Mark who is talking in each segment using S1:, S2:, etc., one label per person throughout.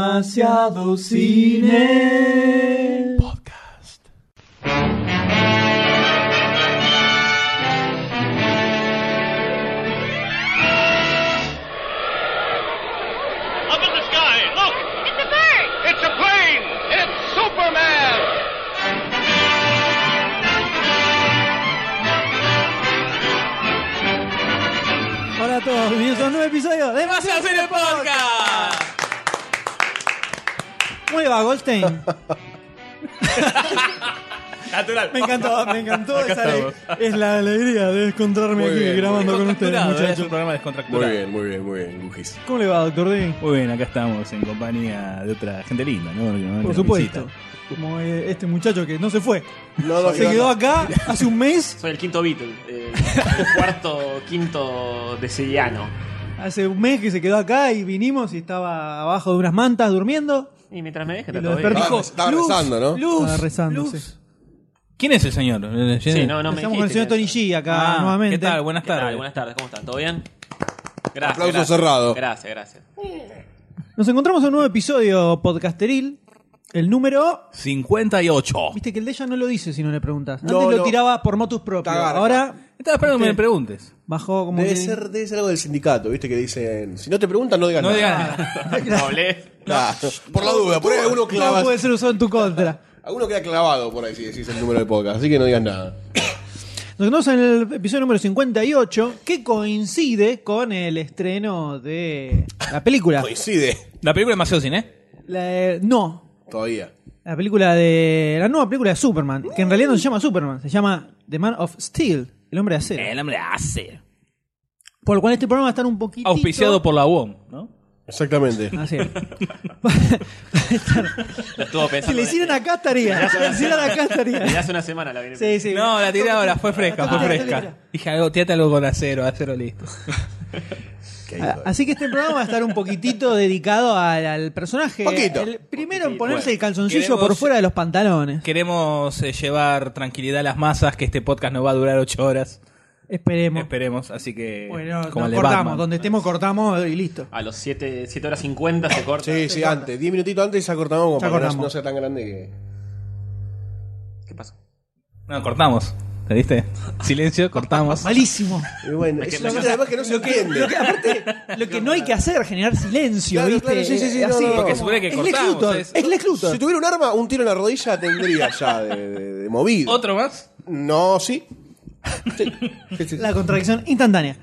S1: Demasiado cine. Podcast.
S2: Up in the sky, look! It's a bird! It's a plane! It's Superman!
S1: Hola a todos, bienvenidos a un nuevo episodio de Demasiado Cine Podcast. ¿Cómo le va, Goldstein?
S3: Natural.
S1: Me encantó, me encantó. esa ale- es la alegría de encontrarme aquí grabando con ustedes,
S3: Es un
S1: muchachos.
S3: programa
S4: Muy
S3: descontracturado.
S4: bien, muy bien, muy bien, Gugis.
S1: ¿Cómo le va, Doctor D?
S3: Muy bien, acá estamos en compañía de otra gente linda, ¿no? Porque normalmente
S1: Por
S3: nos
S1: supuesto.
S3: visita.
S1: Como eh, este muchacho que no se fue.
S4: No, no,
S1: Se
S4: no,
S1: quedó
S4: no.
S1: acá hace un mes.
S5: Soy el quinto Beatle, eh, el cuarto, quinto de Siriano.
S1: Hace un mes que se quedó acá y vinimos y estaba abajo de unas mantas durmiendo.
S5: Y mientras me dejen,
S1: Y
S5: está
S1: lo
S5: todo bien.
S1: despertó.
S4: Estaba,
S1: Dijo,
S4: estaba
S1: luz,
S4: rezando, ¿no?
S3: Luz.
S1: Estaba rezando,
S3: luz.
S1: sí.
S3: ¿Quién es el señor? ¿El
S5: Ah, Sí,
S3: señor?
S5: no, no me
S1: Estamos con el
S5: dijiste
S1: señor Tony
S5: que-
S1: G acá
S3: Ah,
S1: nuevamente.
S3: ¿Qué tal? Buenas
S5: ¿Qué tal?
S3: tardes.
S5: Buenas tardes, ¿cómo están? ¿Todo bien? Gracias.
S4: Aplauso
S5: gracias.
S4: cerrado.
S5: Gracias, gracias.
S1: Nos encontramos en un nuevo episodio podcasteril. El número.
S3: 58.
S1: Viste que el de ella no lo dice si no le preguntas. Antes
S4: No,
S1: lo
S4: no.
S1: tiraba por motus propio.
S4: Está garca.
S1: Ahora
S3: Estaba esperando que me
S1: Usted-
S3: le preguntes.
S1: bajó como.
S4: Debe
S1: que-
S4: ser, debe ser algo del sindicato, ¿viste? Que dicen, si no te preguntan, no digas
S3: No
S4: nada.
S3: digas nada.
S5: No hablé.
S4: Nah, por la duda, por ahí alguno
S1: No
S4: clavas,
S1: puede ser usado en tu contra.
S4: alguno queda clavado por ahí si decís el número del podcast, así que no digas nada.
S1: Nos encontramos en el episodio número 58, que coincide con el estreno de la película.
S4: Coincide
S3: La película demasiado cine.
S1: La- eh, no,
S4: todavía.
S1: la película de. La nueva película de Superman, que en realidad no se llama Superman, se llama The Man of Steel, el hombre de acero.
S4: Eh.
S3: hombre hace.
S1: Por lo cual este programa va a estar un poquito.
S3: Auspiciado por la UOM, ¿no?
S4: Exactamente.
S1: Así es.
S5: Lo estuvo pensando.
S1: Si le hicieran acá estaría. Si le hicieran acá
S5: Desde
S1: estaría.
S5: hace una semana la vine
S1: Sí, sí.
S3: No, la tiré ahora, fue fresca, fue
S1: Tira, tira,
S3: fresca.
S1: tira.
S3: Dije algo, tírate algo con acero, acero listo.
S4: Qué hijo de-
S1: Así que este programa va a estar un poquitito dedicado al, al personaje.
S4: Poquito.
S1: El primero en ponerse el calzoncillo
S3: queremos-
S1: por fuera de los pantalones.
S3: Queremos eh, llevar tranquilidad a las masas, que este podcast no va a durar 8 horas.
S1: Esperemos.
S3: Esperemos, así que.
S1: Bueno, nos
S3: como el de
S1: cortamos.
S3: Batman.
S1: Donde estemos, cortamos y listo.
S5: A los 7 horas 50 se corta.
S4: Sí, sí, antes, diez minutitos antes ya cortamos
S1: Ya
S4: como para que no-
S1: cortamos.
S4: no sea tan grande que...
S5: ¿Qué pasó?
S3: No, cortamos. ¿Te viste? Silencio, cortamos.
S1: Malísimo.
S4: Y bueno, es una cosa además que no se entiende.
S1: Lo que no hay que hacer, generar silencio,
S4: Claro,
S1: ¿viste?
S4: claro, sí, sí, sí,
S1: Eh,
S4: no,
S1: Así.
S4: no, no.
S3: Porque supone que
S1: es
S3: cortamos,
S1: Lex Luthor,
S3: es-
S1: Es Lex Luthor.
S4: Si tuviera un arma, un tiro en la rodilla tendría ya de, de, de movido.
S3: ¿Otro más?
S4: No, sí. Sí. Sí, sí.
S1: La contradicción instantánea.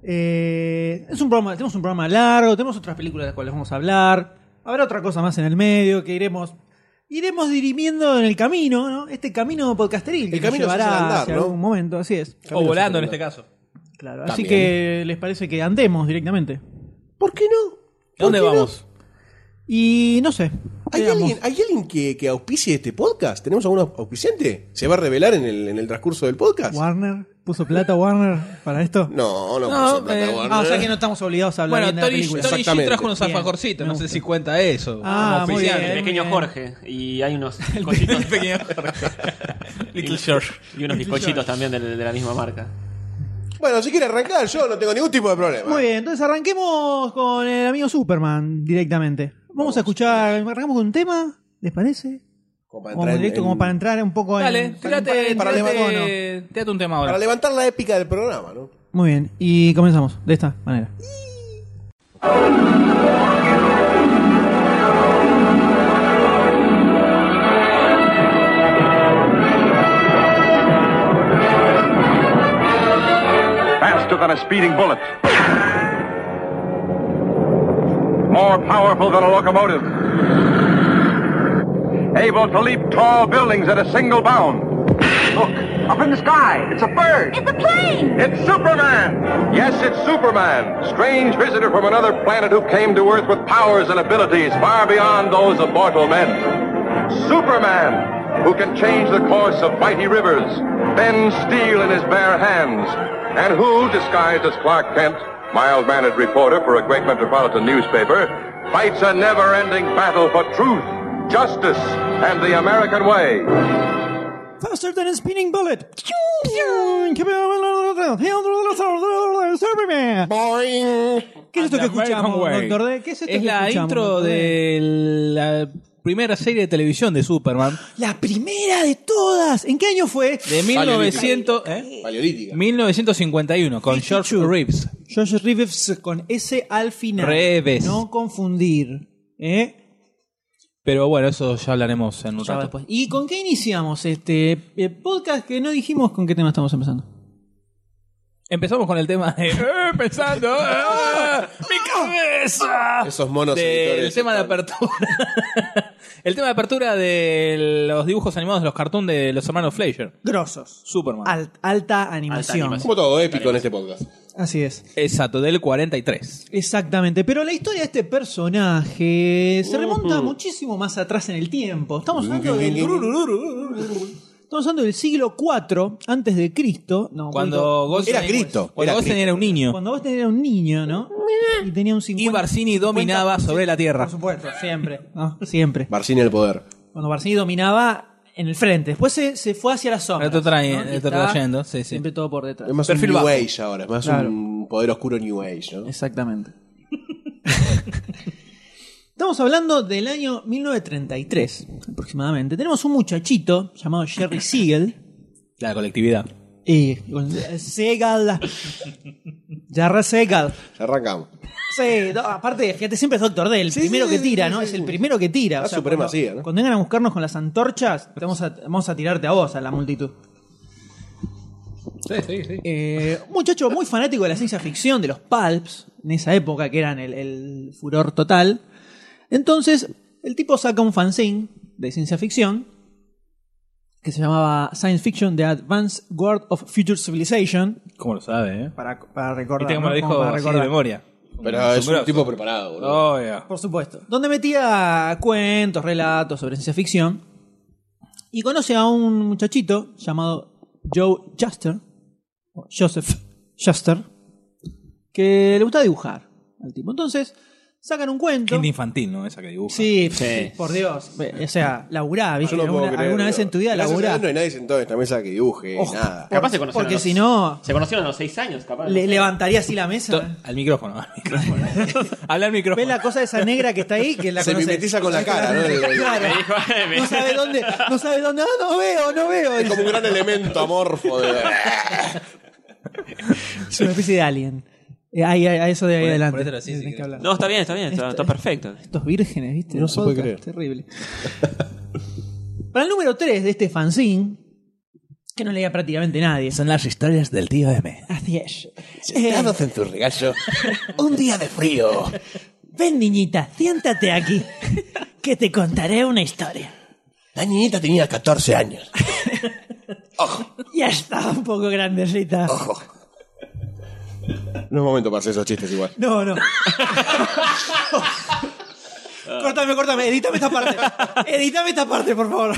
S1: Eh, es un programa, tenemos un programa largo, tenemos otras películas de las cuales vamos a hablar. Habrá otra cosa más en el medio que iremos iremos dirimiendo en el camino, ¿no? Este camino podcasteril que
S4: El
S1: nos
S4: camino se hace
S1: llevará
S4: al andar,
S1: hacia
S4: ¿no?
S1: algún momento, así es.
S3: O volando en este caso.
S1: Claro, así
S4: También.
S1: que les parece que andemos directamente.
S4: ¿Por qué no?
S3: ¿A dónde
S4: ¿Por qué no?
S3: vamos?
S1: Y no sé.
S4: ¿Hay
S1: veamos.
S4: alguien, ¿Hay alguien que, que auspicie este podcast? ¿Tenemos algún auspiciante? ¿Se va a revelar en el, en el transcurso del podcast?
S1: Warner puso plata Warner para esto.
S4: No, no,
S3: No,
S4: puso plata,
S3: eh,
S4: Warner.
S1: Ah, o sea que no estamos obligados a hablar
S3: Bueno,
S1: bien de la
S3: Tori,
S1: película.
S3: Tori G
S4: Exactamente.
S3: trajo unos
S1: Bien,
S3: alfajorcitos,
S1: me
S3: no sé
S1: gusta.
S3: si cuenta eso.
S1: Ah,
S3: como
S1: muy bien.
S3: oficial.
S5: El pequeño
S1: bien.
S5: Jorge. Y hay unos bizcochitos.
S3: Pequeño Jorge. Little George.
S5: y unos bizcochitos también de, de la misma marca.
S4: Bueno, si quiere arrancar, yo no tengo ningún tipo de problema.
S1: Muy bien, entonces arranquemos con el amigo Superman directamente. Vamos, a escuchar, arrancamos con un tema, ¿les parece?
S4: Como para,
S1: Como
S4: entrar en-
S1: directo, como
S4: en-
S1: para entrar un poco
S3: Dale,
S1: en...
S3: tírate,
S1: para- para levantar-
S3: tírate, tírate un tema
S4: para
S3: ahora.
S4: levantar la épica del programa, ¿no?
S1: Muy bien, y comenzamos de esta manera.
S6: faster than a speeding bullet, more powerful than a locomotive, able to leap tall buildings at a single bound. Look, up in the sky, it's a bird. It's a plane. It's Superman. Yes, it's Superman, strange visitor from another planet who came to Earth with powers and abilities far beyond those of mortal men. Superman, who can change the course of mighty rivers, bend steel in his bare hands, and who, disguised as Clark Kent, mild-mannered reporter for a great metropolitan newspaper, fights a never-ending battle for truth, justice, and the American way.
S1: Faster than a spinning bullet.
S4: Boing.
S1: ¿Qué es esto que
S3: And the American
S1: escuchamos,
S3: Way.
S1: Doctor D? ¿Qué es esto que
S3: la
S1: escuchamos,
S3: intro
S1: Doctor D?
S3: de la primera serie de televisión de Superman
S1: La primera de todas. ¿En qué año fue?
S3: de 1900, ¿eh?
S4: Paleolítica.
S3: 1951 con George Reeves.
S1: George Reeves con S al final.
S3: Reeves.
S1: No confundir. ¿eh?
S3: Pero bueno, eso ya hablaremos en un
S1: Ya va
S3: rato.
S1: después. ¿Y con qué iniciamos este eh, podcast que no dijimos con qué tema estamos empezando?
S3: Empezamos con el tema de eh, pensando ¡Ah! mi cabeza.
S4: Esos monos
S3: Del
S4: editores
S3: tema de
S4: están-
S3: apertura. el tema de apertura de los dibujos animados de los cartoons de los hermanos Fleischer.
S1: Grosos.
S3: Superman.
S1: Alt- alta, animación.
S5: animación.
S4: Como todo épico en este podcast.
S1: Así es.
S3: Exacto, del 43.
S1: Exactamente. Pero la historia de este personaje se remonta muchísimo más atrás en el tiempo. Estamos hablando del. Estamos hablando del siglo IV antes de Cristo. No,
S3: Cuando Goldstein
S4: Era Cristo,
S3: Cuando
S4: era
S3: Goldstein
S4: Cristo.
S3: era un niño.
S1: Cuando vos tenías un niño, ¿no? Y tenía un 50.
S3: Y Barcini dominaba sobre la tierra.
S1: Por supuesto, siempre. ¿no? Siempre.
S4: Barcini el poder.
S1: Cuando Barcini dominaba en el frente. Después se, se fue hacia la sombra.
S3: Ahora te trae- te está trayendo, sí, sí.
S1: Siempre todo por detrás.
S4: Es más
S3: Perfil
S4: un New
S3: bajo.
S4: Age ahora, es más
S1: Claro.
S4: un poder oscuro New Age, ¿no?
S1: Exactamente. Estamos hablando del año 1933, aproximadamente. Tenemos un muchachito llamado Jerry Siegel.
S3: La colectividad.
S1: Y, Segal. Jarra Segal.
S4: Ya arrancamos.
S1: Sí, no, aparte, fíjate, siempre es Doctor D, el
S4: Sí,
S1: primero
S4: sí,
S1: que
S4: sí,
S1: tira,
S4: sí,
S1: ¿no?
S4: sí,
S1: es
S4: sí.
S1: el primero que tira.
S4: La supremacía,
S1: cuando,
S4: ¿no?
S1: cuando vengan a buscarnos con las antorchas, te vamos a, vamos a tirarte a vos, a la multitud.
S3: Sí, sí, sí.
S1: Eh, un muchacho muy fanático de la ciencia ficción, de los pulps, en esa época que eran el, el furor total. Entonces, el tipo saca un fanzine de ciencia ficción que se llamaba Science Fiction, The Advanced Guard of Future Civilization,
S3: ¿Cómo lo sabe, eh?
S1: para, para recordar.
S3: Viste cómo
S1: ¿no?
S3: lo dijo
S1: Como para
S3: así de
S1: recordar.
S3: memoria.
S4: Pero es un
S3: Asombroso.
S4: tipo preparado, boludo.
S3: Oh, yeah.
S1: Por supuesto. Donde metía cuentos, relatos sobre ciencia ficción. Y conoce a un muchachito llamado Joe Juster, o Joseph Juster, que le gusta dibujar al tipo. Entonces, sacan un cuento.
S3: Gente infantil, ¿no? Esa que dibuja.
S1: Sí, sí, por Dios. O sea, laburá, ¿viste?
S4: Yo no puedo
S1: alguna,
S4: creer,
S1: eh, alguna vez
S4: boludo.
S1: en tu vida
S4: Gracias a
S1: laburá.
S4: Dios No hay nadie sentado en esta mesa que dibuje,
S1: Ojo.
S4: nada.
S5: Capaz se conocieron.
S1: Porque
S5: a los-
S1: si no,
S5: Se conocieron a los seis años, capaz.
S1: le
S5: no sé.
S1: levantaría así la
S3: To-
S1: mesa.
S3: Al micrófono, al micrófono. Habla al micrófono.
S1: ¿Ves la cosa de esa negra que está ahí? Que la
S4: Se
S1: conoce?
S4: mimetiza con la cara, ¿no? El- el-
S1: Claro.
S5: Me dijo, me-
S1: No sabe dónde, no sabe dónde. Ah, no veo, no veo.
S4: Es como un gran elemento amorfo de. "Eh,
S1: Es una especie de alien. Eh, ahí, ahí, a eso de ahí
S3: Por-
S1: adelante.
S3: por eso era así,
S1: tenés
S3: sí,
S1: que
S3: que-
S1: hablar.
S7: No, está bien, está bien, está, está perfecto.
S1: Estos vírgenes, ¿viste?
S4: No
S1: Del
S4: se puede
S1: podcast,
S4: creer.
S1: Terrible. Para el número 3 de este fanzine, que no leía prácticamente nadie.
S3: Son las historias del tío M.
S1: Así es. Eh,
S4: en tu regazo. Un día de frío.
S1: ven, niñita, siéntate aquí, que te contaré una historia.
S4: La niñita tenía 14 años.
S1: Ya está un poco grandecita.
S3: Oh.
S4: No es momento para hacer esos chistes igual.
S1: No, no. córtame, córtame. Edítame esta parte. Edítame esta parte, por favor.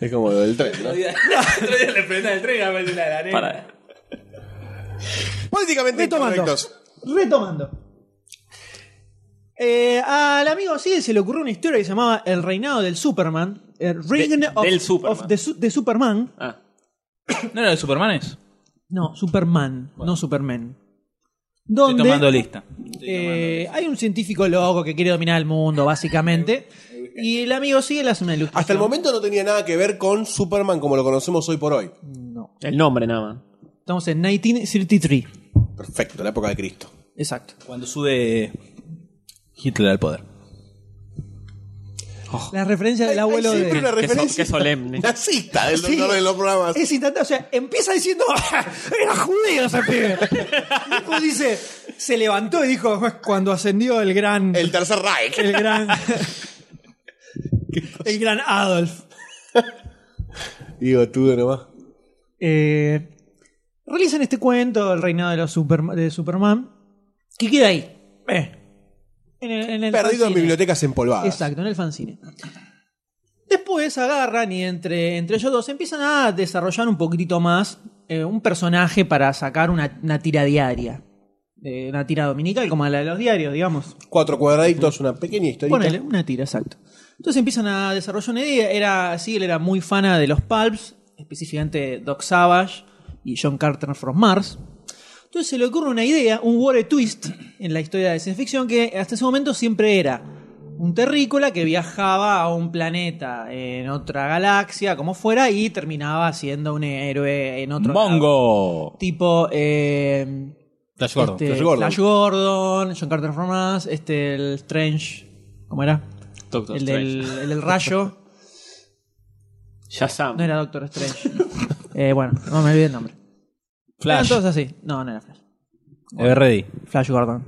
S4: Es como lo del tren, ¿no?
S7: Para.
S4: Políticamente
S1: Retomando.
S4: incorrectos.
S1: Retomando. Eh, al amigo sí se le ocurrió una historia que se llamaba El reinado del Superman. El Reign
S5: De-
S1: of,
S5: del Superman.
S1: of the Su- de Superman.
S5: Ah,
S3: ¿No era de Supermanes?
S1: No, Superman, no Superman.
S3: Estoy
S1: Donde
S3: tomando lista.
S1: eh, hay un científico loco que quiere dominar el mundo, básicamente. y el amigo sí le hace una ilustración.
S4: Hasta el momento no tenía nada que ver con Superman como lo conocemos hoy por hoy.
S1: No.
S5: el nombre nada más.
S1: Estamos en 1933.
S4: Perfecto, la época de Cristo.
S1: Exacto.
S3: Cuando sube Hitler al poder.
S1: La referencia del abuelo
S4: Hay siempre
S1: de.
S4: una
S5: Qué, so-
S4: referencia
S5: qué solemne.
S4: nazista del
S1: Sí.
S4: doctor de los programas.
S1: Es instantáneo, o sea, empieza diciendo, "Ah, era judío ese pibe. Y Después dice, se levantó y dijo, cuando ascendió el gran, el,
S4: El tercer Reich.
S1: gran, el gran Adolf.
S4: Digo, tú de nomás.
S1: Eh, realizan este cuento, el reinado de, los Superma- de Superman, que queda ahí. eh, en el- el
S4: Perdido en
S1: fanzine.
S4: bibliotecas empolvadas.
S1: Exacto, en el fanzine. Después agarran y entre, entre ellos dos empiezan a desarrollar un poquitito más eh, un personaje para sacar una, una tira diaria. Eh, una tira dominical, como la de los diarios, digamos.
S4: Cuatro cuadraditos, una pequeña historia.
S1: Ponele, una tira, exacto. Entonces empiezan a desarrollar una idea. Era, sí, él era muy fana de los Pulps, específicamente Doc Savage y John Carter from Mars. Entonces se le ocurre una idea, un water twist en la historia de ciencia ficción que hasta ese momento siempre era un terrícola que viajaba a un planeta en otra galaxia, como fuera, y terminaba siendo un héroe en otro lado.
S3: Mongo.
S1: Tipo eh,
S3: Flash Gordon.
S1: este,
S4: Flash Gordon.
S1: Flash Gordon, John Carter of Romance, este, el Strange, ¿cómo era?
S7: Doctor
S1: el,
S7: Strange.
S1: Del, el del rayo.
S5: Shazam.
S1: No era Doctor Strange. Eh, bueno, no me olvidé el nombre. Eran
S3: Flash.
S1: todos así. No, no era Flash.
S3: Eh, ready.
S1: Flash Gordon.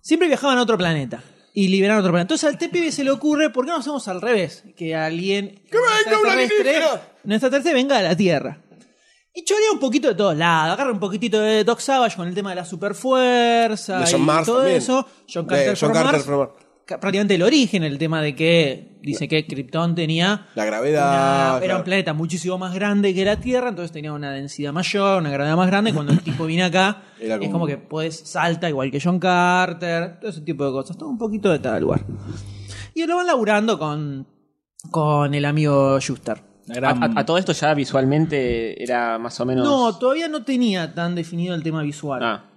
S1: Siempre viajaban a otro planeta. Y liberaban otro planeta. Entonces al TPB se le ocurre, ¿por qué no hacemos al revés? Que alguien. ¡Que
S4: venga un alienígena!
S1: Un extraterrestre venga a la Tierra. Y chorea un poquito de todos lados. Agarra un poquitito de Doc Savage con el tema de la superfuerza.
S4: De John
S1: y
S4: Mars
S1: todo
S4: también.
S1: eso. John
S4: De
S1: Carter,
S4: John
S1: from
S4: Carter
S1: Mars.
S4: from Mars.
S1: Ca- Prácticamente el origen, el tema de que dice que Krypton tenía.
S4: La gravedad,
S1: una- era
S4: claro.
S1: un planeta muchísimo más grande que la Tierra, entonces tenía una densidad mayor, una gravedad más grande. Cuando el tipo viene acá,
S4: Era
S1: es
S4: como-
S1: como que puedes salta igual que John Carter, todo ese tipo de cosas. Todo un poquito de tal lugar. Y lo van laburando con, con el amigo Schuster.
S5: A, a- a todo esto ya visualmente era más o menos.
S1: No, todavía no tenía tan definido el tema visual.
S5: Ah,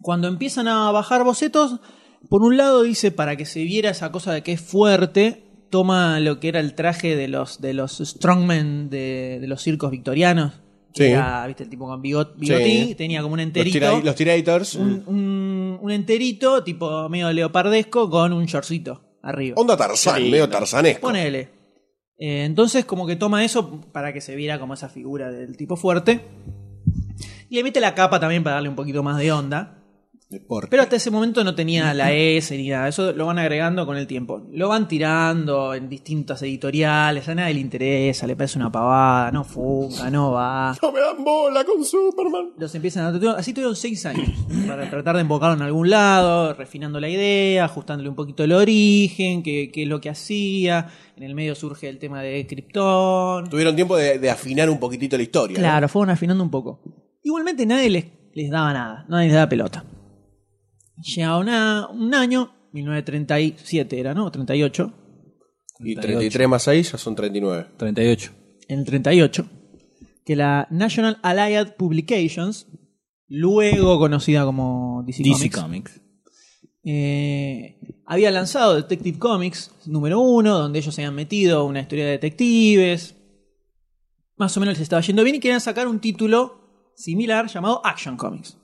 S1: Cuando empiezan a bajar bocetos, por un lado dice para que se viera esa cosa de que es fuerte, toma lo que era el traje de los, de los strongmen de, de los circos victorianos. que
S4: Sí.
S1: Era, viste, el tipo con bigot, bigotín, tenía como un
S4: Los,
S1: enterito
S4: tira- los mm, tirators.
S1: un, un- un enterito, tipo medio leopardesco, con un shortcito arriba.
S4: Onda Tarzán, medio tarzanesco.
S1: Ponele. Eh, entonces, como que toma eso para que se viera como esa figura del tipo fuerte. Y le mete la capa también para darle un poquito más de onda.
S4: Deporte.
S1: Pero hasta ese momento no tenía la S ni nada. Eso lo van agregando con el tiempo. Lo van tirando en distintas editoriales. A nadie le interesa, le parece una pavada, no funga, no va
S4: No me dan bola con Superman.
S1: los empiezan a tuvieron- Así tuvieron seis años para tratar de embocarlo en algún lado, refinando la idea, ajustándole un poquito el origen, qué, qué es lo que hacía. En el medio surge el tema de Krypton.
S4: Tuvieron tiempo de, de afinar un poquitito la historia. ¿eh? ¿no?
S1: Claro, fueron afinando un poco. Igualmente nadie les, les daba nada, nadie les daba pelota. Llega una- un año, 1937 era, ¿no? 38.
S4: Y 33 más 6 ya son 39.
S3: 38.
S1: en el 38, que la National Allied Publications, luego conocida como DC,
S3: DC
S1: Comics,
S3: Comics.
S1: eh, había lanzado Detective Comics número uno, donde ellos se habían metido una historia de detectives. Más o menos les estaba yendo bien y querían sacar un título similar llamado Action Comics.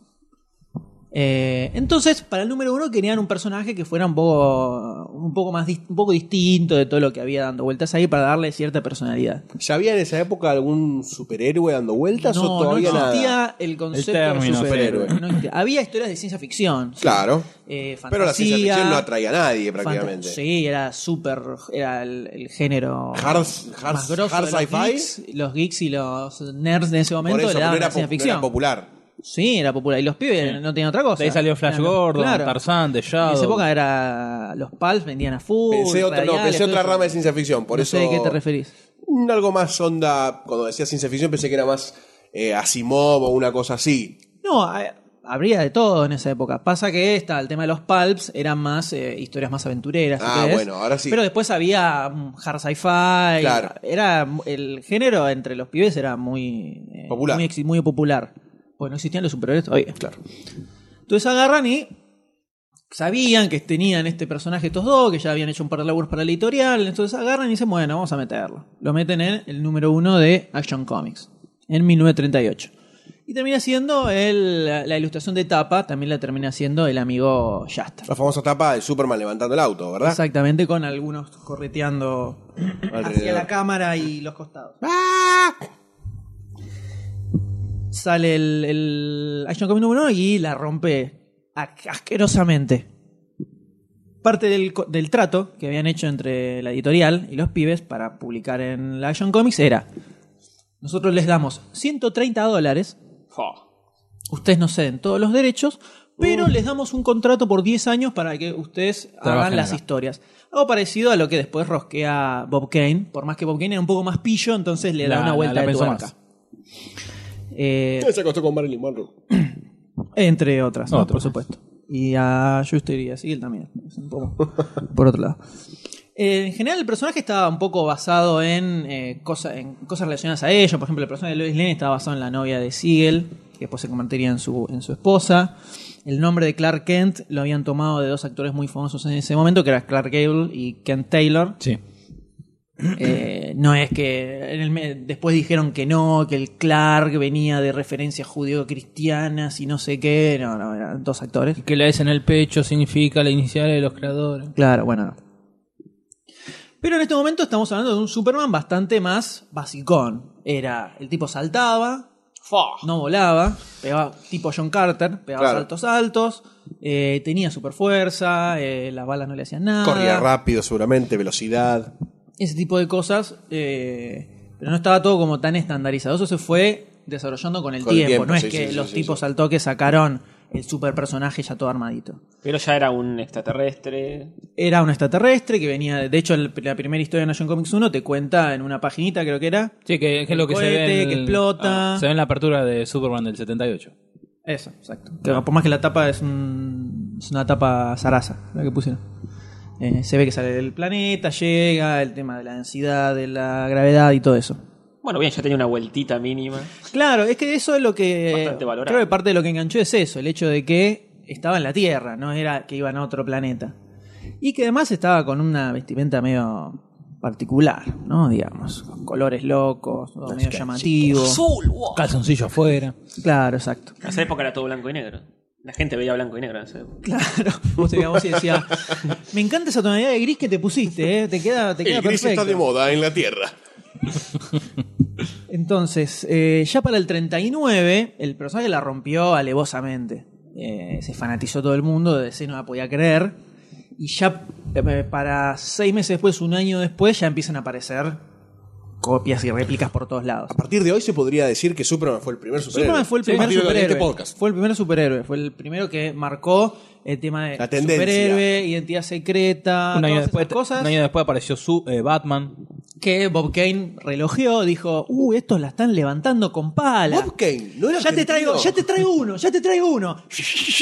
S1: Eh, entonces, para el número uno querían un personaje que fuera un poco, un poco más dis- un poco distinto de todo lo que había dando vueltas ahí para darle cierta personalidad.
S4: ¿Ya había en esa época algún superhéroe dando vueltas o
S1: No, no
S4: todavía
S1: existía
S4: nada?
S1: el concepto
S3: El
S1: de
S3: término
S1: superhéroe.
S4: superhéroe.
S1: No existía. Había historias de ciencia ficción. sí.
S4: Claro.
S1: Eh, fantasía,
S4: Pero la ciencia ficción no atraía a nadie
S1: fanta-
S4: prácticamente.
S1: Sí, era súper. Era el, el género.
S4: Hard- hard-
S1: más grosso
S4: hard
S1: de los,
S4: sci-fi.
S1: geeks, los geeks y los nerds de ese
S4: Por
S1: momento
S4: eso,
S1: le
S4: pero no
S1: daban
S4: era,
S1: la
S4: po-
S1: ciencia
S4: no era
S1: ficción.
S4: popular.
S1: Sí, era popular. Y los pibes no tenían otra cosa.
S3: De ahí salió Flash
S1: Claro,
S3: Gordon,
S1: claro.
S3: Tarzán, The
S1: En
S3: Shadow.
S1: esa época era. Los Pulps vendían a full.
S4: Pensé, otra- no, pensé otra rama de ciencia ficción, por
S1: no
S4: eso.
S1: sé de qué te referís.
S4: Mm, Algo más onda. Cuando decía ciencia ficción pensé que era más eh, Asimov o una cosa así.
S1: No, a- habría de todo en esa época. Pasa que esta, el tema de los pulps, eran más eh, historias más aventureras. si
S4: Ah,
S1: querés.
S4: bueno, ahora sí.
S1: Pero después había mm, hard sci-fi.
S4: Claro.
S1: Era el género entre los pibes era muy eh,
S4: Popular.
S1: muy, ex- muy popular. Pues no existían los superhéroes todavía. Claro. Entonces agarran y sabían que tenían este personaje estos dos, que ya habían hecho un par de labores para la editorial, entonces agarran y dicen, bueno, vamos a meterlo. Lo meten en el número uno de Action Comics, en 1938. Y termina siendo el- la, la ilustración de tapa, también la termina siendo el amigo Shasta.
S4: La famosa tapa de Superman levantando el auto, ¿verdad?
S1: Exactamente, con algunos correteando hacia
S4: Alrededor.
S1: la cámara y los costados. Sale el, el Action Comics número uno y la rompe a- asquerosamente. Parte del, co- del trato que habían hecho entre la editorial y los pibes para publicar en la Action Comics era: nosotros les damos 130 dólares, ustedes nos ceden todos los derechos, pero les damos un contrato por 10 años para que ustedes hagan
S3: Trabajen
S1: las
S3: acá.
S1: historias. Algo parecido a lo que después rosquea Bob Kane, por más que Bob Kane era un poco más pillo, entonces le da
S3: La-
S1: una
S3: la-
S1: vuelta
S3: la
S1: de
S3: pensó
S1: tuerca.
S3: más.
S1: Eh,
S4: Se acostó con Marilyn Monroe.
S1: entre otras, ¿no?
S3: Otras.
S1: por supuesto. Y a Schuster y a Siegel también. Es un poco por otro lado. Eh, en general, el personaje estaba un poco basado en, eh, cosa- en cosas relacionadas a ellos. Por ejemplo, el personaje de Lois Lane estaba basado en la novia de Siegel. que después se convertiría en su, en su esposa. El nombre de Clark Kent lo habían tomado de dos actores muy famosos en ese momento, que eran Clark Gable y Kent Taylor.
S3: Sí.
S1: Eh, no es que en el me- después dijeron que no, que el Clark venía de referencias judío-cristianas y no sé qué. No, no, eran dos actores.
S3: Que la S en el pecho significa la inicial de los creadores.
S1: Claro, bueno. no. Pero en este momento estamos hablando de un Superman bastante más basicón. Era, el tipo saltaba, no volaba, pegaba, tipo John Carter, pegaba
S4: Claro.
S1: saltos altos, eh, tenía super fuerza, las balas no le hacían nada.
S4: Corría rápido, seguramente, velocidad.
S1: ese tipo de cosas, eh, pero no estaba todo como tan estandarizado. Eso se fue desarrollando con el,
S4: Con el
S1: tiempo.
S4: tiempo,
S1: No
S4: sí,
S1: es que
S4: sí, sí,
S1: los
S4: sí,
S1: tipos
S4: sí.
S1: al toque sacaron el super personaje ya todo armadito.
S5: Pero ya era un extraterrestre.
S1: Era un extraterrestre que venía, de hecho, el- la primera historia de Nation Comics 1 te cuenta en una paginita, creo que era.
S3: Sí, que, que es lo
S1: El
S3: que se
S1: cohete
S3: ve. en
S1: que
S3: el- Ah,
S1: explota.
S3: se ve en la apertura de Superman del 78.
S1: Eso, exacto. Que por más que la tapa es, un- es una tapa zaraza, la que pusieron. Eh, se ve que sale del planeta, llega, el tema de la densidad, de la gravedad y todo eso.
S5: Bueno, bien, ya tenía una vueltita mínima.
S1: Claro, es que eso es lo que.
S5: Bastante valorado.
S1: Creo que parte de lo que enganchó es eso, el hecho de que estaba en la Tierra, no era que iban a otro planeta. Y que además estaba con una vestimenta medio particular, ¿no? Digamos, con colores locos, todo medio llamativo.
S3: Calzoncillo afuera.
S1: Claro, exacto.
S5: En esa época era todo blanco y negro. La gente veía blanco y negro en esa época.
S1: Claro, vos te veías y decías, me encanta esa tonalidad de gris que te pusiste, ¿eh? te queda, te queda
S4: El gris
S1: perfecto.
S4: está de moda en la Tierra.
S1: Entonces, eh, ya para el 39, el personaje la rompió alevosamente. Eh, se fanatizó todo el mundo, de ese no la podía creer. Y ya eh, para seis meses después, un año después, ya empiezan a aparecer copias y réplicas por todos lados.
S4: A partir de hoy se podría decir que Superman fue el primer superhéroe.
S1: Superman fue el
S4: Sí, a
S1: primer
S4: partir de
S1: superhéroe.
S4: Este podcast.
S1: Fue el primer superhéroe. Fue el primero que marcó el tema de
S4: La tendencia.
S1: superhéroe, identidad secreta,
S3: un, año
S1: Ah, todas
S3: después,
S1: esas cosas.
S3: un año después apareció su, eh, Batman.
S1: que Bob Kane relojeó, dijo, uh, estos la están levantando con pala.
S4: Bob Kane, ¿no era
S1: ya te
S4: argentino?
S1: traigo, ya te traigo uno, ya te traigo uno.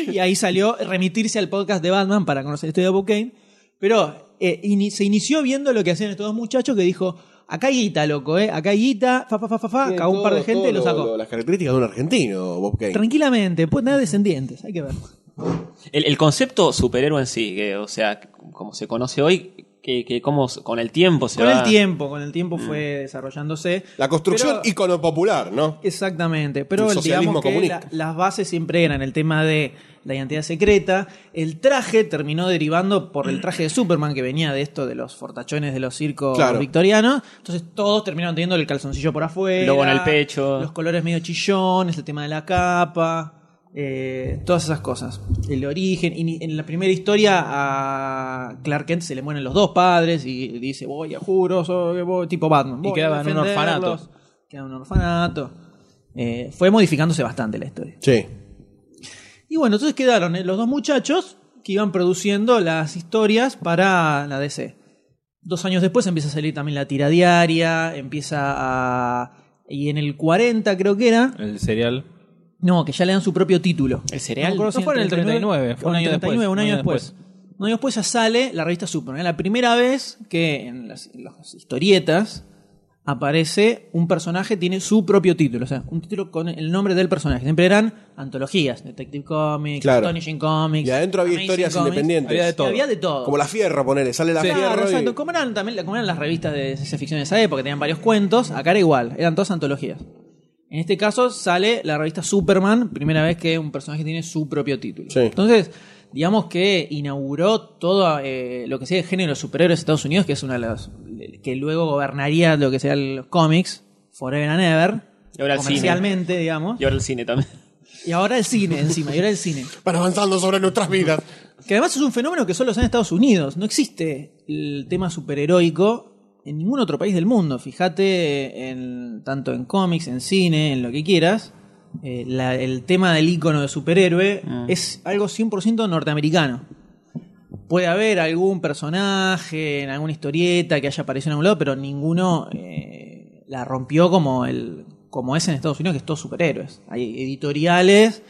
S1: Y ahí salió remitirse al podcast de Batman para conocer la historia de Bob Kane. Pero eh, ini- se inició viendo lo que hacían estos dos muchachos que dijo, acá hay guita, loco, eh, acá hay guita, fa, fa, fa, fa, fa,
S4: Tiene
S1: cagó un par de
S4: todo-
S1: gente y lo
S4: todo
S1: sacó.
S4: las características de un argentino, Bob Kane.
S1: Tranquilamente, pues nada descendientes, hay que ver.
S5: El, el concepto superhéroe en sí, que, o sea, como se conoce hoy, que, que cómo s- con el tiempo se
S1: Con
S5: va-
S1: el tiempo, con el tiempo fue desarrollándose.
S4: La construcción
S1: Pero-
S4: icono popular, ¿no?
S1: Exactamente, pero
S4: El
S1: el- digamos
S4: socialismo
S1: que
S4: comunista.
S1: la- las bases siempre eran el tema de la identidad secreta, el traje terminó derivando por el traje de Superman que venía de esto de los fortachones de los circos
S4: Claro.
S1: victorianos, entonces todos terminaron teniendo el calzoncillo por afuera,
S5: Logo en el pecho.
S1: los colores medio chillones, el tema de la capa, eh, todas esas cosas, el origen, y ni- en la primera historia a Clark Kent se le mueren los dos padres y dice voy a juro, soy voy", tipo Batman,
S3: Y
S1: voy a
S3: quedaba en un
S1: defenderlos".
S3: orfanato.
S1: Queda un orfanato. Eh, fue modificándose bastante la historia.
S4: Sí.
S1: Y bueno, entonces quedaron eh, los dos muchachos que iban produciendo las historias para la DC. Dos años después empieza a salir también la tira diaria, empieza a... Y en el 40 creo que era...
S3: El serial.
S1: No, que ya le dan su propio título.
S5: ¿El cereal?
S1: No, me acuerdo si
S3: No, fue en el 39, fue
S1: o
S3: un
S1: en
S3: año
S1: 39,
S3: después,
S1: Un año después. Un año después ya sale la revista Superman. Es la primera vez que en las, las historietas aparece un personaje, tiene su propio título. O sea, un título con el nombre del personaje. Siempre eran antologías. Detective Comics,
S4: Claro.
S1: Astonishing Comics.
S4: Y adentro había
S1: Amazing
S4: historias
S1: Comics.
S4: independientes.
S3: Había de todo.
S1: Y Había de todo.
S4: Como la fierra, ponele. Sale la
S1: Claro,
S4: fierra. y-
S1: exacto. Como eran, también, como eran las revistas de ciencia ficción de esa época, tenían varios cuentos, acá era igual, eran todas antologías. En este caso sale la revista Superman, primera vez que un personaje tiene su propio título.
S4: Sí.
S1: Entonces, digamos que inauguró todo eh, lo que sea el género de superhéroes de Estados Unidos, que es una de las que luego gobernaría lo que sean los cómics, Forever and Ever,
S5: Y ahora el cine.
S1: comercialmente, digamos.
S5: Y ahora el cine también.
S1: Y ahora el cine encima, y ahora el cine.
S4: Van avanzando sobre nuestras vidas.
S1: Que además es un fenómeno que solo se da en Estados Unidos. No existe el tema superheroico en ningún otro país del mundo. Fíjate en, tanto en cómics, en cine, en lo que quieras. eh, la- el tema del icono de superhéroe es algo 100% norteamericano. Puede haber algún personaje en alguna historieta que haya aparecido en algún lado, pero ninguno eh, la rompió como, el, como es en Estados Unidos, que es todo superhéroes. Hay editoriales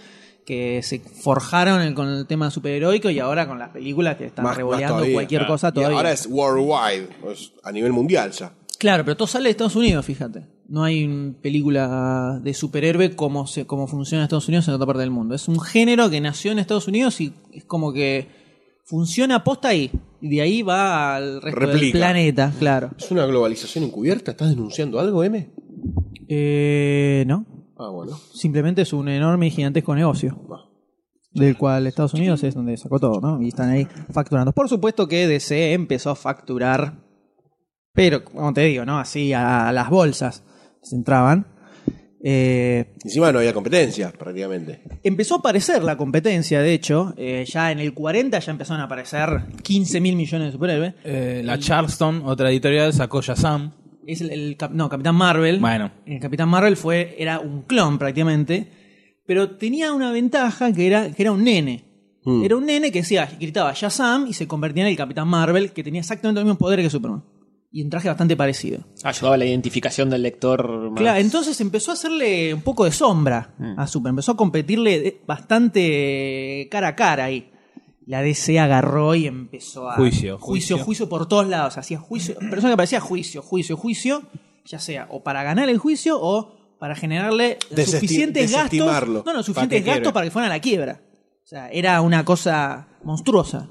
S1: que se forjaron el- con el tema superheroico y ahora con las películas que están
S4: Más- más
S1: revoleando
S4: todavía,
S1: cualquier
S4: claro.
S1: cosa
S4: Y
S1: todavía.
S4: ahora es worldwide. es a nivel mundial ya.
S1: Claro, pero todo sale de Estados Unidos, fíjate. No hay un- película de superhéroe como, se, como funciona en Estados Unidos en otra parte del mundo. Es un género que nació en Estados Unidos y es como que funciona posta ahí. Y de ahí va al resto del
S4: Replica.
S1: planeta, claro.
S4: ¿Es una globalización encubierta? ¿Estás denunciando algo, M?
S1: Eh, no.
S4: Ah, bueno.
S1: Simplemente es un enorme y gigantesco negocio.
S4: Va.
S1: Del cual Estados Unidos es donde sacó todo, ¿no? Y están ahí facturando. Por supuesto que DC empezó a facturar, pero como te digo, ¿no? Así a las bolsas se entraban. Eh,
S4: Encima no había competencia, prácticamente.
S1: empezó a aparecer la competencia, de hecho. Eh, ya en el 40 ya empezaron a aparecer 15 mil millones de superhéroes.
S3: Eh, la Charleston, otra editorial, sacó Shazam.
S1: Es el, el cap- no, Capitán Marvel.
S3: Bueno.
S1: El Capitán Marvel fue, era un clon prácticamente, pero tenía una ventaja que era, que era un nene. Era un nene que decía, gritaba Shazam y se convertía en el Capitán Marvel, que tenía exactamente el mismo poder que Superman. Y un traje bastante parecido.
S5: Ayudaba a Ah, la identificación del lector. más-
S1: Claro, entonces empezó a hacerle un poco de sombra
S3: Mm.
S1: a Super, empezó a competirle de- bastante eh, cara a cara ahí. La DC agarró y empezó a. juicio.
S3: Juicio, juicio.
S1: juicio por todos lados. Hacía juicio. Persona que parecía juicio, juicio, juicio. Ya sea o para ganar el juicio o para generarle
S4: Desesti-
S1: suficientes gastos.
S4: desestimarlo.
S1: No, no, suficientes
S3: Para que
S1: gastos
S3: quiebre.
S1: para que fueran a la quiebra. O sea, era una cosa monstruosa.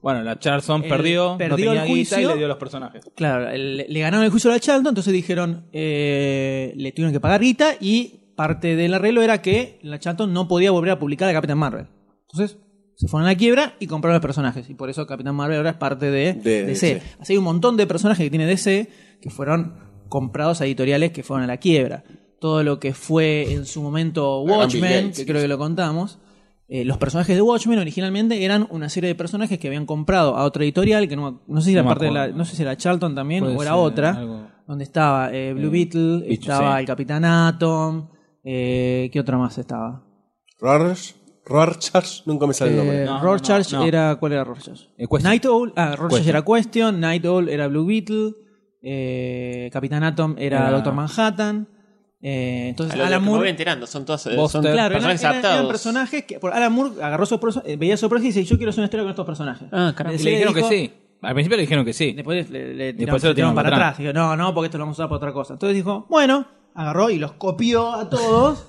S3: Bueno, la Charleston
S1: El-
S3: perdió,
S1: Eh, perdió
S3: no tenía
S1: el
S3: guita y
S1: juicio.
S3: le dio los personajes.
S1: Claro, el- le ganaron el juicio a la Charlton, entonces dijeron, eh, le tuvieron que pagar guita y parte del arreglo era que la Charlton no podía volver a publicar a Capitán Marvel. Entonces se fueron a la quiebra y compraron los personajes. Y por eso Capitán Marvel ahora es parte de,
S4: De
S1: DC.
S4: DC.
S1: Así hay un montón de personajes que tiene DC que fueron comprados a editoriales que fueron a la quiebra. Todo lo que fue en su momento
S4: La gran Ah, Bill
S1: Watchmen,
S4: Gates.
S1: que creo que lo contamos. eh, los personajes de Watchmen originalmente eran una serie de personajes que habían comprado a otra editorial, que no, no sé si era
S3: No me
S1: parte de la,
S3: acuerdo.
S1: no sé si era Charlton también
S3: Puede
S1: o era
S3: ser
S1: otra,
S3: algo.
S1: donde estaba eh, Blue
S3: Eh,
S1: Beetle,
S3: Beetle,
S1: estaba
S3: sí.
S1: el Capitán Atom, eh, ¿qué otra más estaba?
S4: Rorschach, Rorschach, nunca me sale el
S1: Eh,
S4: nombre.
S3: No, no,
S1: Rorschach
S3: no, no.
S1: era, ¿cuál era Rorschach?
S3: Eh, Question.
S1: Night Owl, ah, Rorschach
S3: Question.
S1: era Question, Night Owl era Blue Beetle, eh, Capitán Atom era,
S3: Era-
S1: Doctor Manhattan, eh,
S5: A
S1: entonces
S5: lo, lo
S1: Alan
S5: que me voy
S1: Moore
S5: enterando, son todas eh,
S3: Buster.
S5: son
S1: Claro, eran,
S5: personajes
S1: eran- eran
S5: adaptados.
S1: personajes que. por- Alan Moore agarró esos perso- eh, veía esos personajes y dice: Yo quiero hacer una historia con estos personajes.
S5: Ah, carajo.
S1: Le
S3: Y le dijeron
S1: dijo-
S3: que sí. Al principio le dijeron que sí.
S1: Después le, le tiraron,
S3: Después se lo
S1: le tiraron
S3: tiraron
S1: para
S3: para
S1: atrás. Dijo: No, no, porque esto lo vamos a usar para otra cosa. Entonces dijo: Bueno, agarró y los copió a todos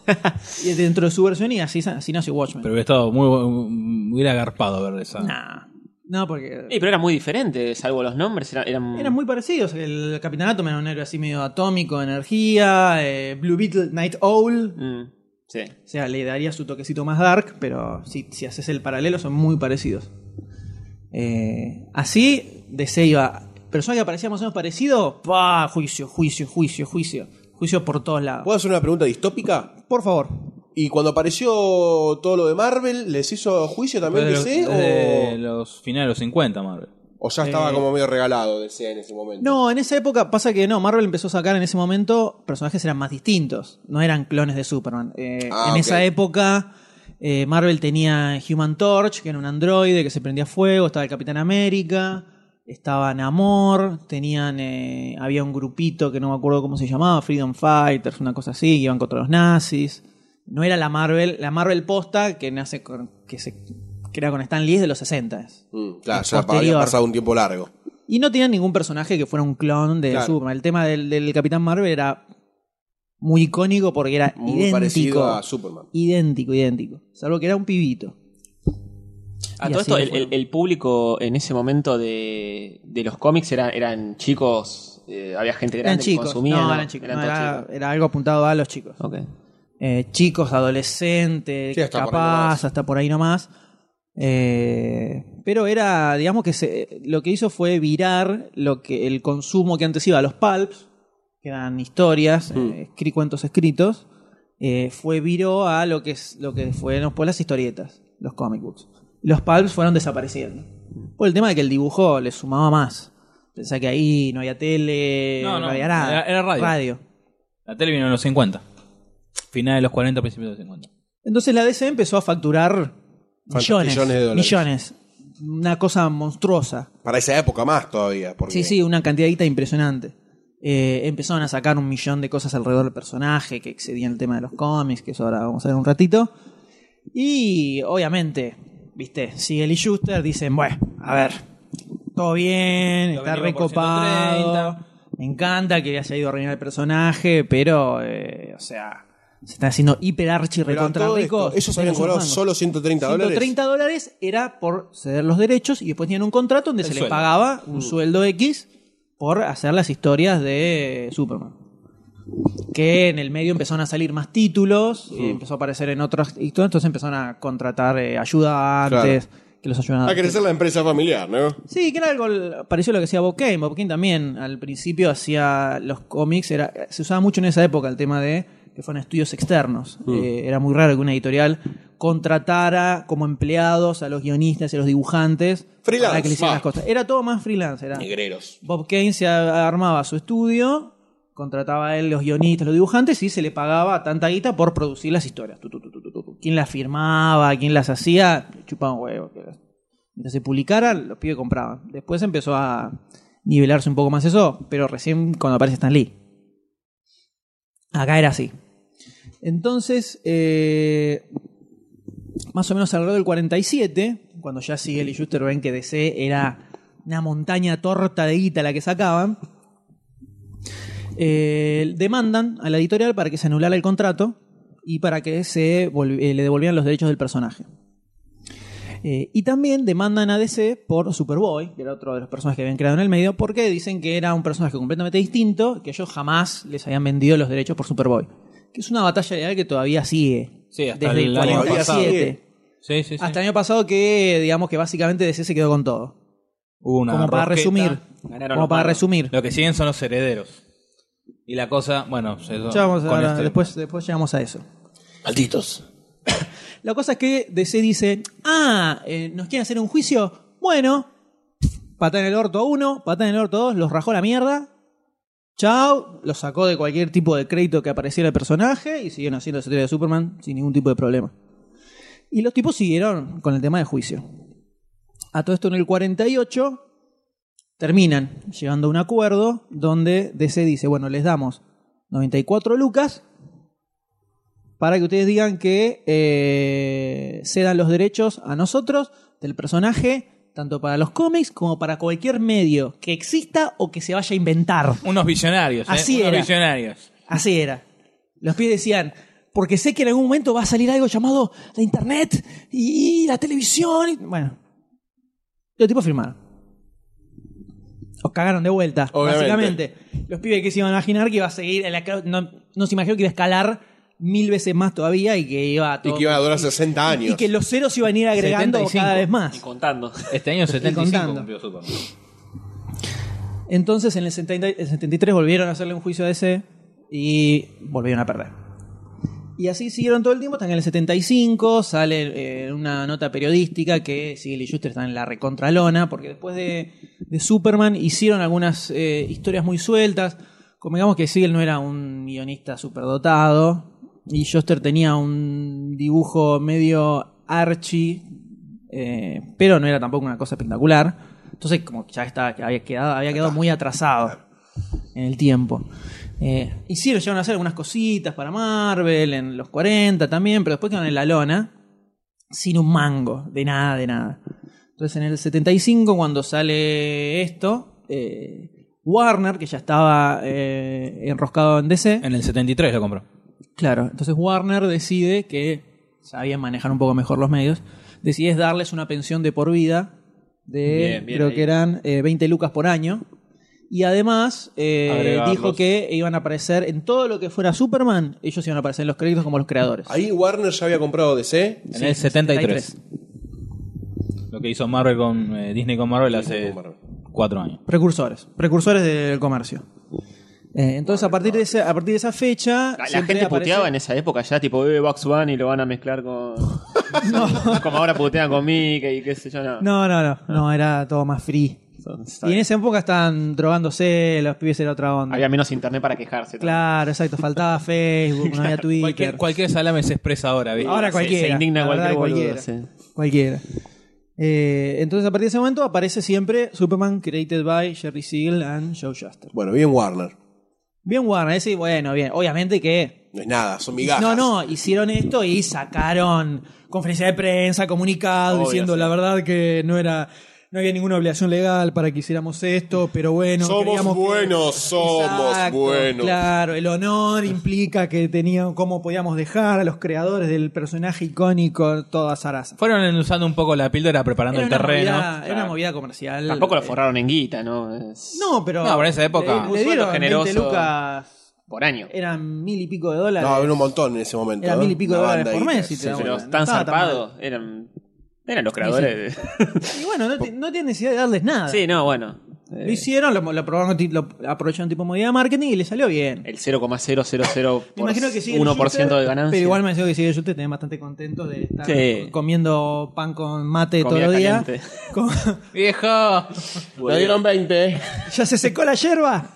S1: y dentro de su versión y así, así nació Watchmen.
S3: Pero hubiera estado muy, muy hubiera agarpado ver esa.
S1: Nah. No, porque.
S5: Sí, pero era muy diferente, salvo los nombres. Eran,
S3: Eh,
S5: eran-
S1: Eran muy parecidos. El Capitán Atom era un héroe así medio atómico, energía. eh, Blue Beetle, Night Owl.
S5: Mm, sí.
S1: O sea, le daría su toquecito más dark, pero si, si haces el paralelo son muy parecidos. Eh, así, DC iba. Persona que aparecía más o menos parecido, ¡pah! Juicio, juicio, juicio, juicio. Juicio por todos lados.
S4: ¿Puedo hacer una pregunta distópica?
S1: Por favor.
S4: ¿Y cuando apareció todo lo de Marvel, les hizo juicio también
S3: Desde
S4: DC?
S3: los, desde
S4: o...
S3: los finales de los 50, Marvel.
S4: o ya
S1: Eh.
S4: estaba como medio regalado DC en ese momento?
S1: No, en esa época pasa que no, Marvel empezó a sacar en ese momento personajes eran más distintos, no eran clones de Superman. Eh,
S4: Ah,
S1: en
S4: ok.
S1: esa época eh, Marvel tenía Human Torch, que era un androide que se prendía fuego, estaba el Capitán América, estaba Namor, tenían, eh, había un grupito que no me acuerdo cómo se llamaba, Freedom Fighters, una cosa así, que iban contra los nazis. No era la Marvel, la Marvel posta que nace con, que se crea con Stan Lee es de los 60.
S4: Mm, claro,
S1: Es
S4: ya había
S1: posterior.
S4: pasado un tiempo largo.
S1: Y no tenían ningún personaje que fuera un clon de
S4: Claro.
S1: Superman. El tema del, del Capitán Marvel era muy icónico porque era
S4: Muy
S1: idéntico.
S4: parecido a Superman.
S1: Idéntico, idéntico. Salvo que era un pibito.
S5: A
S1: Y
S5: todo
S1: así lo
S5: esto, el,
S1: fueron.
S5: el- el público en ese momento de, de los cómics era- eran chicos, eh, había gente grande
S1: Eran
S5: que
S1: chicos.
S5: consumía.
S1: no, eran chicos. No,
S5: todos
S1: era,
S5: chicos.
S1: era algo apuntado a los chicos.
S5: Ok.
S1: Eh, chicos, adolescentes,
S4: Sí, hasta por ahí
S1: capaz,
S4: nomás.
S1: hasta por ahí nomás. Eh, pero era, digamos que se, lo que hizo fue virar lo que el consumo que antes iba a los pulps, que eran historias,
S4: Mm.
S1: eh, escri- cuentos escritos, eh, fue viró a lo que es lo que fueron pues, las historietas, los comic books. Los pulps fueron desapareciendo. Por el tema de que el dibujo le sumaba más. Pensá que ahí no había tele, no,
S3: No, no,
S1: había nada.
S3: era- era radio.
S1: radio.
S3: La tele vino en los 50. Finales de los 40, principios de los 50.
S1: Entonces la DC empezó a facturar millones,
S4: millones de dólares.
S1: millones. Una cosa monstruosa.
S4: Para esa época más todavía. Porque
S1: Sí, sí, una cantidadita impresionante. Eh, empezaron a sacar un millón de cosas alrededor del personaje que excedían el tema de los cómics, que eso ahora vamos a ver en un ratito. Y obviamente, viste, Siegel y Schuster dicen, bueno, a ver, todo bien,
S3: Lo
S1: está
S3: vendimos por
S1: recopado,
S3: 130.
S1: Me encanta que haya ido a reinar el personaje, pero, eh, o sea, se están haciendo hiper archi
S4: Pero
S1: recontra
S4: todo
S1: ricos.
S4: esto, ellos
S1: de
S4: habían
S1: los
S4: cobrado
S1: mangos.
S4: solo 130 dólares.
S1: 130 dólares era por ceder los derechos y después tenían un contrato donde se les pagaba un sueldo X por hacer las historias de Superman. Que en el medio empezaron a salir más títulos, y empezó a aparecer en otras historias, entonces empezaron a contratar eh, ayudantes, que los ayudaban
S4: A crecer la empresa familiar, ¿no?
S1: Sí, que era algo l- parecido a lo que hacía Bob Kane. Bob Kane también al principio hacía los cómics. Era, se usaba mucho en esa época el tema de que fueran estudios externos.
S4: Mm.
S1: Eh, era muy raro que una editorial contratara como empleados a los guionistas y a los dibujantes
S4: Freelance,
S1: para que le hicieran
S4: va.
S1: las cosas. Era todo más freelance. Era.
S4: Negreros.
S1: Bob Kane se a- armaba su estudio, contrataba a él los guionistas, los dibujantes y se le pagaba tanta guita por producir las historias. Tu, tu, tu, tu, tu, tu. ¿Quién las firmaba? ¿Quién las hacía? le Chupaban huevo. que las- Mientras se publicara, los pibes compraban. Después empezó a nivelarse un poco más eso, pero recién cuando aparece Stan Lee. Acá era así. Entonces, eh, más o menos alrededor del 47, cuando ya Siegel y Schuster ven que DC era una montaña torta de guita la que sacaban, eh, demandan a la editorial para que se anulara el contrato y para que se volv- eh, le devolvieran los derechos del personaje. Eh, y también demandan a DC por Superboy, que era otro de los personajes que habían creado en el medio, porque dicen que era un personaje completamente distinto, que ellos jamás les habían vendido los derechos por Superboy. Que es una batalla legal que todavía sigue.
S3: Sí, hasta
S1: desde
S3: el año
S4: pasado.
S1: 47.
S3: Sí, sí, sí.
S1: Hasta el año pasado que, digamos que básicamente DC se quedó con todo.
S3: Hubo una
S1: como para
S3: rosqueta.
S1: resumir.
S5: Ganaron
S1: Como
S5: los
S1: para
S5: malos.
S1: resumir.
S3: Lo que siguen son los herederos. Y la cosa, bueno, se-
S1: Ya vamos
S3: con
S1: ahora-
S3: este-
S1: después, después llegamos a eso.
S4: Malditos.
S1: La cosa es que DC dice, ah, eh, nos quieren hacer un juicio. Bueno, patá en el orto a uno, patá en el orto a dos, los rajó a la mierda. Chao, los sacó de cualquier tipo de crédito que apareciera el personaje y siguieron haciendo esa teoría de Superman sin ningún tipo de problema. Y los tipos siguieron con el tema de juicio. A todo esto en el 48 terminan llegando a un acuerdo donde DC dice, bueno, les damos 94 lucas para que ustedes digan que eh, cedan los derechos a nosotros del personaje, tanto para los cómics como para cualquier medio que exista o que se vaya a inventar.
S3: Unos visionarios. ¿eh?
S1: Así
S3: Unos
S1: era.
S3: visionarios.
S1: Así era. Los pies decían, porque sé que en algún momento va a salir algo llamado la internet y, y la televisión. y- Bueno. Los tipos firmaron. Os cagaron de vuelta,
S4: Obviamente.
S1: básicamente. Los pibes que se iban a imaginar que iba a seguir, en la ca- no, no se imaginaron que iba a escalar mil veces más todavía y que iba
S4: Y
S1: todo-
S4: que iban a durar 60 años.
S1: y que los ceros iban a ir agregando
S3: 75.
S1: cada vez
S5: Y
S1: más.
S5: contando.
S3: Este año 75
S1: contando.
S3: cumplió Superman.
S1: Entonces en el, 70 y- el 73 volvieron a hacerle un juicio a DC y volvieron a perder. Y así siguieron todo el tiempo, están en el 75, sale eh, una nota periodística que Sigel y Schuster están en la recontralona, porque después de, de Superman hicieron algunas eh, historias muy sueltas. Convengamos que Sigel no era un guionista superdotado y Schuster tenía un dibujo medio archi, eh, pero no era tampoco una cosa espectacular. Entonces como que ya estaba, había quedado, había quedado muy atrasado en el tiempo. Eh, hicieron, llegaron a hacer algunas cositas para Marvel en los 40 también, pero después quedaron en la lona sin un mango, de nada, de nada. Entonces en el 75, cuando sale esto, eh, Warner, que ya estaba eh, enroscado en DC,
S3: En el 73 lo compró.
S1: Claro, entonces Warner decide que sabían manejar un poco mejor los medios, decide darles una pensión de por vida de
S5: Bien, bien
S1: creo
S5: ahí.
S1: que eran eh, 20 lucas por año y además eh,
S3: Agregarlos.
S1: dijo que iban a aparecer en todo lo que fuera Superman, ellos iban a aparecer en los créditos como los creadores.
S4: Ahí Warner ya había comprado DC.
S3: En el 73. Lo que hizo Marvel con eh, Disney con Marvel hace
S4: con Marvel.
S3: cuatro años.
S1: Precursores, precursores del comercio. Eh, entonces a partir de esa, a partir de esa fecha
S5: La, la
S1: siempre
S5: gente
S1: aparece-
S5: puteaba en esa época ya, tipo, eh, Bugs Bunny lo van a mezclar con. Como ahora putean con Mickey y qué sé yo, no.
S1: No, no, no, no, era todo más free.
S5: Son- está
S1: Y en
S5: bien.
S1: esa época estaban drogándose, los pibes era otra onda.
S5: Había menos internet para quejarse. también.
S1: Claro, exacto. Faltaba Facebook, no había Twitter.
S3: Cualquier, cualquier salame se expresa ahora, ¿viste?
S1: Ahora
S5: Se-
S1: cualquiera.
S5: se indigna
S1: la verdad,
S5: cualquier boludo,
S1: cualquiera. Cualquiera. Eh, entonces, a partir de ese momento aparece siempre Superman created by Jerry Siegel and Joe Shuster.
S4: Bueno, bien Warner.
S1: Bien, Warner. Ese, bueno, bien. Obviamente que
S4: No es nada, son migajas.
S1: No, no, hicieron esto y sacaron conferencia de prensa, comunicado,
S5: Obvio,
S1: diciendo
S5: sí.
S1: la verdad que no era. no había ninguna obligación legal para que hiciéramos esto, pero bueno.
S4: Somos
S1: creíamos que-
S4: buenos, somos buenos.
S1: Claro, el honor implica que tenían cómo podíamos dejar a los creadores del personaje icónico toda zaraza.
S3: Fueron usando un poco la píldora preparando el
S1: una
S3: terreno.
S1: movida- era una movida comercial.
S5: Tampoco lo
S1: Eh,
S5: forraron en guita, ¿no? Es-
S1: No, pero.
S3: No, pero en esa época.
S1: Le,
S3: Un
S1: le dieron
S5: sueldo
S1: 20
S5: generoso.
S1: lucas.
S5: Por año.
S1: Eran mil y pico de dólares.
S4: No, había un montón en ese momento.
S1: Era
S4: ¿eh?
S1: mil y pico
S4: Una
S1: de dólares
S4: banda
S1: por
S4: ahí.
S1: mes, si te das
S5: Pero
S1: cuenta. No
S5: tan
S1: estaba mal.
S5: zarpados eran, eran los creadores. de-
S1: Y bueno, no, te- no tienen necesidad de darles nada. Eh,
S5: sí, no, bueno.
S1: Lo hicieron, lo, lo probaron, ti- lo aprovecharon tipo movida de marketing y le salió bien.
S5: El 0,000
S1: Me imagino que sigue
S5: 1% de ganancia.
S1: Pero igual me imagino que sigue Yuter, tenés bastante contentos de estar
S5: Sí.
S1: comiendo pan con mate
S5: Comida
S1: todo el día.
S5: caliente.
S1: Con-
S3: ¡Viejo!
S4: Me dieron 20.
S1: ya se secó la yerba.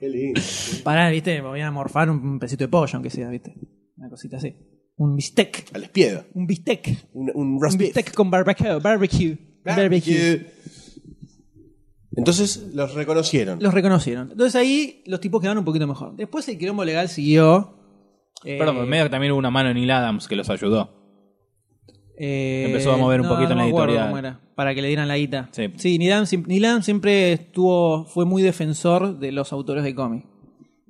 S4: Qué lindo.
S1: Pará, viste, me voy a morfar un pesito de pollo, aunque sea, viste. Una cosita así. Un bistec.
S4: A la espieda.
S1: Un bistec.
S4: Un, un
S1: Un
S4: roast beef.
S1: bistec con barbecue. Barbecue. Barbecue.
S4: Entonces los reconocieron.
S1: Los reconocieron. Entonces ahí los tipos quedaron un poquito mejor. Después el quilombo legal siguió. Eh,
S3: Perdón, pero medio que también hubo una mano en Neil Adams que los ayudó.
S1: Eh,
S3: Empezó a mover un poquito en la
S1: me acuerdo
S3: editorial.
S1: cómo era, para que le dieran la guita.
S3: Sí.
S1: Nilam, sim- Nilam siempre estuvo, fue muy defensor de los autores de cómic.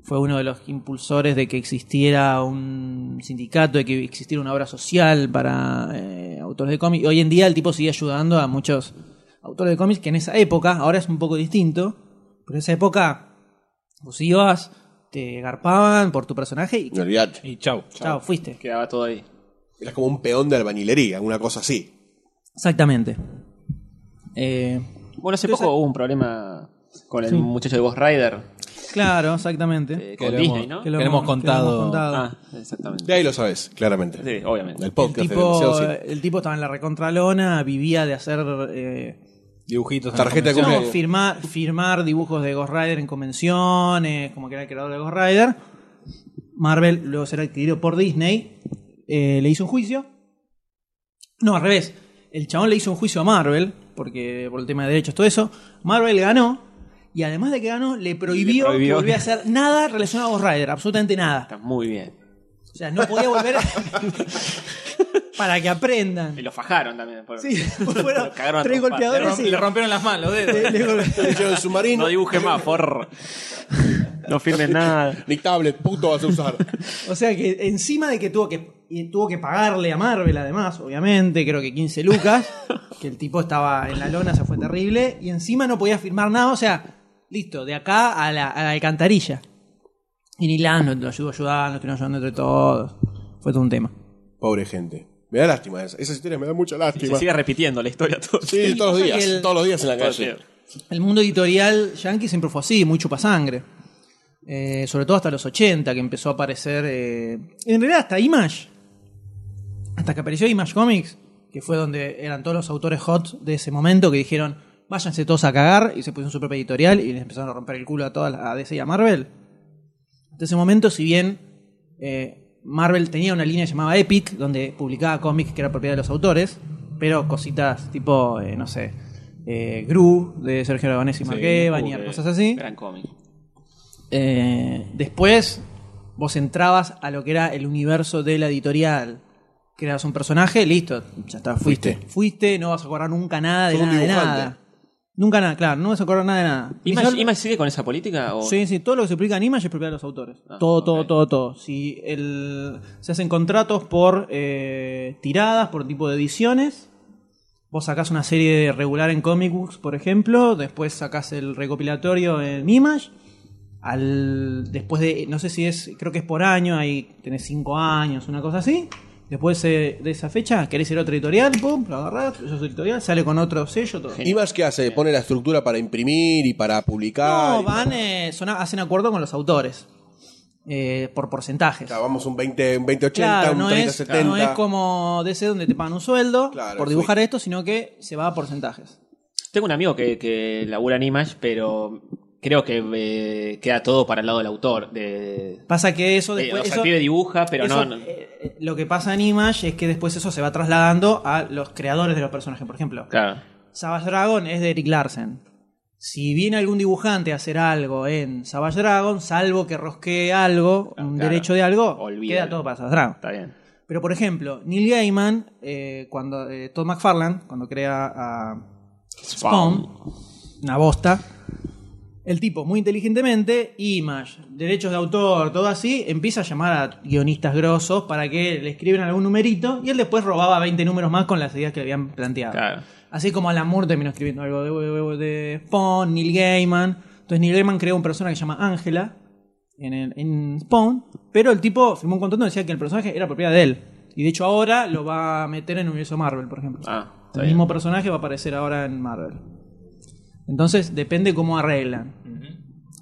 S1: Fue uno de los impulsores de que existiera un sindicato, de que existiera una obra social para eh, autores de cómic. Hoy en día el tipo sigue ayudando a muchos autores de cómics que en esa época, ahora es un poco distinto, pero en esa época vos ibas, te garpaban por tu personaje y
S4: No olvidate.
S3: Y chau.
S1: chao, fuiste.
S5: Quedaba todo ahí.
S4: Era como un peón de albañilería, una cosa así.
S1: Exactamente. Eh,
S5: Bueno, hace poco hubo un problema con el
S1: Sí.
S5: muchacho de Ghost Rider.
S1: Claro, exactamente.
S5: eh,
S3: Que
S5: con
S3: lo
S5: Disney,
S3: hemos-
S5: ¿no?
S3: que lo hemos
S1: que
S3: contado.
S5: Ah, exactamente.
S4: De ahí lo sabes, claramente.
S5: Sí, obviamente.
S4: El
S1: El,
S4: podcast de
S1: tipo, eh,
S4: Demasiado Cine.
S1: el tipo estaba en la recontralona, vivía de hacer eh,
S3: Dibujitos. en
S4: Tarjeta
S3: la
S4: de
S3: convención.
S1: no, firmar, firmar dibujos de Ghost Rider en convenciones, como que era el creador de Ghost Rider. Marvel luego será adquirido por Disney. eh, le hizo un juicio. No, al revés. El chabón le hizo un juicio a Marvel, porque por el tema de derechos, todo eso. Marvel ganó. Y además de que ganó, le prohibió, que
S5: prohibió.
S1: volviera a hacer nada relacionado a Ghost Rider, absolutamente nada.
S5: Está muy bien.
S1: O sea, no podía volver para que aprendan.
S5: Y lo fajaron también. por-
S1: Sí,
S5: lo
S1: fueron
S5: cagaron a
S1: tres
S5: trompadas.
S3: Le,
S1: golpeadores
S3: romp- le rompieron las manos, los dedos.
S1: y le golpe-
S4: Yo en submarino.
S5: No dibujes más, por. No firmes nada.
S4: Ni tablet, puto, vas a usar.
S1: O sea que encima de que tuvo que y tuvo que pagarle a Marvel además, obviamente, creo que 15 lucas, que el tipo estaba en la lona, se fue terrible, y encima no podía firmar nada, o sea, listo, de acá a la, a la alcantarilla. Y Nilan lo, lo ayudó a ayudar, lo estuvieron ayudando entre todos. Fue todo un tema.
S4: Pobre gente. Me da lástima esa. Esas historias me dan mucha
S5: Y
S4: lástima.
S5: se sigue repitiendo la historia todo.
S4: Sí, todos los
S1: pasa que
S4: días.
S1: el-
S4: Todos los días en la
S5: Todo el
S4: calle.
S5: tiempo.
S1: El mundo editorial yankee siempre fue así, muy chupasangre. Eh, sobre todo hasta los 80, que empezó a aparecer. eh, en realidad, hasta Image. Hasta que apareció Image Comics, que fue donde eran todos los autores hot de ese momento que dijeron: váyanse todos a cagar, y se pusieron su propia editorial y les empezaron a romper el culo a todas las a DC y a Marvel. Hasta ese momento, si bien eh, Marvel tenía una línea llamada Epic, donde publicaba cómics que era propiedad de los autores, pero cositas tipo, eh, no sé, eh, Gru de Sergio Aragonés y Marquevan y
S5: Uh,
S1: cosas así.
S5: Gran cómic.
S1: Eh, después vos entrabas a lo que era el universo de la editorial. Creas un personaje, listo, ya está, fuiste. Fuiste,
S4: Fuiste.
S1: no vas a cobrar nunca nada de
S4: Sos un
S1: nada, de
S4: dibujante.
S1: nada. Nunca nada, claro, no vas a cobrar nada de nada. Ni
S5: ¿Image,
S1: siquiera-
S5: Image sigue con esa política? O...
S1: Sí, sí, todo lo que se publica en Image es propiedad de los autores.
S5: Ah,
S1: todo, todo,
S5: ok.
S1: todo, todo. Si el, se hacen contratos por eh, tiradas, por tipo de ediciones. Vos sacás una serie regular en Comic Books, por ejemplo. Después sacás el recopilatorio en Image. Al, después de, no sé si es, creo que es por año, ahí tenés 5 años, una cosa así. Después eh, de esa fecha, querés ir a otra editorial, pum, lo agarrás, eso es editorial, sale con otro sello, todo.
S4: Image, ¿qué hace? ¿Pone la estructura para imprimir y para publicar?
S1: No,
S4: Y-
S1: van, eh, son a- hacen acuerdo con los autores eh, por porcentajes.
S4: Claro, vamos un 20, un 20 80,
S1: Claro,
S4: un
S1: no
S4: 30
S1: es,
S4: 70.
S1: no es como DC donde te pagan un sueldo
S4: Claro,
S1: por dibujar esto, sino que se va a porcentajes.
S5: Tengo un amigo que, que labura en Image, pero creo que eh, queda todo para el lado del autor. De,
S1: Pasa que eso
S5: Eh,
S1: después.
S5: o sea,
S1: eso-
S5: el pibe dibuja, pero
S1: eso,
S5: no. no-
S1: eh, eh, lo que pasa en Image es que después eso se va trasladando a los creadores de los personajes. Por ejemplo,
S5: Claro.
S1: Savage Dragon es de Eric Larsen. Si viene algún dibujante a hacer algo en Savage Dragon, salvo que rosquee algo, un
S5: Ah, claro.
S1: derecho de algo,
S5: Olvídalo.
S1: queda todo para Savage Dragon.
S5: Está bien.
S1: Pero por ejemplo, Neil Gaiman, eh, cuando eh, Todd McFarlane, cuando crea a Spawn, una bosta. El tipo, muy inteligentemente, Image, derechos de autor, todo así, empieza a llamar a guionistas grosos para que le escriban algún numerito y él después robaba 20 números más con las ideas que le habían planteado.
S5: Claro.
S1: Así como Alan Moore terminó escribiendo algo de, de, de Spawn, Neil Gaiman. Entonces Neil Gaiman creó un personaje que se llama Ángela en, el- en Spawn, pero el tipo firmó un contrato donde decía que el personaje era propiedad de él. Y de hecho ahora lo va a meter en el universo Marvel, por ejemplo.
S5: Ah,
S1: el
S5: está bien.
S1: mismo personaje va a aparecer ahora en Marvel. Entonces depende cómo arreglan.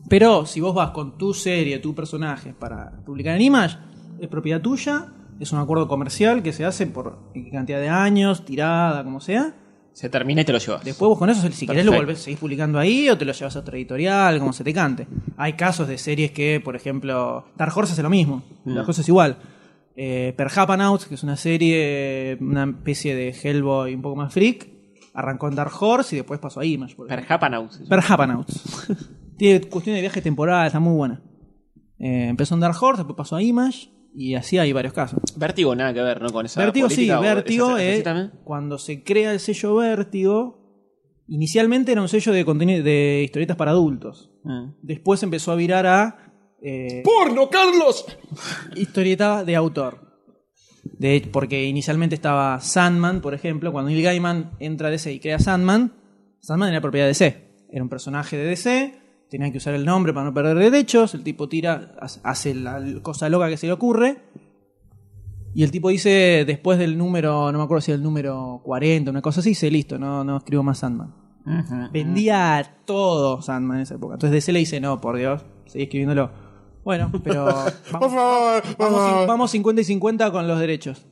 S1: Pero si vos vas con tu serie, tu personaje para publicar en Image, es propiedad tuya, es un acuerdo comercial que se hace por X cantidad de años, tirada, como sea.
S5: Se termina y te lo llevas.
S1: Después vos con eso, si querés, lo
S5: Perfecto.
S1: volvés, seguís publicando ahí o te lo llevas a otra editorial, como se te cante. Hay casos de series que, por ejemplo, Dark Horse hace lo mismo.
S5: Mm.
S1: Dark Horse es igual. Eh, per Happen Out, que es una serie, una especie de Hellboy un poco más freak, arrancó en Dark Horse y después pasó a Image. por
S5: Per
S1: ejemplo.
S5: Happen House.
S1: Per Happen Out. Tiene cuestión de viaje temporal, está muy buena. Eh, empezó en Dark Horse, después pasó a Image y así hay varios casos.
S5: Vértigo nada que ver, ¿no? Con esa
S1: Vértigo sí,
S5: política, o
S1: Vértigo
S5: esa- esa-
S1: eh,
S5: sí también.
S1: cuando se crea el sello Vértigo, inicialmente era un sello de contenido de historietas para adultos.
S5: Mm.
S1: Después empezó a virar a eh,
S4: ¡Porno, Carlos!
S1: historieta de autor. De, porque inicialmente estaba Sandman, por ejemplo, cuando Neil Gaiman entra a DC y crea Sandman, Sandman era propiedad de DC. Era un personaje de DC, tenían que usar el nombre para no perder derechos, el tipo tira, hace- hace la cosa loca que se le ocurre. Y el tipo dice, después del número, no me acuerdo si era el número 40, una cosa así, dice, listo, no, no escribo más Sandman. Vendía todo Sandman en esa época. Entonces DC le dice, no, por Dios, sigue escribiéndolo. Bueno, pero...
S4: Por
S1: vamos-
S4: favor, por
S1: Vamos,
S4: favor.
S1: vamos 50 y 50 con los derechos.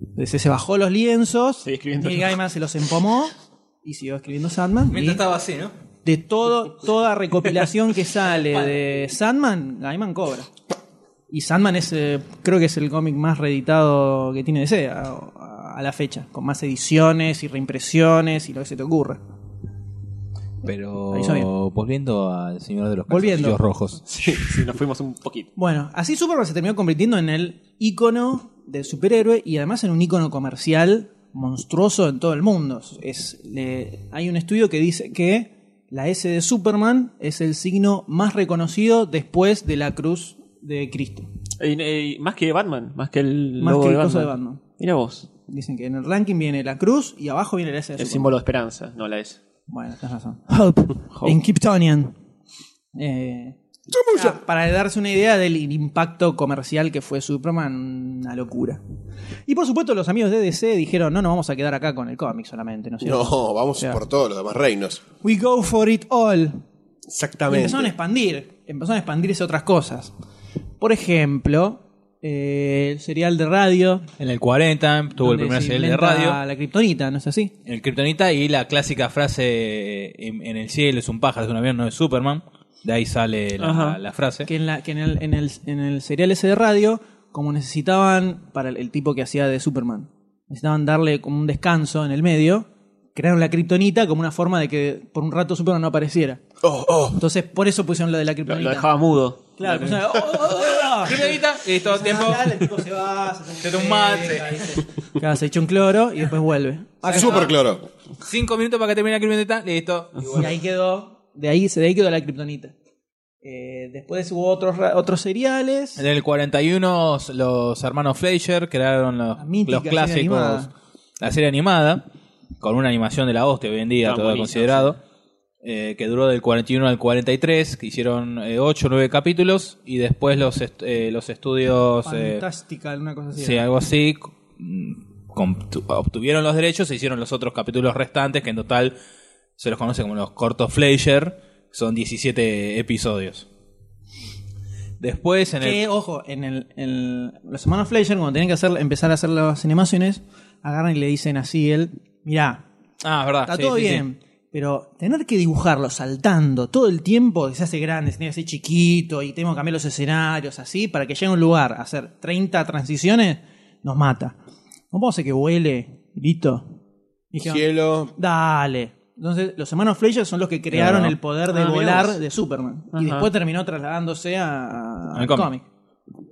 S1: Entonces se bajó los lienzos.
S5: Seguí escribiendo.
S1: Neil Gaiman se los empomó y siguió escribiendo Sandman. y
S8: Mientras estaba así, ¿no?
S1: de todo, toda recopilación que sale de Sandman, Gaiman cobra. Y Sandman es, eh, creo que es el cómic más reeditado que tiene DC a, a la fecha, con más ediciones y reimpresiones y lo que se te ocurra.
S3: Pero
S1: Ahí está bien.
S3: volviendo al señor de los
S1: Volviendo.
S3: calzoncillos rojos.
S5: Sí, sí, nos fuimos un poquito.
S1: Bueno, así Superman se terminó convirtiendo en el ícono del superhéroe y además en un ícono comercial monstruoso en todo el mundo. Es, le- hay un estudio que dice que la S de Superman es el signo más reconocido después de la cruz de Cristo.
S5: Eh, eh, más que Batman, más que el
S1: Más
S5: logo
S1: que
S5: de,
S1: el
S5: Batman.
S1: coso de Batman.
S5: Mira vos,
S1: Dicen que en el ranking viene la cruz y abajo viene la S de
S5: el
S1: Superman.
S5: símbolo de esperanza, no la S.
S1: Bueno, tenés razón. Hope, en Kryptonian. Eh, nada, para darse una idea del impacto comercial que fue Superman, una locura. Y por supuesto, los amigos de DC dijeron: No, no vamos a quedar acá con el cómic solamente, ¿no es cierto?
S4: No, vamos por todos los demás reinos.
S1: We go for it all. Y
S4: Exactamente.
S1: empezaron a expandir, empezaron a expandirse otras cosas. Por ejemplo, eh, el serial de radio.
S3: En el 40 tuvo el
S1: donde
S3: primer
S1: se
S3: serial de
S1: inventa
S3: radio.
S1: La kriptonita, ¿no es así?
S3: En el Kryptonita y la clásica frase eh, en, en el cielo es un pájaro, es un avión, no es Superman. De ahí sale la,
S5: Ajá.
S3: la frase.
S1: que en, la, que en, el, en, el, en el serial ese de radio, como necesitaban para el, el tipo que hacía de Superman, necesitaban darle como un descanso en el medio, crearon la kriptonita como una forma de que por un rato Superman no apareciera.
S4: Oh, oh.
S1: Entonces, por eso pusieron lo de la
S5: Lo,
S1: kriptonita.
S5: lo dejaba mudo.
S1: Claro, pusieron, "Oh, oh, oh, oh".
S8: Kryptonita, y todo el tiempo.
S1: Ah, el tipo se va, se
S8: Se toma un mate.
S1: ahí se- Claro, se echa un cloro y después vuelve.
S4: Super cloro.
S8: Cinco minutos para que termine la Kryptonita, listo.
S1: Y ahí quedó, de ahí, se- de ahí quedó la kriptonita. Eh, después hubo otros, ra- otros seriales.
S3: En el 41 los hermanos Fleischer crearon los,
S1: La mítica
S3: los
S1: serie
S3: clásicos,
S1: animada.
S3: la serie animada, con una animación de la hostia hoy en día,
S5: Ah,
S3: todo
S5: buenísimo,
S3: considerado, eh, que duró del 41 al 43, que hicieron 8 o 9 capítulos, y después los, est- eh, los estudios, eh,
S1: Fantástica, una cosa así.
S3: sí, algo así, mm, con- tu- obtuvieron los derechos e hicieron los otros capítulos restantes, que en total se los conoce como los cortos Fleischer, son 17 episodios. Después en el
S1: Que, ojo, en el, en los hermanos Fleischer, cuando tienen que hacer, empezar a hacer las animaciones, agarran y le dicen así él, mirá,
S3: Ah, es verdad.
S1: está
S3: sí,
S1: todo
S3: sí, sí.
S1: bien, pero tener que dibujarlo saltando todo el tiempo, que se hace grande, se tiene que hacer chiquito y tenemos que cambiar los escenarios así, para que llegue a un lugar a hacer 30 transiciones, nos mata. No puedo hacer que huele, listo. Dijeron,
S4: Cielo.
S1: Dale. Entonces, los hermanos Fleischer son los que crearon
S3: Claro.
S1: el poder de
S5: Ah, mirá
S1: volar
S5: vos.
S1: de Superman.
S5: Ajá.
S1: Y después terminó trasladándose a,
S3: Al
S1: al
S3: cómic.
S1: cómic.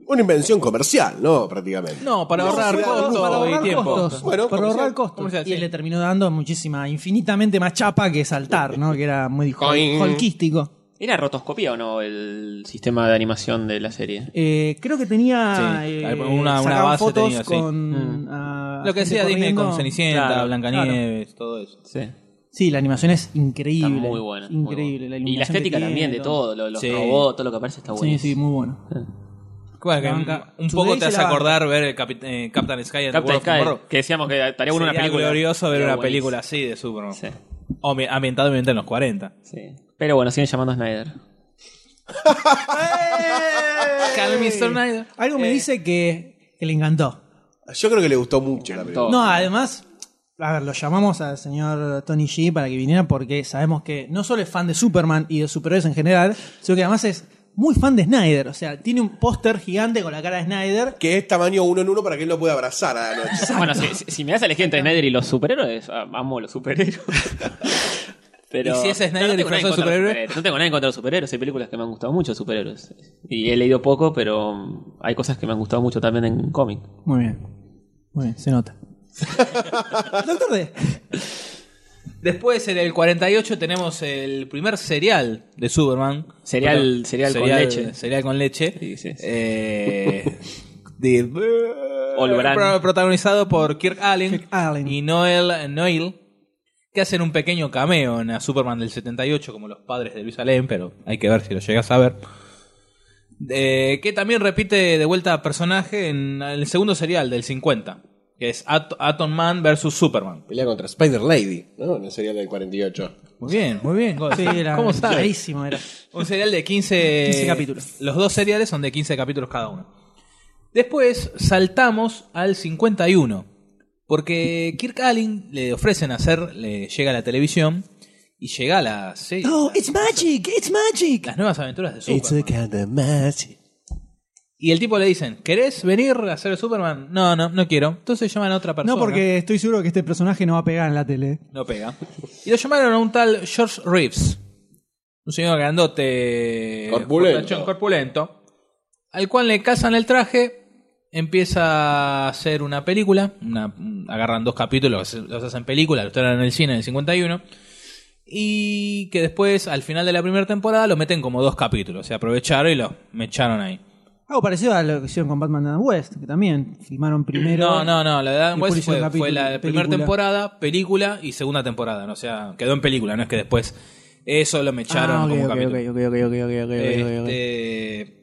S4: Una invención comercial, ¿no? Prácticamente.
S3: No, para ahorrar
S1: Fue
S3: costo
S1: para
S3: y
S1: ahorrar
S3: tiempo.
S1: costos.
S4: Bueno,
S1: para
S4: comercial,
S1: ahorrar costos.
S3: comercial,
S1: y
S3: sí.
S1: le terminó dando muchísima, infinitamente más chapa que saltar, ¿no? Que era muy hol- holquístico.
S5: ¿Era rotoscopía o no el sistema de animación de la serie?
S1: Eh, creo que tenía
S9: Sí,
S1: eh,
S9: una- una
S1: sacaban
S9: base
S1: fotos
S9: tenía, sí.
S5: Mm.
S1: con ah,
S9: Lo que
S1: gente
S9: decía Disney
S1: corriendo.
S9: con Cenicienta,
S5: Claro,
S9: Blancanieves, todo eso.
S5: Sí.
S1: Sí, la animación es
S5: Está
S1: increíble.
S5: muy buena. muy
S1: Increíble. la
S5: buena. y la
S1: iluminación que
S5: estética
S1: tiene,
S5: también de todo, lo- los
S9: Sí.
S5: robots, todo lo que aparece está bueno.
S1: Sí, sí, muy bueno.
S9: Bueno, que
S1: La
S9: un-
S1: banca-
S9: un
S1: Today
S9: poco
S1: se
S9: te hace
S1: la banca.
S9: acordar ver el Capit- eh, Captain Sky and the
S5: Captain
S9: World of Tomorrow.
S5: Sky, que decíamos que estaría bueno una
S9: Sería
S5: película.
S9: glorioso ver
S5: Estaría
S9: una película así de Superman.
S5: buenísimo.
S9: O mi- ambientadamente en los 40.
S5: Sí, sí. Pero bueno, siguen llamando a Snyder.
S3: Calm Mr. Snyder.
S1: Algo
S9: Eh.
S1: me dice que, que le encantó.
S4: Yo creo que le gustó mucho la película.
S5: Todo.
S1: No, además, a ver, lo llamamos al señor Tony G para que viniera porque sabemos que no solo es fan de Superman y de superhéroes en general, sino que además es muy fan de Snyder. O sea, tiene un póster gigante con la cara de Snyder.
S4: Que es tamaño uno en uno para que él lo pueda abrazar a la noche.
S5: Bueno, si, si- si me das a elegir entre Snyder y los superhéroes, ah, amo los superhéroes. Pero,
S3: ¿Y si es Snyder
S5: no tengo nada en
S3: disfrazado de
S5: contra los
S3: superhéroe?
S5: superhéroes. No tengo nada en contra de los superhéroes. Hay películas que me han gustado mucho de superhéroes. Y he leído poco, pero mm, hay cosas que me han gustado mucho también en cómic.
S1: Muy bien. Muy bien, se nota. Doctor D.
S3: Después, en el 48, tenemos el primer cereal de Superman.
S5: Cereal-
S3: Perdón,
S5: cereal con leche.
S3: Cereal con leche.
S5: Sí, sí, sí.
S3: Eh, de-
S5: All Brand.
S3: pro- protagonizado por Kirk Allen,
S1: Kirk Allen.
S3: y Noel Noel, que hacen un pequeño cameo en a Superman del 78, como los padres de Luis Allen, pero hay que ver si lo llegas a ver. Eh, que también repite de vuelta personaje en el segundo serial del 50, que es At- Atom Man versus Superman.
S4: Pelea contra Spider Lady, ¿no? En el serial del 48.
S3: Muy bien, muy bien. Gold.
S1: Sí, era
S3: ¿Cómo sabes?
S1: clarísimo, era.
S3: Un serial de 15,
S1: 15 capítulos.
S3: Los dos seriales son de 15 capítulos cada uno. Después saltamos al 51. Porque Kirk Allen le ofrecen hacer, le llega a la televisión y llega a la serie.
S1: it's magic, it's magic.
S3: Las nuevas aventuras de
S4: It's a
S3: Superman.
S4: kind of magic.
S3: Y el tipo le dicen, ¿querés venir a hacer Superman? No, no, no quiero. Entonces llaman a otra persona.
S1: No, porque estoy seguro que este personaje no va a pegar en la tele.
S3: No pega. Y lo llamaron a un tal George Reeves. Un señor grandote.
S4: Corpulento.
S3: fortachón, corpulento. Al cual le casan el traje. Empieza a hacer una película. una- agarran dos capítulos, los hacen película, los traen en el cine en el 51. Y que después, al final de la primera temporada, lo meten como dos capítulos. Se aprovecharon y lo echaron ahí.
S1: Algo parecido a lo que hicieron con Batman and West, que también filmaron primero. Ah,
S3: No, no, no. La de Adam
S1: Y
S3: West
S1: publishó
S3: fue,
S1: el capítulo,
S3: fue la primera
S1: película.
S3: temporada, película y segunda temporada. ¿no? O sea, quedó en película, no es que después eso lo mecharon
S1: Ah, ok,
S3: como
S1: ok,
S3: capítulo.
S1: ok, ok, ok, ok, ok, ok, ok.
S3: Este,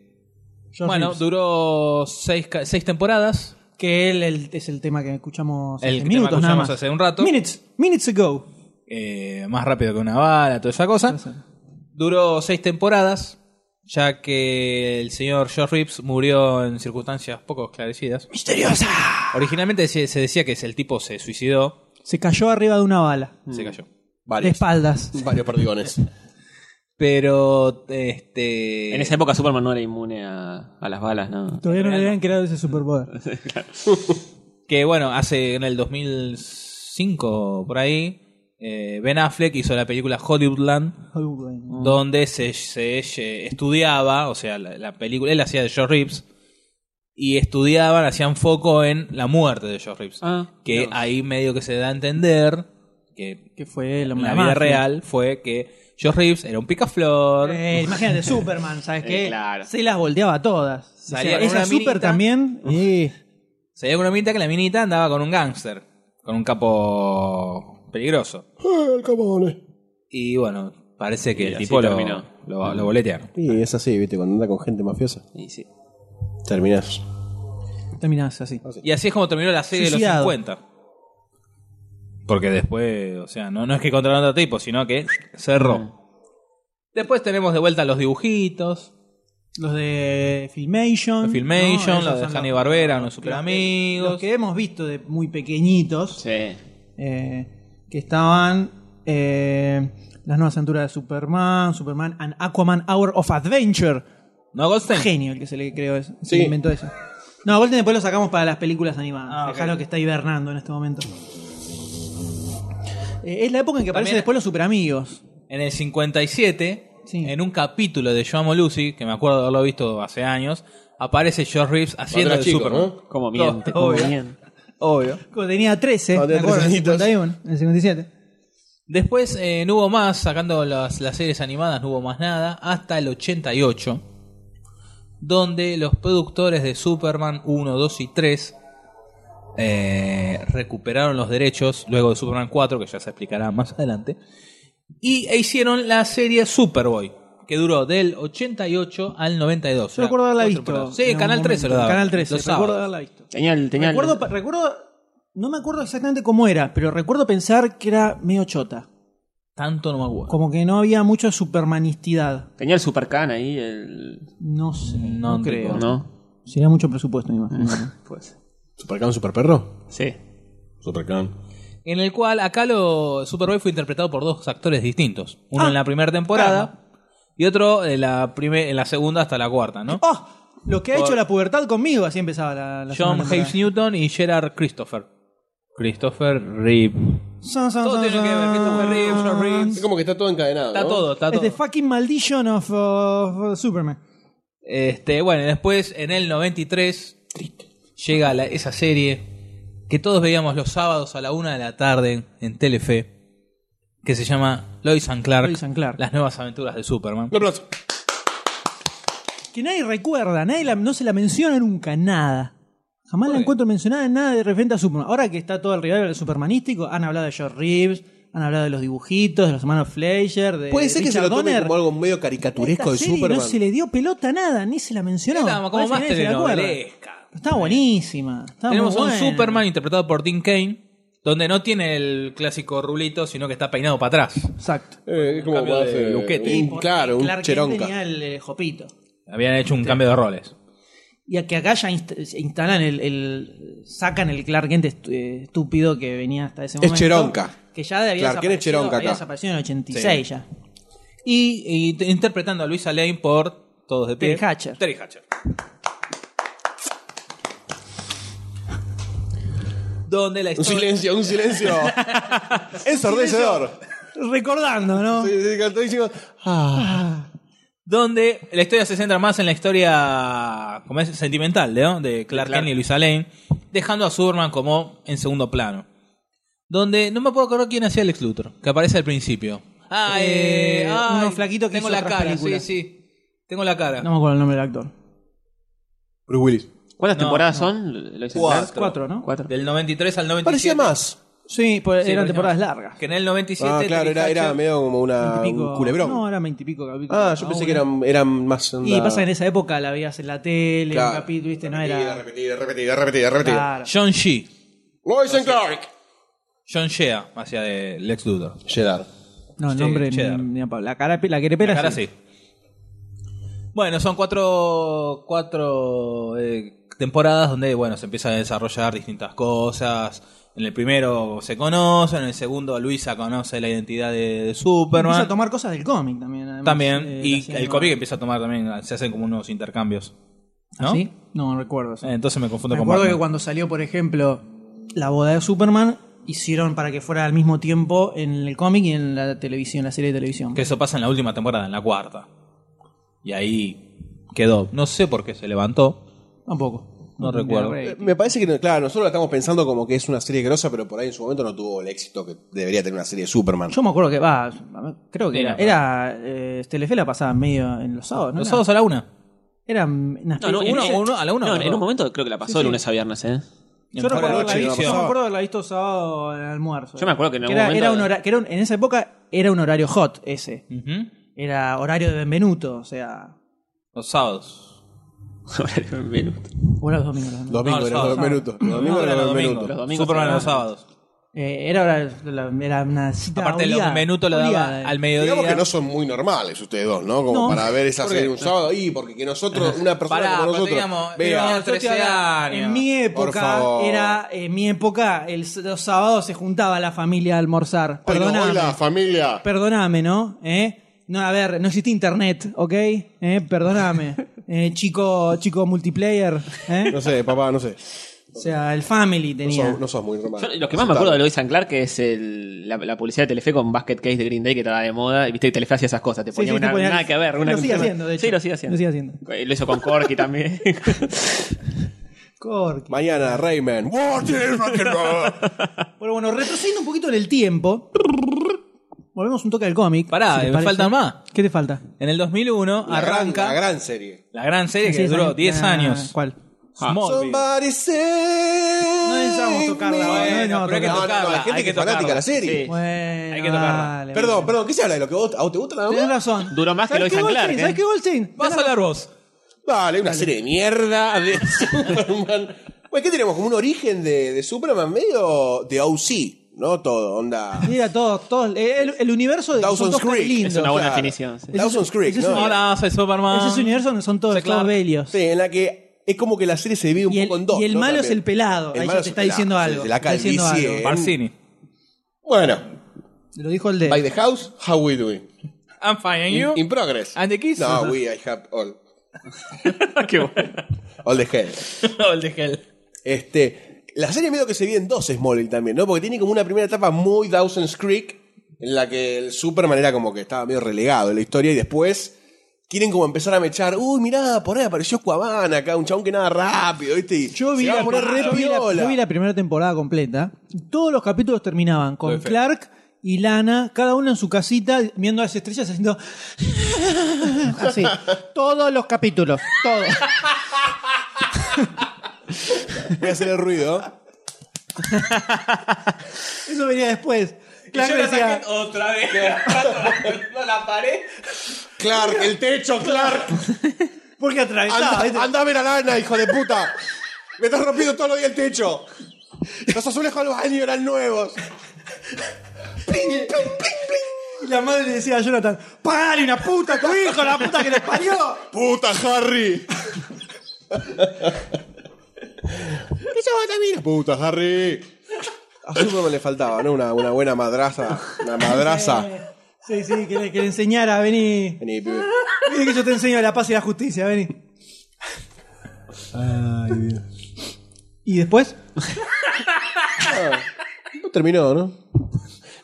S1: George
S3: bueno,
S1: Reeves,
S3: duró seis, ca- seis temporadas.
S1: que él el- es el tema que escuchamos
S3: El
S1: hace
S3: tema que
S1: minutos nada
S3: escuchamos
S1: más.
S3: hace un rato.
S1: Minutes, minutes ago.
S3: eh, más rápido que una bala, toda esa cosa. Duró seis temporadas, ya que el señor George Reeves murió en circunstancias poco esclarecidas.
S1: Misteriosa.
S3: Originalmente se, se decía que el tipo se suicidó,
S1: Se cayó arriba de una bala,
S3: se cayó.
S1: de
S4: Varios.
S1: espaldas.
S4: Varios perdigones.
S3: Pero, este...
S5: En esa época Superman no era inmune a, a las balas, ¿no?
S1: Todavía no le habían creado ese superpoder.
S3: Que bueno, hace en el 2005, por ahí, eh, Ben Affleck hizo la película Hollywoodland, donde se, se- eh, estudiaba, o sea, la, la película, él hacía de George Reeves, y estudiaban, hacían foco en la muerte de George Reeves.
S5: Ah,
S3: que ahí medio que se da a entender que
S1: Que fue la,
S3: en la vida real fue que George Reeves era un picaflor.
S1: Eh, imagínate, Superman, ¿sabes
S5: Eh,
S1: qué?
S5: claro.
S1: Se las volteaba todas.
S3: Salía
S1: O sea,
S3: con
S1: esa
S3: una
S1: Super
S3: minita.
S1: también. y-
S3: Se veía con una minita que la minita andaba con un gángster, con un capo peligroso.
S4: ¡Ah, El
S3: Y bueno, parece que
S5: Y
S3: el
S5: así
S3: tipo lo,
S5: terminó.
S3: lo, lo boletearon.
S4: Y es así, viste, cuando anda con gente mafiosa.
S5: Y sí.
S4: Terminás.
S1: Terminás así.
S3: Y así es como terminó la serie
S1: Suicidado.
S3: de los 50. Porque después, o sea, no, no es que contrataron a otro tipo, sino que cerró.
S1: Ah.
S3: Después tenemos de vuelta los dibujitos,
S1: Los de Filmation.
S3: los Filmation,
S1: ¿no?
S3: los
S1: Esos
S3: de
S1: son
S3: Hanna Barbera, unos
S1: los
S3: super
S1: que-
S3: amigos.
S1: Los que hemos visto de muy pequeñitos.
S5: Sí.
S1: eh, que estaban eh, las nuevas aventuras de Superman, Superman and Aquaman Hour of Adventure.
S3: ¿No, Goldstein?
S1: Genio el que se le creó eso. se
S4: Sí.
S1: le inventó eso. No, Golden después lo sacamos para las películas animadas.
S3: Ah, ok.
S1: Dejalo que está hibernando en este momento. Eh, es la época en que aparecen
S3: También-
S1: después los superamigos.
S3: En el 57,
S1: Sí.
S3: en un capítulo de Yo Amo Lucy, que me acuerdo de haberlo visto hace años, aparece George Reeves haciendo
S4: era
S3: de
S4: chico,
S3: Superman.
S4: ¿no?
S5: Como miente, como
S1: obvio.
S5: miente.
S3: Obvio.
S1: Cuando tenía 13,
S4: Cuando tenía
S1: me acuerdo, en el
S4: 13 añitos.
S1: 51, en el 57.
S3: Después eh, no hubo más, sacando las, las series animadas, no hubo más nada, hasta el 88, donde los productores de Superman 1, 2 y 3 eh, recuperaron los derechos luego de Superman 4, que ya se explicará más adelante, y e hicieron la serie Superboy, que duró del 88 al 92.
S1: Yo recuerdo haberla
S3: Era-
S1: visto.
S3: Sí,
S1: en
S3: Canal
S1: algún
S3: 13 lo
S1: momento,
S3: daba.
S1: Canal 13,
S3: los
S1: recuerdo
S3: sábados.
S1: haberla visto.
S5: Tenía el. Tenía el-
S1: Recuerdo, pa- recuerdo, no me acuerdo exactamente cómo era, pero recuerdo pensar que era medio chota.
S3: Tanto no me acuerdo.
S1: Como que no había mucha supermanistidad.
S5: Tenía el Supercan ahí, el.
S1: No sé, no,
S3: No, no
S1: creo.
S5: ¿No?
S1: Sería mucho presupuesto, me imagino.
S5: Pues.
S4: ¿Supercan, Superperro?
S5: Sí.
S4: Supercan.
S3: En el cual acá lo Superboy fue interpretado por dos actores distintos. Uno en la primera temporada y otro en la, prime- en la segunda hasta la cuarta, ¿no?
S1: ¡Oh! Lo que ha hecho la pubertad conmigo, así empezaba la, la
S3: John
S1: segunda temporada.
S3: Hayes Newton y Gerard Christopher. Christopher Reeve.
S1: Son, son,
S3: Todo
S1: son,
S3: tiene que ver, Christopher
S1: son.
S3: Reeve, John
S4: Es
S3: Reeves.
S4: como que está todo encadenado.
S3: Está
S4: ¿no?
S3: todo, está
S1: Es
S3: todo.
S1: the fucking maldition of, of, uh, Superman.
S3: Este, bueno, y después en el 93 llega la- esa serie que todos veíamos los sábados a la una de la tarde en Telefe, que se llama Lois and Clark,
S1: Lois and Clark.
S3: Las nuevas aventuras de Superman.
S4: Un aplauso.
S1: Que nadie recuerda, nadie la- no se la menciona nunca, nada. Jamás la encuentro mencionada en nada de referente a Superman. Ahora que está todo alrededor del supermanístico, han hablado de George Reeves, han hablado de los dibujitos, de los hermanos Fleischer, de
S4: Puede ser que se
S1: Eh, Richard
S4: lo tome
S1: Donner.
S4: como algo medio
S1: Esta
S4: caricaturesco de
S1: serie
S4: Superman.
S1: No se le dio pelota nada, ni se la mencionó.
S3: Era como
S1: Parece que
S3: más
S1: nadie se la acuerda.
S3: telenovelesca.
S1: Está buenísima. está
S3: Tenemos
S1: muy
S3: a un
S1: buena.
S3: Superman interpretado por Dean Kane, donde no tiene el clásico rulito, sino que está peinado para atrás.
S1: Exacto.
S4: Eh, es como
S3: Cambio
S4: más,
S3: de
S4: eh,
S3: luquete.
S4: un- claro, un
S1: Clark Kent
S4: cheronca.
S1: tenía el eh, jopito.
S3: Habían hecho un cambio de roles.
S1: Y a que acá ya inst- se instalan el, el- sacan el Clark Kent est- eh, estúpido que venía hasta ese
S4: Es
S1: momento.
S4: cheronca.
S1: Que ya había
S4: Clark Kent es
S1: desaparecido-
S4: cheronca
S1: había
S4: acá.
S1: desaparecido en el 86 ya.
S3: Y, y te- interpretando a Luisa Lane por Todos de Pie.
S1: Terry Hatcher.
S3: Terry Hatcher. Donde la
S4: Un
S3: historia...
S4: silencio, un silencio. Ensordecedor.
S1: Recordando, ¿no?
S4: Sí, sí, cantó y dijo,
S3: donde la historia se centra más en la historia como es, sentimental ¿no? de Clark Kent y Luisa Lane, dejando a Superman como en segundo plano. Donde no me puedo acordar quién hacía el ex Luthor, que aparece al principio. Ah,
S1: Eh,
S3: eh, ay,
S1: uno flaquito que
S3: tengo
S1: hizo
S3: la
S1: otras
S3: cara,
S1: películas.
S3: sí, sí. Tengo la cara.
S1: No me acuerdo el nombre del actor.
S4: Bruce Willis.
S5: ¿Cuántas
S3: No,
S5: temporadas son? Lo hice
S1: Cuatro.
S5: entrar.
S1: Cuatro, ¿no?
S5: Cuatro.
S3: Del 93 al 97.
S4: Parecía más.
S1: Sí, pues
S3: Sí,
S1: eran
S3: parecía
S1: temporadas
S3: más.
S1: largas.
S3: Que en el 97
S4: Ah, claro,
S3: Terry
S4: era, era
S3: Hatcher-
S4: medio como una,
S1: Veintipico-
S4: un culebrón.
S1: No, eran veintipico capítulos.
S4: ah,
S1: cada
S4: yo pensé
S1: uno.
S4: que eran, eran más. onda-
S1: Y pasa que en esa época la veías en la tele,
S4: Claro.
S1: un capítulo, viste, no
S4: Repetida,
S1: era.
S4: repetida, repetida, repetida, repetida.
S1: Claro.
S3: John Shea.
S4: Lois and Clark.
S3: John Shea hacía de Lex Luthor.
S4: Gerard.
S1: No, el
S3: Sí,
S1: nombre ni,
S3: cheddar.
S1: ni a palo. La cara, la querepera.
S3: La cara
S1: sí.
S3: sí. Bueno, son cuatro, cuatro eh, temporadas donde bueno se empieza a desarrollar distintas cosas. En el primero se conocen, en el segundo Luisa conoce la identidad de, de
S1: Empieza a
S3: Superman.
S1: tomar cosas del cómic también. además,
S3: También,
S1: eh, la
S3: y
S1: serie
S3: el
S1: no-
S3: cómic empieza a tomar también, se hacen como unos intercambios. ¿No?
S1: ¿Ah, sí? No, no recuerdo. eso.
S3: Eh, Entonces me confundo
S1: Me
S3: con
S1: acuerdo que
S3: Batman.
S1: cuando salió, por ejemplo, la boda de Superman, hicieron para que fuera al mismo tiempo en el cómic y en la televisión, la serie de televisión.
S3: Que eso pasa en la última temporada, en la cuarta. Y ahí quedó. No sé por qué se levantó.
S1: Tampoco.
S3: No recuerdo.
S1: tendría rating.
S4: Eh, Me parece que, claro, nosotros la estamos pensando como que es una serie grosa, pero por ahí en su momento no tuvo el éxito que debería tener una serie de Superman.
S1: Yo me acuerdo que va, creo que
S3: Era-
S1: era, era eh, Telefe la pasaba medio en los sábados, ¿no?
S3: Los
S1: Era-
S3: sábados a la una.
S1: Eran unas
S5: No, no, en-
S3: Uno,
S5: en-
S3: uno, a la una,
S5: no,
S3: a la
S5: en
S3: dos.
S5: un momento creo que la pasó de lunes a viernes, ¿eh?
S1: Yo
S3: Fuera
S1: recuerdo,
S3: de
S1: haberla
S4: noche,
S1: visto,
S4: no
S1: yo
S4: pasaba.
S1: recuerdo haberla visto sábado en el almuerzo.
S5: Yo me acuerdo que en algún
S1: era,
S5: momento-
S1: era un hora- que era un- en esa época era un horario hot ese.
S3: Ujú.
S1: Era horario de Benvenuto, o sea,
S3: Los sábados.
S5: En minuto.
S1: o era los domingos. los domingos.
S4: Domingo,
S3: No,
S4: era
S3: sábado,
S4: dos
S3: sábado.
S4: minutos. Domingo
S3: Ahora
S4: era
S3: los
S4: dos
S3: domingos.
S4: minutos.
S5: Los domingos
S3: Superman
S5: eran
S3: los sábados.
S1: Eh, era, hora- la- era una cita
S3: Aparte, los
S1: obligada,
S3: minutos lo daba
S1: obligada.
S3: al mediodía.
S4: Digamos que no son muy normales ustedes dos, ¿no? Como
S1: No.
S4: para ver esa serie un sábado y porque que nosotros, una persona
S3: Pará,
S4: como
S3: pero
S4: nosotros,
S3: teníamos-
S1: No,
S4: vea,
S3: teníamos-
S1: yo te
S3: 13
S1: hablaba-
S3: años.
S1: En mi
S4: Por
S1: época
S4: favor.
S1: era en mi época el, s- los sábados se juntaba la familia a almorzar.
S4: hoy no, hoy
S1: Perdóname.
S4: la familia.
S1: Perdóname, ¿no? ¿Eh? No, a ver, no existe internet, ¿ok? ¿Eh? Perdóname. Eh, chico, chico multiplayer. ¿eh?
S4: No sé, papá, no sé.
S1: O sea, el Family
S4: No
S1: tenía.
S4: sos, no sos muy normal.
S5: Yo, lo que más me acuerdo de Lois and Clark es el- la, la publicidad de Telefe con Basket Case de Green Day que estaba de moda. Y viste que Telefe hacía esas cosas. Te
S1: Sí,
S5: ponía
S1: sí,
S5: una.
S1: te ponía-
S5: nada que ver. Una
S1: lo sigue
S5: cosa-
S1: haciendo, de hecho.
S5: Sí, lo sigue haciendo.
S1: Lo sigue haciendo.
S5: Eh, Lo hizo con Corky también.
S1: Corky.
S4: Mañana, Rayman. What is rock and roll?
S1: Bueno, bueno, retrocediendo un poquito en el tiempo. Volvemos un toque al cómic.
S3: Pará,
S1: si les
S3: me
S1: parece.
S3: faltan más.
S1: ¿Qué te falta?
S3: En el 2001
S4: La gran-
S3: arranca
S4: La gran serie.
S3: la gran serie que
S1: Seis
S3: duró
S1: años.
S3: 10
S1: Ah,
S3: años.
S1: ¿Cuál?
S4: Ah,
S3: Smallville.
S4: Somebody save
S1: No necesitamos tocarla,
S4: me.
S1: bueno,
S3: Bueno, pero hay que
S1: no,
S4: No, no, no,
S3: tocarla.
S4: hay gente
S3: hay
S4: que
S3: que
S4: es fanática de
S3: tocarla.
S4: la serie.
S5: Sí.
S1: Bueno,
S3: Hay que tocarla.
S1: dale,
S4: Perdón,
S1: bueno.
S4: perdón, ¿qué se habla de lo que vos, a vos te gusta nada
S1: Tenés
S4: más?
S1: razón.
S5: Duró más que
S1: ¿Sabés
S5: Lois and Clark,
S1: Goldstein? ¿Sabés
S5: eh?
S1: qué Goldstein?
S3: Vas a hablar vos.
S4: Vale, una serie de mierda de Superman. Bueno, ¿qué tenemos? Como un origen de, de Superman medio de OC, ¿no? Todo, onda.
S1: Mira, todos, todos. El, el universo de son
S4: Dawson's
S1: todos tan
S4: Creek.
S1: lindos.
S5: Es una buena
S4: Claro.
S5: definición. sí.
S4: Dawson's Creek,
S1: ese es
S4: ¿no?
S1: un-
S3: Ahora soy Superman.
S1: Ese es un universo donde son todos,
S3: Sí, claro.
S1: todos belios.
S4: Sí, en la que es como que la serie se divide un
S1: Y el-
S4: poco en dos.
S1: y el
S4: ¿no?
S1: malo es
S4: También.
S1: el pelado, ahí ya
S4: malo
S1: te
S4: es el
S1: está
S4: pelado,
S1: diciendo
S4: sí,
S1: algo,
S4: de La
S1: está diciendo
S4: calvicie.
S1: algo.
S3: Barcini.
S4: Bueno,
S1: Lo dijo el de.
S4: by the house, how we doing?
S3: I'm fine, and you?
S4: In, in progress.
S3: And the kids?
S4: No, we, I have all.
S5: Qué bueno.
S4: All the hell.
S3: All the hell.
S4: Este, la serie medio que se divide en dos Smallville también, ¿no? Porque tiene como una primera etapa muy Dawson's Creek, en la que el Superman era como que estaba medio relegado en la historia, y después quieren como empezar a mechar, uy, mirá, por ahí apareció Cuabán acá, un chabón que nada rápido, ¿viste? Y
S1: Yo vi,
S4: se va
S1: la,
S4: a poner re
S1: yo vi la-
S4: piola.
S1: yo vi la primera temporada completa. y Todos los capítulos terminaban con Clark y Lana, cada uno en su casita, viendo las estrellas, haciendo. Así. Todos los capítulos. Todos.
S4: Voy a hacer el ruido.
S1: Eso venía después. Clark decía.
S3: otra vez. no la paré.
S4: Clark, el techo, Clark.
S1: Porque atravesaba. ¿viste?
S4: Anda, anda a ver a Lana, hijo de puta. Me estás rompiendo todo lo día el techo. Los azulejos al baño eran nuevos.
S1: Y la madre le decía a Jonathan: ¡Pagale una puta a tu hijo, la puta que le parió!
S4: ¡Puta, Harry! ¡Eso también! ¡Puta, Harry! A Superman le faltaba, ¿no? Una, una buena madraza. Una madraza.
S1: Sí, sí, que le, que le enseñara, vení.
S4: Vení, pibe.
S1: Vení que yo te enseño la paz y la justicia, vení. ¿Y después?
S4: No terminó, ¿no?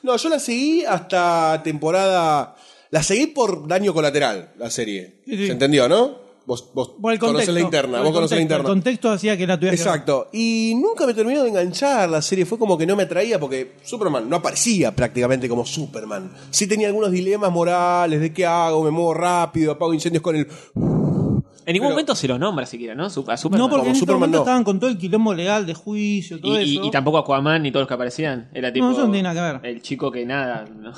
S4: No, yo la seguí hasta temporada. La seguí por daño colateral, la serie.
S1: Sí, sí.
S4: ¿Se entendió, no? Vos, vos
S1: Por el
S4: conocés
S1: contexto.
S4: la
S1: Por
S4: interna.
S1: el
S4: Vos
S1: contexto.
S4: conocés la interna.
S1: El contexto hacía que la tuviera que ver.
S4: Exacto. Y nunca me terminó de enganchar la serie. Fue como que no me atraía porque Superman no aparecía prácticamente como Superman. Sí tenía algunos dilemas morales de qué hago, me muevo rápido, apago incendios con el...
S5: En ningún momento se lo nombra siquiera, ¿no? Su- A Superman.
S1: No, porque
S4: Como
S1: en este
S4: Superman,
S1: momento
S4: no.
S1: estaban con todo el quilombo legal de juicio,
S5: Y,
S1: todo
S5: y-
S1: eso.
S5: y tampoco Aquaman ni todos los que aparecían. Era tipo.
S1: eso no tiene nada que ver.
S5: El chico que nada. ¿no?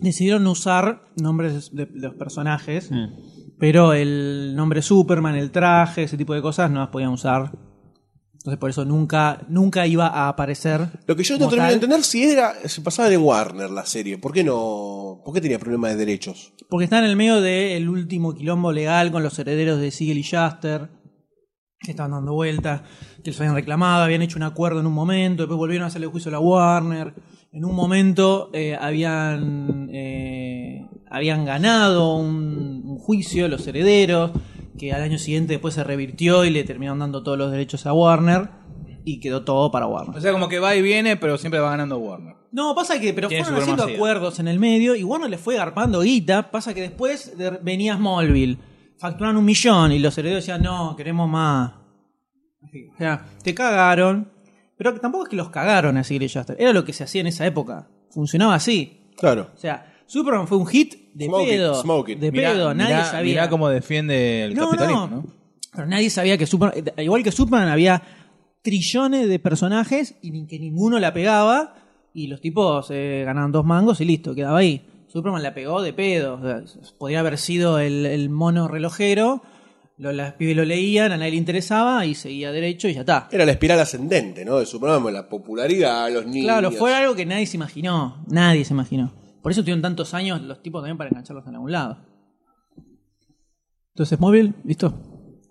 S1: Decidieron no usar nombres de, de los personajes,
S5: Mm.
S1: pero el nombre Superman, el traje, ese tipo de cosas no las podían usar. Entonces por eso nunca, nunca iba a aparecer.
S4: Lo que yo no
S1: como
S4: terminé de
S1: tal,
S4: entender si era si pasaba en Warner la serie. ¿Por qué no? ¿Por qué tenía problemas de derechos?
S1: Porque está en el medio del último quilombo legal con los herederos de Siegel y Shuster, que estaban dando vueltas, que los habían reclamado, habían hecho un acuerdo en un momento, después volvieron a hacerle juicio a la Warner. En un momento eh, habían, eh, habían ganado un, un juicio los herederos, que al año siguiente después se revirtió y le terminaron dando todos los derechos a Warner y quedó todo para Warner.
S3: O sea, como que va y viene, pero siempre va ganando Warner.
S1: No, pasa que, pero
S3: Tiene
S1: fueron haciendo
S3: supremacía.
S1: acuerdos en el medio y Warner le fue garpando guita. Pasa que después de- venía Smallville, facturaron un millón y los herederos decían, no, queremos más. O sea, te cagaron. Pero que tampoco es que los cagaron a Sigrid Shuster. Era lo que se hacía en esa época. Funcionaba así.
S4: Claro.
S1: O sea, Superman fue un hit de
S4: Smoking,
S1: pedo.
S4: smoking.
S1: De pedo, nadie
S3: mirá-
S1: sabía.
S3: Mirá cómo defiende el capitalismo, ¿no?
S1: Pero nadie sabía que Superman. eh, Igual que Superman, había trillones de personajes y ni- que ninguno la pegaba. Y los tipos eh, ganaban dos mangos y listo, quedaba ahí. Superman la pegó de pedo. o sea, s- podría haber sido el, el mono relojero. Lo, las pibes lo leían, a nadie le interesaba y seguía derecho y ya está.
S4: Era la espiral ascendente, ¿no? De Superman, la popularidad, los niños.
S1: Claro, fue algo que nadie se imaginó. Nadie se imaginó. Por eso tuvieron tantos años los tipos también para engancharlos en algún lado. Entonces, móvil, listo.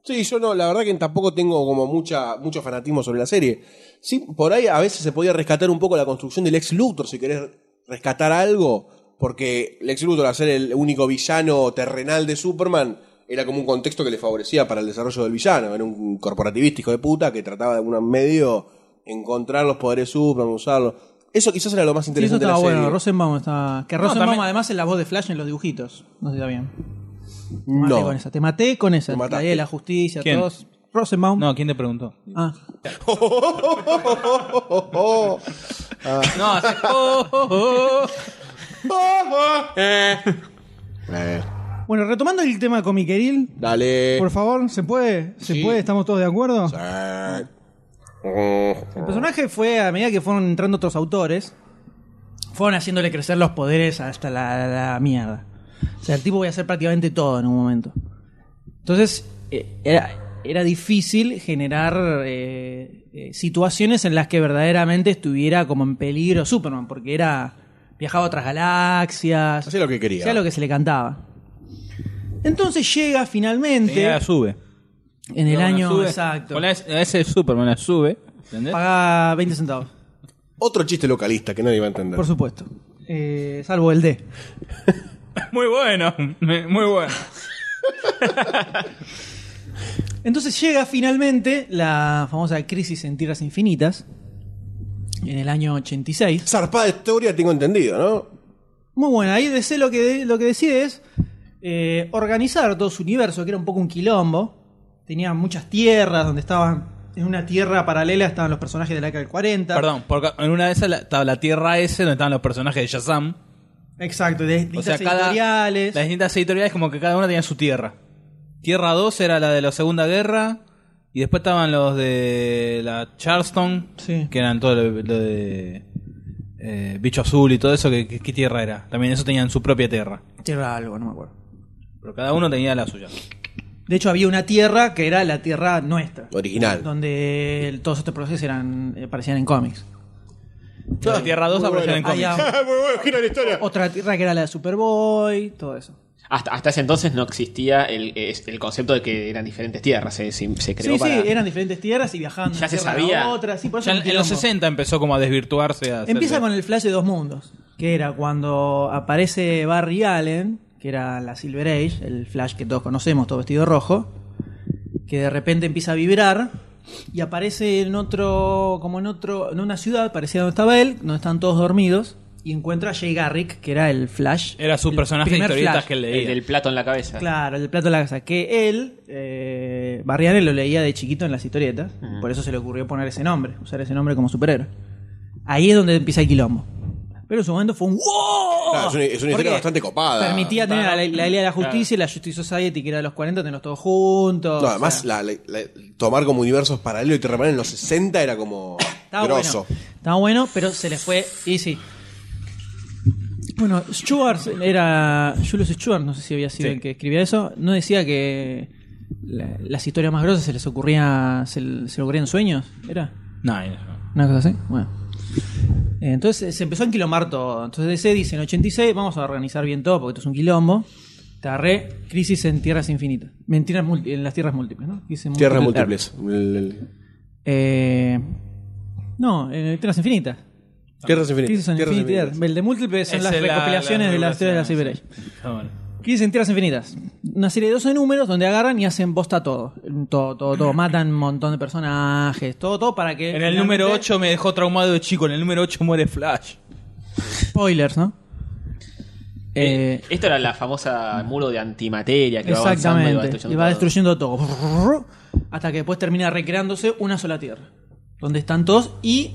S4: Sí, yo no, la verdad que tampoco tengo como mucha, mucho fanatismo sobre la serie. Sí, por ahí a veces se podía rescatar un poco la construcción del ex Luthor, si querés rescatar algo, porque el ex Luthor, al ser el único villano terrenal de Superman, era como un contexto que le favorecía para el desarrollo del villano. Era un corporativista hijo de puta que trataba de algún medio encontrar los poderes supremos, usarlos. Eso quizás era lo más
S1: Sí, eso
S4: interesante de la
S1: estaba bueno.
S4: serie.
S1: Rosenbaum estaba. Que Rosenbaum,
S3: también-
S1: además, es la voz de Flash en los dibujitos. No sé si está bien. Te maté con
S4: no.
S1: esa. Te maté con esa.
S4: Me
S1: La
S4: mataste.
S1: idea de la justicia,
S3: ¿Quién?
S1: todos. Rosenbaum.
S3: No, ¿quién te preguntó?
S1: Ah. Ah.
S3: No, hace- oh, oh, oh.
S4: Eh,
S1: Bueno, retomando el tema comiqueril,
S4: dale.
S1: por favor, ¿se puede? ¿Se
S4: Sí.
S1: puede? ¿Estamos todos de acuerdo?
S4: Eh,
S1: El personaje fue, a medida que fueron entrando otros autores, fueron haciéndole crecer los poderes hasta la, la mierda. O sea, el tipo voy a hacer prácticamente todo en un momento. Entonces, eh, era, era difícil generar eh, eh, situaciones en las que verdaderamente estuviera como en peligro Superman, porque era. viajaba a otras galaxias.
S4: Hacía lo que quería.
S1: Hacía lo que se le cantaba. Entonces llega finalmente
S3: Tenía la sube.
S1: en el
S3: Con la
S1: año
S3: sube-
S1: exacto.
S3: Con la, ese Superman la sube. ¿Entendés?
S1: Paga 20 centavos.
S4: Otro chiste localista que nadie va a entender.
S1: Por supuesto. Eh, salvo el D.
S3: Muy bueno, muy bueno.
S1: Entonces llega finalmente la famosa crisis en Tierras Infinitas en el año 86.
S4: Zarpada historia tengo entendido, ¿no?
S1: Muy buena, ahí DC lo que, de- lo que decide es eh, organizar todo su universo, que era un poco un quilombo. Tenía muchas tierras donde estaban, en una tierra paralela estaban los personajes de la década del 40.
S3: Perdón, porque en una de esas la- estaba la Tierra S, donde estaban los personajes de Shazam.
S1: Exacto, de
S3: O
S1: distintas
S3: sea, cada, las
S1: editoriales.
S3: distintas editoriales como que cada una tenía su tierra. Tierra 2 era la de la Segunda Guerra. Y después estaban los de la Charleston,
S1: Sí.
S3: que eran todo lo, lo de eh, Bicho Azul y todo eso. que que- ¿Qué tierra era? También eso tenían su propia tierra.
S1: Tierra algo, no me acuerdo.
S3: Pero cada uno tenía la suya.
S1: De hecho, había una tierra que era la tierra nuestra.
S4: Original.
S1: Donde el- todos estos procesos eran, eh, aparecían en cómics.
S3: La Tierra 2
S4: Muy
S3: apareció
S4: bueno.
S3: en
S1: Había
S3: cómics.
S4: Muy bueno, gira la historia.
S1: otra tierra que era la de Superboy, todo eso.
S5: Hasta, hasta ese entonces no existía el, es- el concepto de que eran diferentes tierras. Se, se- se creó
S1: sí,
S5: para-
S1: sí, eran diferentes tierras y viajando. de
S5: Ya
S1: una
S5: se
S1: tierra
S5: sabía.
S1: a Otra, sí, por eso
S3: Ya
S1: era
S3: en,
S1: un
S3: en los
S1: quilombo.
S3: 60 empezó como a desvirtuarse. a hacer-
S1: Empieza con el flash de dos mundos, que era cuando aparece Barry Allen, que era la Silver Age, el flash que todos conocemos, todo vestido de rojo, que de repente empieza a vibrar y aparece en otro, como en otro, en una ciudad parecida a donde estaba él, donde están todos dormidos. Y encuentra a Jay Garrick, que era el Flash.
S3: Era su
S1: el
S3: personaje de
S1: primer
S3: historietas
S1: Flash.
S3: que
S5: el
S3: leía.
S5: del plato en la cabeza.
S1: Claro, el del plato de la casa. Que él, eh, Barry Allen lo leía de chiquito en las historietas. Por eso se le ocurrió poner ese nombre, usar ese nombre como superhéroe. Ahí es donde empieza el quilombo. Pero en su momento fue un ¡wow!
S4: Claro, es una, es una
S1: Porque
S4: historia bastante copada.
S1: Permitía tener a la, la Liga de la Justicia y la Justice Society, que era de los 40, tenerlos todos juntos.
S4: No,
S1: o
S4: además,
S1: sea,
S4: la- la- la- tomar como universos paralelos y Terraman en los 60 era como
S1: estaba
S4: grosso.
S1: bueno. Estaba bueno, pero se les fue easy. Bueno, Schwartz era. Julius Schwartz, no sé si había sido
S3: Sí.
S1: el que escribía eso. No decía que la- las historias más grosas se les ocurría. se, le- se le ocurrían sueños, ¿era?
S3: No, no.
S1: Una cosa así. Bueno. Eh, Entonces se empezó a enquilombar todo. Entonces DC dice en 86, vamos a organizar bien todo porque esto es un quilombo. Te agarré crisis en tierras infinitas. Mentiras multi- en las tierras múltiples, ¿no? Crisis en
S4: Tierras
S1: múltiples.
S4: múltiples. El- el-
S1: Eh, no, en tierras infinitas.
S4: Tierras infinitas.
S1: Crisis en
S4: Tierras
S1: Infinity
S4: infinitas.
S1: Earth. El de múltiples son
S3: Esa
S1: las
S3: es la-
S1: recopilaciones
S3: la
S1: de las teorías de la
S3: recopilación,
S1: Cyber Age.
S3: Ah, bueno.
S1: Crisis en Tierras Infinitas. Una serie de 12 números donde agarran y hacen bosta todo. Todo, todo, todo. Matan un montón de personajes. Todo, todo para que.
S3: En el número
S1: finalmente-
S3: 8 me dejó traumado de chico. En el número 8 muere Flash.
S1: Spoilers, ¿no?
S5: Eh,
S1: Eh,
S5: esto era la famosa muro de antimateria que va avanzando y va
S1: exactamente.
S5: destruyendo.
S1: Y va
S5: todo.
S1: destruyendo todo. Hasta que después termina recreándose una sola tierra. Donde están todos y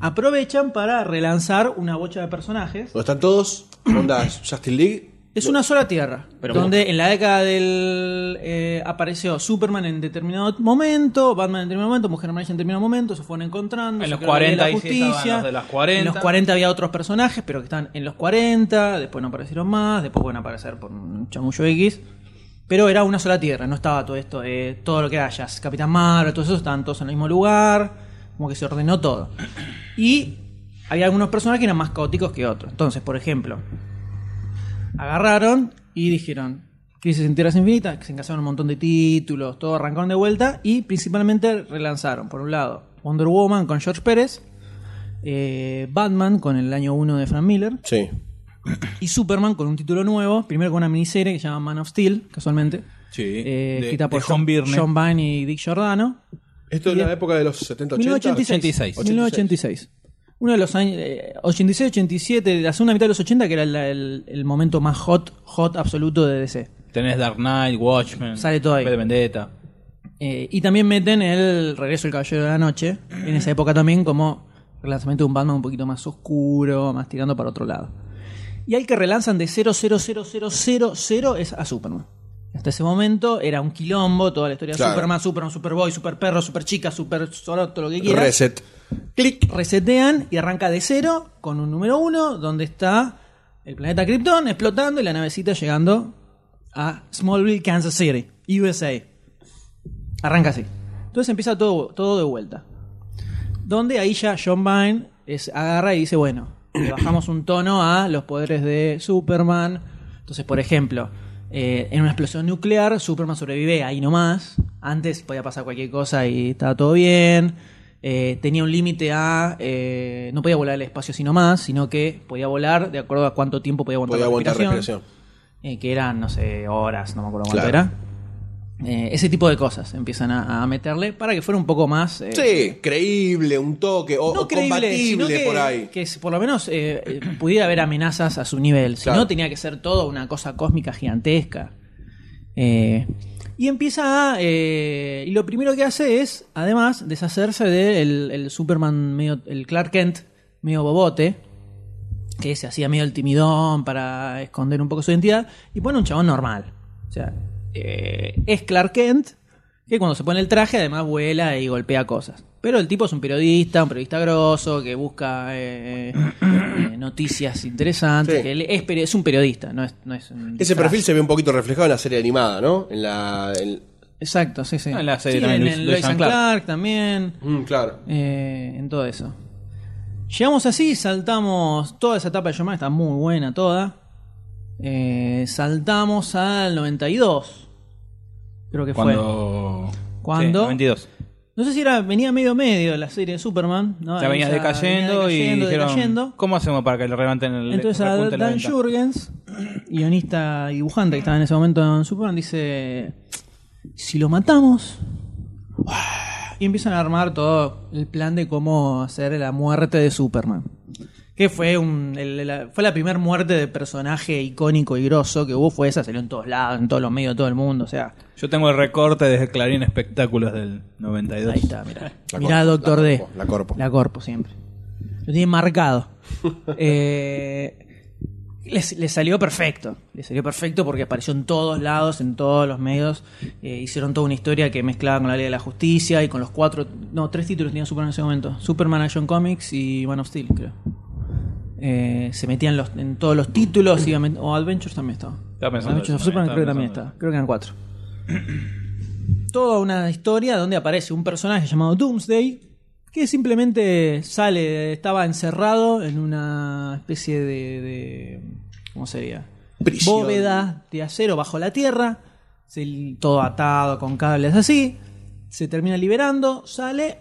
S1: aprovechan para relanzar una bocha de personajes.
S4: ¿Dónde están todos? Onda Justin League.
S1: Es una sola tierra,
S5: Pero
S1: donde en la década del... eh, apareció Superman en determinado momento, Batman en determinado momento, Mujer Maravilla en determinado momento, se fueron encontrando.
S3: En
S1: se
S3: los
S1: creó la Liga
S3: 40
S1: de la
S3: ahí sí estaban
S1: Justicia.
S3: los de las 40.
S1: En los 40 había otros personajes, pero que están en los 40, después no aparecieron más, después pueden aparecer por un chamullo X. Pero era una sola tierra, no estaba todo esto, eh, todo lo que haya, Capitán Marvel, todo eso, estaban todos en el mismo lugar, como que se ordenó todo. Y había algunos personajes que eran más caóticos que otros. Entonces, por ejemplo, agarraron y dijeron Crisis en Tierras Infinitas, que se encasaron un montón de títulos, todo arrancaron de vuelta y principalmente relanzaron, por un lado, Wonder Woman con George Pérez, eh, Batman con el año 1 de Frank Miller
S4: Sí.
S1: y Superman con un título nuevo, primero con una miniserie que se llama Man of Steel, casualmente,
S3: Sí.
S1: eh,
S3: de-
S1: escrita
S3: de
S1: por
S3: John
S1: John,
S3: Byrne.
S1: John Vine y Dick Giordano.
S4: Esto es
S1: Bien.
S4: la época de los 70, 80.
S1: 1986. 1986. Uno de los años. eh, 86-87, de la segunda mitad de los 80, que era la- el, el momento más hot, hot absoluto de DC.
S3: Tenés Dark Knight, Watchmen.
S1: Sale todo ahí.
S3: V de Vendetta.
S1: Eh, y también meten el regreso del Caballero de la Noche, en esa época también, como relanzamiento de un Batman un poquito más oscuro, más tirando para otro lado. Y al que relanzan de 00000 es a Superman. Hasta ese momento era un quilombo, toda la historia
S4: Claro.
S1: de Superman, Superman, Superboy, Superperro, Superchica, Super Soroto, lo que quieras.
S4: Reset.
S1: Clic, resetean y arranca de cero con un número uno donde está el planeta Krypton explotando y la navecita llegando a Smallville, Kansas City, USA. Arranca así. Entonces empieza todo, todo de vuelta. Donde ahí ya John Byrne es, agarra y dice, bueno, le bajamos un tono a los poderes de Superman. Entonces, por ejemplo, eh, en una explosión nuclear, Superman sobrevive ahí nomás. Antes podía pasar cualquier cosa y estaba todo bien. Eh, tenía un límite a... eh, no podía volar el espacio así nomás, sino que podía volar de acuerdo a cuánto tiempo podía aguantar
S4: Podía
S1: la
S4: aguantar
S1: respiración.
S4: respiración.
S1: Eh, que eran, no sé, horas, no me acuerdo cuánto
S4: Claro.
S1: era. Eh, ese tipo de cosas empiezan a, a meterle para que fuera un poco más... eh,
S4: Sí, creíble, un toque, o,
S1: no
S4: o
S1: creíble, sino
S4: combatible
S1: que,
S4: por ahí.
S1: que s- por lo menos eh, eh, pudiera haber amenazas a su nivel. Si
S4: Claro.
S1: no, tenía que ser todo una cosa cósmica gigantesca. Eh, y empieza a. eh, y lo primero que hace es, además, deshacerse del el Superman medio. el Clark Kent medio bobote. Que se hacía medio el timidón para esconder un poco su identidad. Y pone un chabón normal. O sea, eh, es Clark Kent. Que cuando se pone el traje, además vuela y golpea cosas. Pero el tipo es un periodista, un periodista grosso, que busca eh, eh, noticias interesantes.
S4: Sí.
S1: que él es, peri- es un periodista, no es, no es un
S4: Ese
S1: disfraz.
S4: perfil se ve un poquito reflejado en la serie animada, ¿no? En la. en-
S1: Exacto, sí, sí.
S3: Ah, en la serie
S1: Sí,
S3: también,
S1: en
S3: Lois-
S1: el
S3: Lois
S1: Lois
S3: and
S1: and
S3: Clark.
S1: Clark, también.
S4: Mm, claro.
S1: eh, en todo eso. Llegamos así, saltamos toda esa etapa de Yomar, está muy buena toda. Eh, saltamos al 92. Creo que fue. Ah,
S3: Cuando.
S1: Cuando-
S3: Sí, 92.
S1: No sé si era venía medio medio la serie de Superman. ¿no?
S3: ya
S1: Ahí
S3: venías decayendo, y
S1: decayendo,
S3: dijeron,
S1: decayendo.
S3: ¿cómo hacemos para que le levanten el
S1: Entonces a
S3: repunte la
S1: Dan
S3: venta?
S1: Jurgens, guionista y dibujante que estaba en ese momento en Superman, dice, si lo matamos... Y empiezan a armar todo el plan de cómo hacer la muerte de Superman. Que fue un, el- la, fue la primera muerte de personaje icónico y grosso que hubo, fue esa, salió en todos lados, en todos los medios, de todo el mundo, o sea...
S3: Yo tengo el recorte desde Clarín Espectáculos del 92.
S1: Ahí está, mirá.
S4: La
S1: mirá,
S4: corpo,
S1: Doctor
S4: la
S1: D.
S4: corpo, la corpo.
S1: La corpo, siempre. Lo tiene marcado. Eh, les, les salió perfecto. Les salió perfecto porque apareció en todos lados, en todos los medios. Eh, hicieron toda una historia que mezclaba con la Ley de la Justicia y con los cuatro. No, tres títulos tenía Superman en ese momento: Superman Action Comics y Man of Steel, creo. Eh, se metían los, en todos los títulos. iba met- o Adventures también estaba.
S3: Estaba pensando
S1: Adventures of
S3: eso
S1: Superman
S3: también,
S1: creo que
S3: estaba
S1: también
S3: pensando
S1: estaba. Creo que eran cuatro toda una historia donde aparece un personaje llamado Doomsday que simplemente sale, estaba encerrado en una especie de, de- ¿cómo sería?
S4: Prisión.
S1: Bóveda de acero bajo la tierra, se- todo atado con cables así, se termina liberando, sale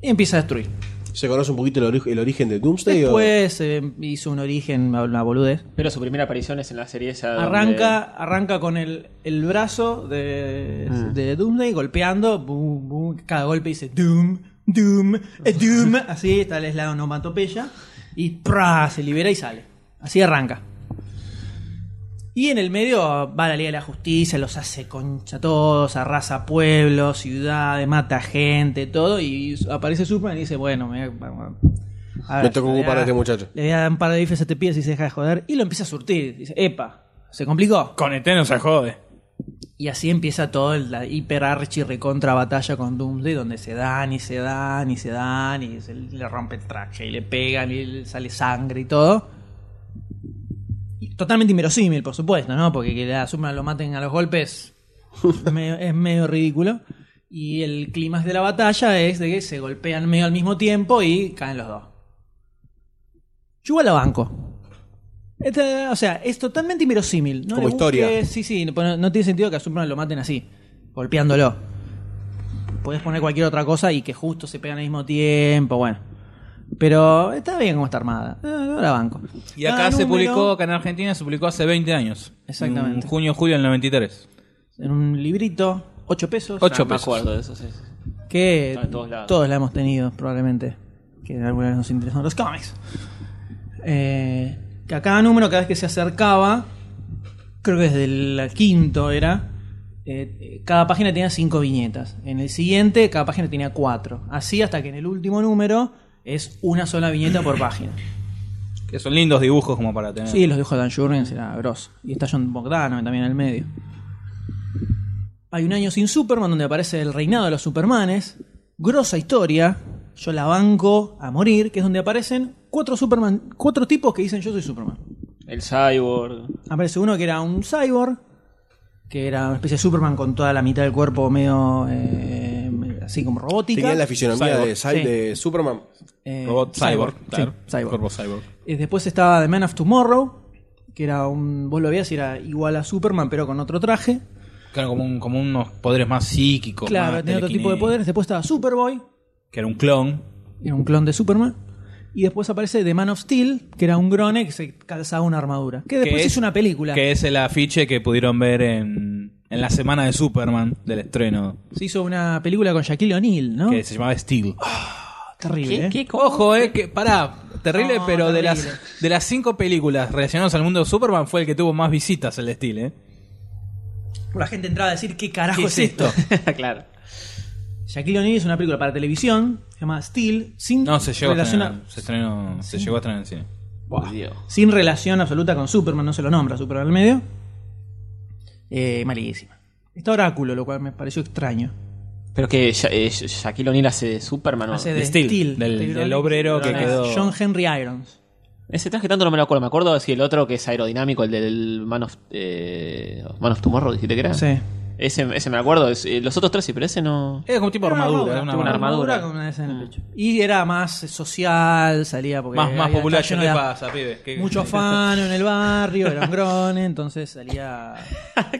S1: y empieza a destruir.
S4: ¿Se conoce un poquito el, ori- el origen de Doomsday? o-
S1: Después eh, hizo un origen, una boludez.
S5: Pero su primera aparición es en la serie esa. donde- Ah,
S1: Arranca, arranca con el, el brazo de,
S4: Mm.
S1: de Doomsday golpeando. bum, bum, cada golpe dice Doom, Doom, eh, Doom. Así, tal es la onomatopeya. Y ¡pra! se libera y sale. Así arranca. Y en el medio va la Liga de la Justicia, los hace concha a todos, arrasa pueblos, ciudades, mata gente, todo. Y aparece Superman y dice: Bueno, me, a
S4: Me tengo que
S1: le
S4: ocupar de
S1: da-
S4: este muchacho.
S1: Le voy a dar un par de bifes a este pie si se deja de joder. Y lo empieza a surtir. Dice, epa, se complicó.
S3: Con ET no se jode.
S1: Y así empieza toda la hiper archi recontra batalla con Doomsday, donde se dan y se dan y se dan y se le rompe el traje y le pegan y le sale sangre y todo. Y totalmente inverosímil, por supuesto, ¿no? Porque que la Superman lo maten a los golpes es medio- es medio ridículo. Y el clima de la batalla es de que se golpean medio al mismo tiempo y caen los dos. Yo igual la banco. Esta- o sea, es totalmente inverosímil. No
S4: Como
S1: le
S4: historia.
S1: busques- sí, sí, no, pues, no tiene sentido que a Superman lo maten así, golpeándolo. Puedes poner cualquier otra cosa y que justo se pegan al mismo tiempo, bueno. Pero está bien como está armada. No, no la banco.
S3: Y acá
S1: Cada
S3: se
S1: Ah, número-
S3: publicó, acá en Argentina se publicó hace 20 años.
S1: Exactamente.
S3: En junio, julio del 93.
S1: en un librito, 8 pesos.
S3: Ocho
S5: Ah, me
S3: pesos.
S5: acuerdo de eso, sí. sí.
S1: Que
S5: Está en todos lados.
S1: todos la hemos tenido, probablemente. Que alguna vez nos interesaron los cómics. Eh, que a cada número, cada vez que se acercaba, creo que desde el quinto era, eh, cada página tenía cinco viñetas. En el siguiente, cada página tenía cuatro. Así hasta que en el último número es una sola viñeta por página.
S3: Que son lindos dibujos como para tener.
S1: Sí, los dibujos de Dan Jurgens era grosso. Y está John Bogdano también en el medio. Hay un año sin Superman donde aparece el reinado de los Supermanes. Grosa historia. Yo la banco a morir, que es donde aparecen cuatro Superman, cuatro tipos que dicen yo soy Superman.
S5: El cyborg.
S1: Aparece uno que era un cyborg, que era una especie de Superman con toda la mitad del cuerpo medio eh, así como robótica.
S4: Tenían la fisionomía de,
S1: Cyborg,
S4: Cy-
S1: sí.
S4: de Superman.
S1: Eh,
S3: Robot Cyborg,
S1: sí,
S3: claro.
S1: cyborg.
S3: Cuerpo Cyborg.
S1: Eh, Después estaba The Man of Tomorrow, que era un. Vos lo veías y era igual a Superman, pero con otro traje.
S3: Claro, como, un- como unos poderes más psíquicos.
S1: Claro,
S3: más
S1: tenía otro tipo de
S3: telequinéticos.
S1: poderes. Después estaba Superboy,
S3: Que era un clon.
S1: era un clon de Superman. Y después aparece The Man of Steel, que era un grone que se calzaba una armadura. Que después
S3: es-
S1: hizo una película.
S3: Que es el afiche que pudieron ver en, en la semana de Superman del estreno.
S1: Se hizo una película con Shaquille O'Neal, ¿no?
S3: Que se llamaba Steel.
S1: Terrible. ¿eh?
S3: Ojo, eh, que pará, terrible,
S1: No,
S3: pero de
S1: terrible.
S3: las de las cinco películas relacionadas al mundo de Superman fue el que tuvo más visitas el de Steel, eh.
S1: La gente entraba a decir: ¿Qué carajo
S3: ¿Qué
S1: es esto?
S5: claro.
S1: Shaquille O'Neal hizo una película para televisión, se llama Steel, sin
S3: No, se llegó a
S1: relacionar-
S3: estrenar, se estrenó, se llegó a estrenar en el cine.
S1: sin relación absoluta con Superman, no se lo nombra Superman al medio. Eh, malísima. Está Oráculo, lo cual me pareció extraño.
S5: Pero que Sha- eh, Sha- Shaquille O'Neal hace de Superman. ¿no?
S1: Hace
S3: de
S1: de
S3: Steel,
S1: Steel,
S3: del-
S1: Steel
S3: del
S1: Rogers.
S3: obrero que
S1: Ah,
S3: quedó-
S1: John Henry Irons.
S5: Ese traje tanto no me lo acuerdo. Me acuerdo si el otro que es aerodinámico, el del Man of, eh, Man of Tomorrow, dijiste que era.
S1: Sí.
S5: Ese, ese me acuerdo. es- eh, los otros tres sí, pero ese no.
S3: Es como tipo armadura, una
S1: Tuvo
S5: armadura.
S1: con una escena en el pecho. Y era más social, salía porque
S3: más más
S1: había-
S3: popular,
S1: estaba
S3: ¿qué
S1: lleno de-
S3: pasa, pibe? ¿Qué-
S1: Mucho afano en el barrio, era un grone, entonces salía.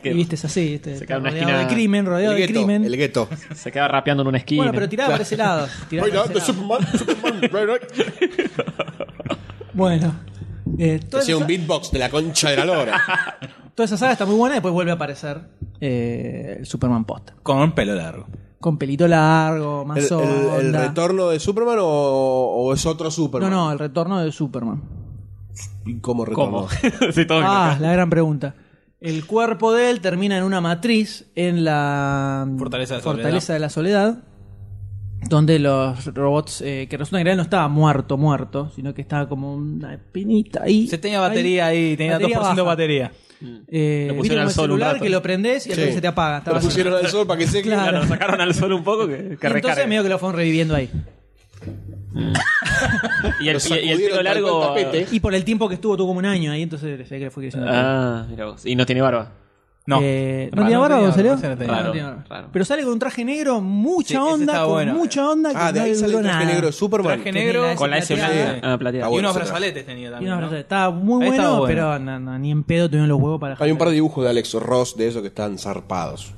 S5: Qué
S1: y viste, es así, viste,
S5: Se queda en una
S1: rodeado
S5: esquina-
S1: de crimen, rodeado
S4: El
S1: de
S4: gueto.
S1: crimen.
S4: El gueto.
S5: Se queda rapeando en una esquina.
S1: Bueno, pero tiraba por ese lado. tiraba por ese lado.
S4: Superman, Superman, right, right.
S1: Bueno. eh, toda
S4: Hacía
S1: esa-
S4: un beatbox de la concha de la lora.
S1: Toda esa saga está muy buena y después vuelve a aparecer eh, el Superman posta.
S3: Con pelo largo.
S1: Con pelito largo, más
S4: ¿El, el- el
S1: onda.
S4: retorno de Superman o, o es otro
S1: No,
S4: Superman?
S1: no, el retorno de Superman.
S4: ¿Y ¿Cómo retorno?
S5: Sí, todo
S1: Ah, la gran pregunta. El cuerpo de él termina en una matriz en la mm,
S3: Fortaleza de la
S1: Fortaleza de la Soledad, donde los robots, eh, que resulta que en realidad no estaba muerto, muerto, sino que estaba como una pinita ahí.
S3: Se tenía batería ahí, tenía 2% de
S1: baja.
S3: batería.
S1: Eh,
S5: Lo pusieron
S1: viste como
S5: al
S1: el
S5: sol un
S1: celular
S5: rato.
S1: que lo prendés y al
S4: Sí.
S1: toque se te apaga. Estaba
S4: Lo
S1: así.
S4: pusieron al sol para que se
S1: Claro.
S5: Lo sacaron al sol un poco que, que
S1: Y entonces
S5: recargue.
S1: medio que lo fueron reviviendo ahí.
S5: Y el,
S4: Lo
S5: y- y el pelo
S4: sacudieron
S5: largo.
S4: tanto el tapete.
S1: Y por el tiempo que estuvo, tuvo como un año ahí, entonces se ve que le fue creciendo.
S5: Ah, mira vos. Y no tiene barba.
S3: No.
S1: Eh,
S3: Raro,
S1: ¿No tiene barba
S3: tenía
S1: en serio?
S3: no tenía
S5: Raro.
S1: No tiene barba.
S5: raro.
S1: Pero sale con un traje negro, mucha
S3: Sí, ese
S1: onda,
S3: está
S1: con
S3: bueno.
S1: mucha onda. que
S4: Ah, de
S1: no
S4: ahí
S1: le
S4: sale el
S1: duró
S4: traje
S1: nada.
S4: negro de Superman.
S3: Traje
S1: Tenía
S3: negro
S1: la S
S5: Con la S
S1: plateada.
S5: blanca. Ah, plateada.
S4: Ah,
S3: Y
S4: bueno,
S3: unos
S4: ese
S3: brazaletes tenía
S1: Y
S3: también.
S1: una
S3: ¿no?
S1: frase, Estaba muy
S3: Ahí
S1: bueno,
S3: estaba bueno.
S1: pero no, no, ni en pedo tuvieron los huevos para
S4: Hay un par
S1: joder.
S4: de dibujos de Alex Ross de esos que están zarpados.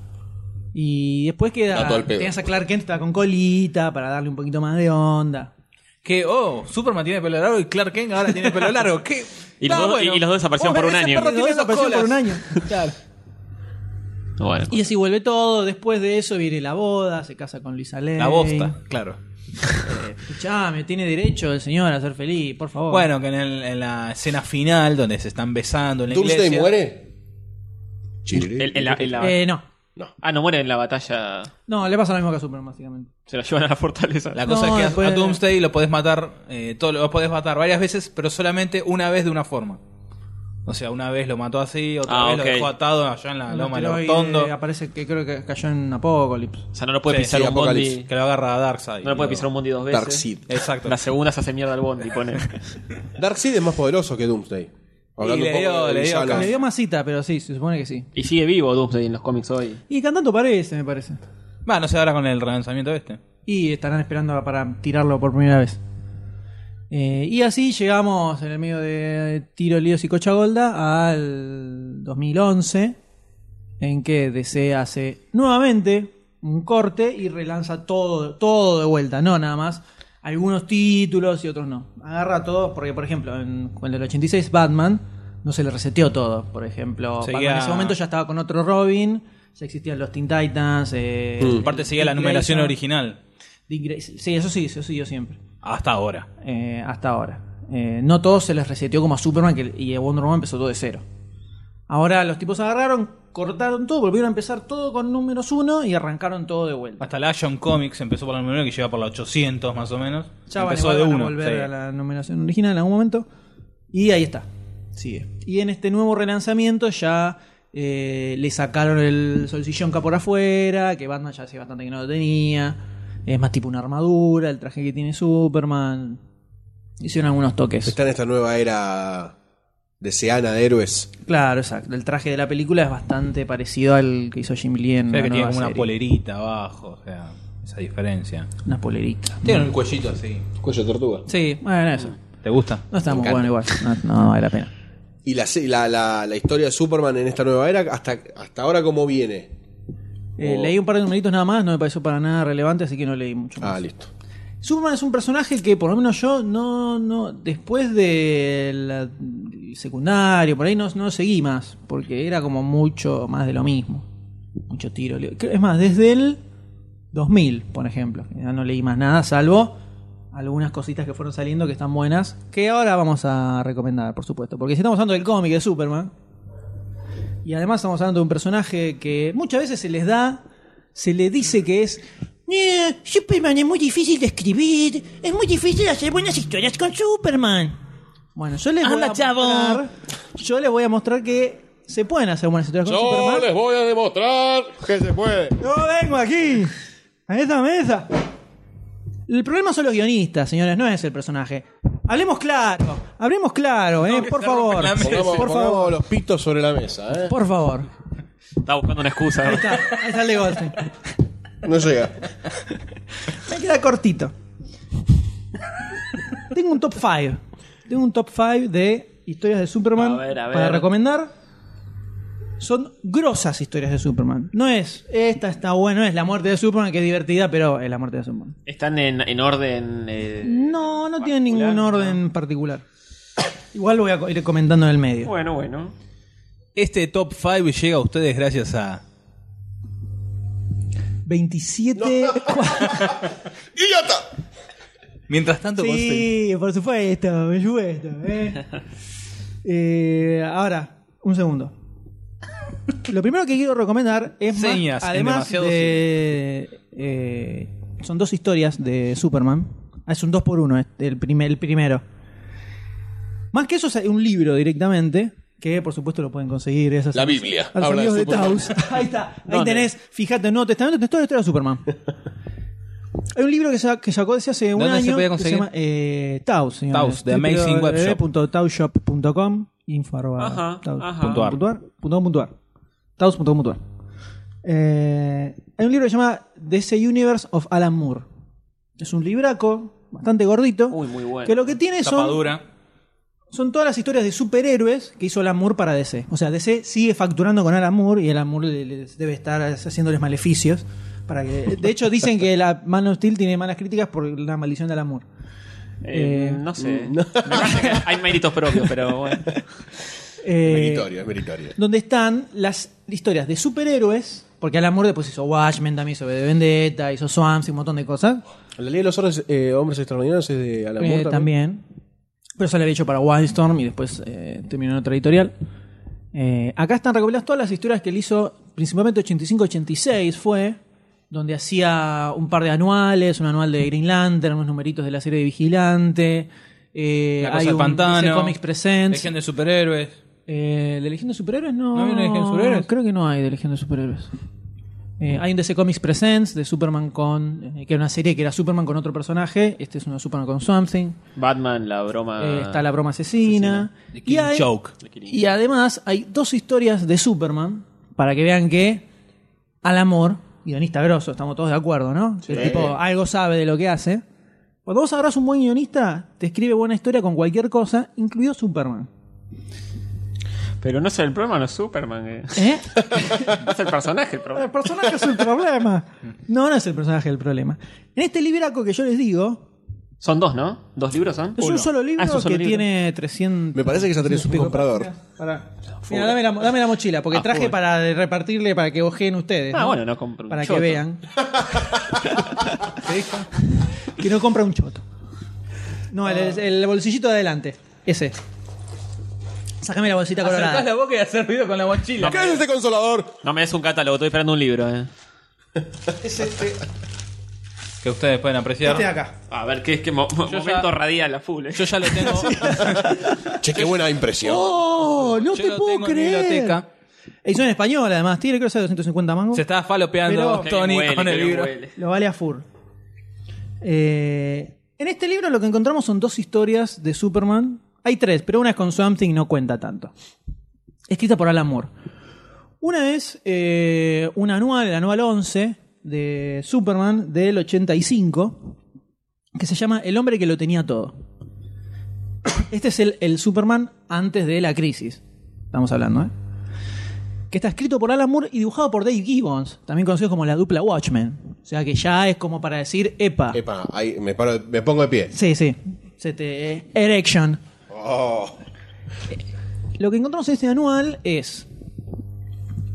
S1: Y después queda.
S4: Está todo al pedo.
S1: Tenías a Clark Kent estaba con colita para darle un poquito más de onda.
S3: Que, oh, Superman tiene pelo largo y Clark Kent ahora tiene pelo largo. ¿Qué? Ah,
S5: Y los dos- y- y los dos desaparecieron por un
S3: ese
S5: año.
S3: perro
S5: Los
S3: tiene dos
S1: desaparecieron por
S3: colas.
S1: un año. Claro.
S5: Bueno.
S1: Y así vuelve todo. Después de eso viene la boda, se casa con Luisa Lane.
S3: La bosta, claro.
S1: Escuchame, tiene derecho el señor a ser feliz, por favor.
S3: Bueno, que en, el- en la escena final, donde se están besando en la
S4: ¿Doomsday
S3: iglesia.
S4: muere?
S5: El- el- la- el- la-
S1: Eh, no.
S5: Ah, no muere en la batalla.
S1: No, le pasa lo mismo que a Superman, básicamente.
S5: Se lo llevan a la fortaleza.
S3: La
S1: No,
S3: cosa es que a-
S1: después-
S3: a Doomsday lo podés matar, eh, todo, lo podés matar varias veces, pero solamente una vez de una forma. O sea, una vez lo mató así, otra
S5: Ah,
S3: vez
S5: ok.
S3: lo dejó atado allá en la
S1: Un
S3: loma del
S1: asteroide
S3: Ah, tondo.
S1: Aparece que creo que cayó en Apocalypse.
S5: O sea, no lo puede
S3: Sí,
S5: pisar
S4: sí,
S5: un bondi.
S4: Apocalipsis.
S3: Que lo agarra a Darkseid.
S5: No lo puede pisar un bondi dos veces.
S4: Darkseid.
S3: Exacto.
S5: La segunda se hace mierda al bondi, pone.
S4: Darkseid es más poderoso que Doomsday. Hablando
S3: le
S4: un poco
S3: dio-
S4: de
S3: le dio
S4: villanos.
S3: acá.
S1: Le dio masita, pero sí, se supone que sí.
S5: Y sigue vivo Doomsday en los cómics hoy.
S1: Y cantando parece, me parece.
S3: Va, no sé ahora con el relanzamiento este.
S1: Y estarán esperando para tirarlo por primera vez. Eh, y así llegamos en el medio de tiro, líos y cochagolda al 2011, en que DC hace nuevamente un corte y relanza todo, todo de vuelta, no nada más. Algunos títulos y otros no. Agarra todos, porque por ejemplo, en, con el 86 Batman no se le reseteó todo. Por ejemplo,
S3: Seguía-
S1: Batman en ese momento ya estaba con otro Robin, ya existían los Teen Titans. eh,
S4: Mm.
S3: Aparte seguía la
S1: Dick
S3: numeración
S1: Grayson,
S3: original.
S1: Dick Grayson. Sí, eso sí, eso sí, yo siempre.
S3: Hasta ahora.
S1: eh, hasta ahora. Eh, no todos se les reseteó como a Superman que, y a Wonder Woman empezó todo de cero. Ahora los tipos agarraron, cortaron todo, volvieron a empezar todo con números uno y arrancaron todo de vuelta.
S3: Hasta la Action Comics empezó por la número que llega por la 800 más o menos.
S1: Ya van,
S3: empezó
S1: igual
S3: de
S1: van
S3: uno.
S1: a volver
S3: sí.
S1: a la numeración original en algún momento. Y ahí está. Sigue. Y en este nuevo relanzamiento ya eh, le sacaron el solcillón acá por afuera, que Batman ya hace bastante que no lo tenía. Es más tipo una armadura, el traje que tiene Superman. Hicieron algunos toques.
S4: Está en esta nueva era deseana de héroes.
S1: Claro, exacto. El traje de la película es bastante parecido al que hizo Jim Lee en
S3: O sea,
S1: la
S3: que tiene
S1: nueva
S3: como una
S1: serie.
S3: polerita abajo, o sea, esa diferencia.
S1: Una polerita.
S3: Tiene un cuellito así.
S4: Cuello de tortuga.
S1: Sí, bueno, eso.
S3: ¿Te gusta?
S1: No está
S4: Me
S1: muy
S4: encanta.
S1: bueno igual. No, no vale la pena.
S4: Y la, se- la, la, la historia de Superman en esta nueva era, hasta, hasta ahora, ¿cómo viene?
S1: Eh,
S4: Oh.
S1: Leí un par de numeritos nada más, no me pareció para nada relevante, así que no leí mucho más.
S4: Ah, listo.
S1: Superman es un personaje que por lo menos yo no, no después del secundario, por ahí no, no seguí más, porque era como mucho más de lo mismo. Mucho tiro. leo. Creo- Es más, desde el 2000, por ejemplo, ya no leí más nada, salvo algunas cositas que fueron saliendo que están buenas, que ahora vamos a recomendar, por supuesto, porque si estamos hablando del cómic de Superman, y además estamos hablando de un personaje que muchas veces se les da, se le dice que es... "Eh, Superman es muy difícil de escribir, es muy difícil hacer buenas historias con Superman. Bueno, yo les voy a
S7: Anda, chavo.
S1: mostrar, yo les voy a mostrar que se pueden hacer buenas historias con Superman.
S6: voy a demostrar que se puede.
S1: Yo vengo aquí, a esta mesa. El problema son los guionistas, señores, no es el personaje. Hablemos claro, hablemos claro, eh, por favor.
S3: la mesa.
S4: Pongamos,
S1: Por
S4: pongamos
S1: favor,
S4: los pitos sobre la mesa, ¿eh?
S1: por favor.
S5: Estaba buscando una excusa.
S1: Ahí está, ahí está el de Goldstein.
S4: No llega.
S1: Me queda cortito. Tengo un top 5. Tengo un top 5 de historias de Superman
S5: A ver, a ver.
S1: para recomendar. Son grosas historias de Superman. No es, esta está buena, no es la muerte de Superman, que es divertida, pero es la muerte de Superman.
S5: Están en, en orden. eh,
S1: No, no tiene
S5: particular,
S1: ningún
S5: ¿no?
S1: orden particular. Igual lo voy a co- ir comentando en el medio.
S5: Bueno, bueno.
S3: Este top 5 llega a ustedes gracias a
S1: 27.
S4: ¡Idiota!
S3: Mientras tanto, Goldstein.
S1: sí, por supuesto, por supuesto. eh. Eh, ahora, un segundo. Lo primero que quiero recomendar es más-
S3: Señas en
S1: además
S3: demasiado
S1: de eh, son dos historias de Superman. Ah, Es un 2 por 1 el, primer, el primero. Más que eso es un libro directamente que por supuesto lo pueden conseguir esas
S4: La Biblia.
S1: a los
S4: Habla de
S1: amigos de,
S4: Superman.
S1: Taus. Ahí está. Ahí
S5: ¿Dónde?
S1: tenés, fíjate, Nuevo Testamento, tenés toda la historia de Superman. Hay un libro que, sa- que sacó desde hace un
S3: ¿Dónde
S1: año.
S3: se puede
S1: que
S3: conseguir?
S1: llama, eh, Taos, señores.
S3: Taos, The Amazing Web Shop.
S1: www.taoshop.com info arroba
S5: Ajá,
S1: taos
S5: ajá.
S1: punto ar, punto ar, punto com, punto ar. Taos punto com, punto ar. Eh, hay un libro que se llama DC Universe of Alan Moore. Es un libraco bastante gordito.
S5: Uy, muy bueno.
S1: Que lo que tiene
S3: Tapa
S1: son
S3: dura.
S1: son todas las historias de superhéroes que hizo Alan Moore para DC. O sea, DC sigue facturando con Alan Moore y Alan Moore le- les debe estar haciéndoles maleficios. Para que, de hecho, dicen que la Man of Steel tiene malas críticas por la maldición de Alan Moore.
S5: Eh,
S1: Eh,
S5: no sé. Me parece que hay méritos propios, pero bueno.
S1: Eh,
S4: Meritorio, es meritorio.
S1: donde están las historias de superhéroes, porque Alan Moore después hizo Watchmen, también hizo V de Vendetta, hizo Swamps y un montón de cosas.
S4: La ley de los hombres, eh, hombres extraordinarios es de Alan Moore
S1: Eh, también. Pero se lo había hecho para Wildstorm y después eh, terminó en otra editorial. Eh, acá están recopiladas todas las historias que él hizo, principalmente 85-86 fue, donde hacía un par de anuales, un anual de Green Lantern, unos numeritos de la serie de Vigilante. eh,
S3: La cosa
S1: hay
S3: del
S1: un
S3: pantano.
S1: DC Comics Presents.
S3: Legión de superhéroes.
S1: Eh, ¿De Legión de Superhéroes? No.
S3: ¿No hay una Legión de Superhéroes?
S1: Creo que no hay de Legión de Superhéroes. Eh, hay un DC Comics Presents de Superman con. eh, que era una serie que era Superman con otro personaje. Este es una Superman con Something.
S5: Batman, la broma.
S1: Eh, está la broma asesina.
S3: The
S1: Y,
S3: Killing
S1: hay-
S3: Joke.
S1: y además hay dos historias de Superman para que vean que al amor, guionista grosso, estamos todos de acuerdo, ¿no? Que El tipo algo sabe de lo que hace. Cuando vos sabrás un buen guionista, te escribe buena historia con cualquier cosa, incluido Superman.
S5: Pero no es el problema, no es Superman. eh.
S1: ¿Eh?
S5: No es el personaje el
S1: El
S5: problema.
S1: personaje es el problema. No, no es el personaje el problema. En este libraco que yo les digo,
S5: Son dos, ¿no? ¿Dos libros son?
S1: Es un solo libro
S5: Ah, es un solo
S1: que
S5: libro.
S1: tiene 300.
S4: Me parece que ya tenés un
S1: Pico,
S4: comprador.
S1: pará, pará. Mira, dame la, dame la mochila, porque
S5: Ah,
S1: traje
S5: full.
S1: para de- repartirle para que ojeen ustedes.
S5: Ah, bueno, no compro un
S1: Para que
S5: choto.
S1: vean. ¿Te dijo? que no compra un choto. No, el, el bolsillito de adelante. Ese. Sácame la bolsita colorada.
S8: Acercás la boca y hacer ruido con la mochila.
S4: ¿Qué es este consolador?
S5: No me des un catálogo, estoy esperando un libro. eh.
S3: Que ustedes pueden apreciar.
S1: Este de acá.
S5: A ver, ¿qué es que mo-
S3: ya-
S5: momento radial a full? eh.
S3: Yo ya lo tengo.
S4: Che, qué buena impresión.
S1: ¡Oh! ¡No
S3: yo
S1: te
S3: lo
S1: puedo
S3: tengo en mi
S1: creer!
S3: biblioteca.
S1: Edición en español, además. Tiene, creo que sea 250 mangos.
S3: Se está falopeando
S1: Pero-
S5: Qué
S3: Tony
S5: bien huele,
S3: con
S5: qué
S3: el
S5: bien
S3: libro.
S5: huele.
S1: Lo vale a Fur. Eh, en este libro lo que encontramos son dos historias de Superman. Hay tres, pero una es con Something y no cuenta tanto. Escrita por Alan Moore. Una es eh, un anual, el anual 11 de Superman del 85, que se llama El hombre que lo tenía todo. Este es el, el Superman antes de la crisis. Estamos hablando, ¿eh? que está escrito por Alan Moore y dibujado por Dave Gibbons, también conocido como la dupla Watchmen. O sea que ya es como para decir, epa.
S4: Epa, ahí me, paro, me pongo de pie.
S1: Sí, sí. Se te- eh, erection. Eh, Lo que encontramos en este anual es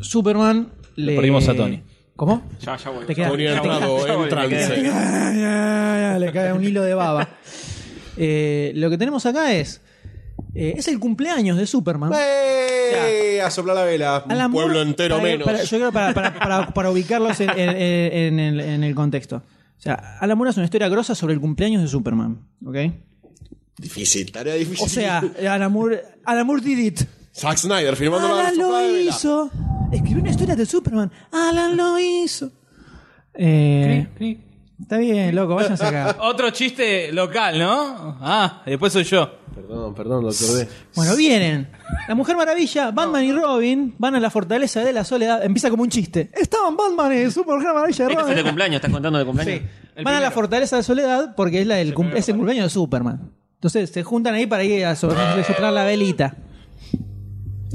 S1: Superman. Le
S3: perdimos a Tony.
S1: ¿Cómo?
S5: Ya, ya voy.
S1: Te queda-
S4: Tony
S1: te queda-
S4: Arnado en trance.
S1: Ay, ay, ay, le cae un hilo de baba. Eh, lo que tenemos acá es. eh, es el cumpleaños de Superman.
S4: ¡Ey! ¡Eh! A soplar la vela.
S1: Alan
S4: Un
S1: Moore,
S4: pueblo entero
S1: para-
S4: menos.
S1: para- yo creo para, para- para- para ubicarlos en, en- en- en el, en el contexto. O sea, Alan Moore es una historia grosa sobre el cumpleaños de Superman. ¿Ok?
S4: Difícil, tarea difícil.
S1: O sea, Alan Moore, Alan Moore did it.
S4: Zack Snyder firmando la
S1: Alan
S4: soplada de
S1: lo
S4: vela.
S1: hizo. Escribió una historia de Superman. Alan lo hizo. Eh, está bien, loco, váyanse acá.
S3: Otro chiste local, ¿no? Ah, después soy yo.
S4: Perdón, perdón, lo acordé.
S1: Bueno, vienen. La Mujer Maravilla, Batman y Robin van a la fortaleza de la soledad. Empieza como un chiste. Estaban Batman y Super Mujer Maravilla y
S5: Este es el de
S1: Robin.
S5: cumpleaños, ¿estás contando de cumpleaños?
S1: Van a la fortaleza de soledad porque es, la del cum- es el cumpleaños de Superman. Entonces se juntan ahí para ir a so- a soplar la velita.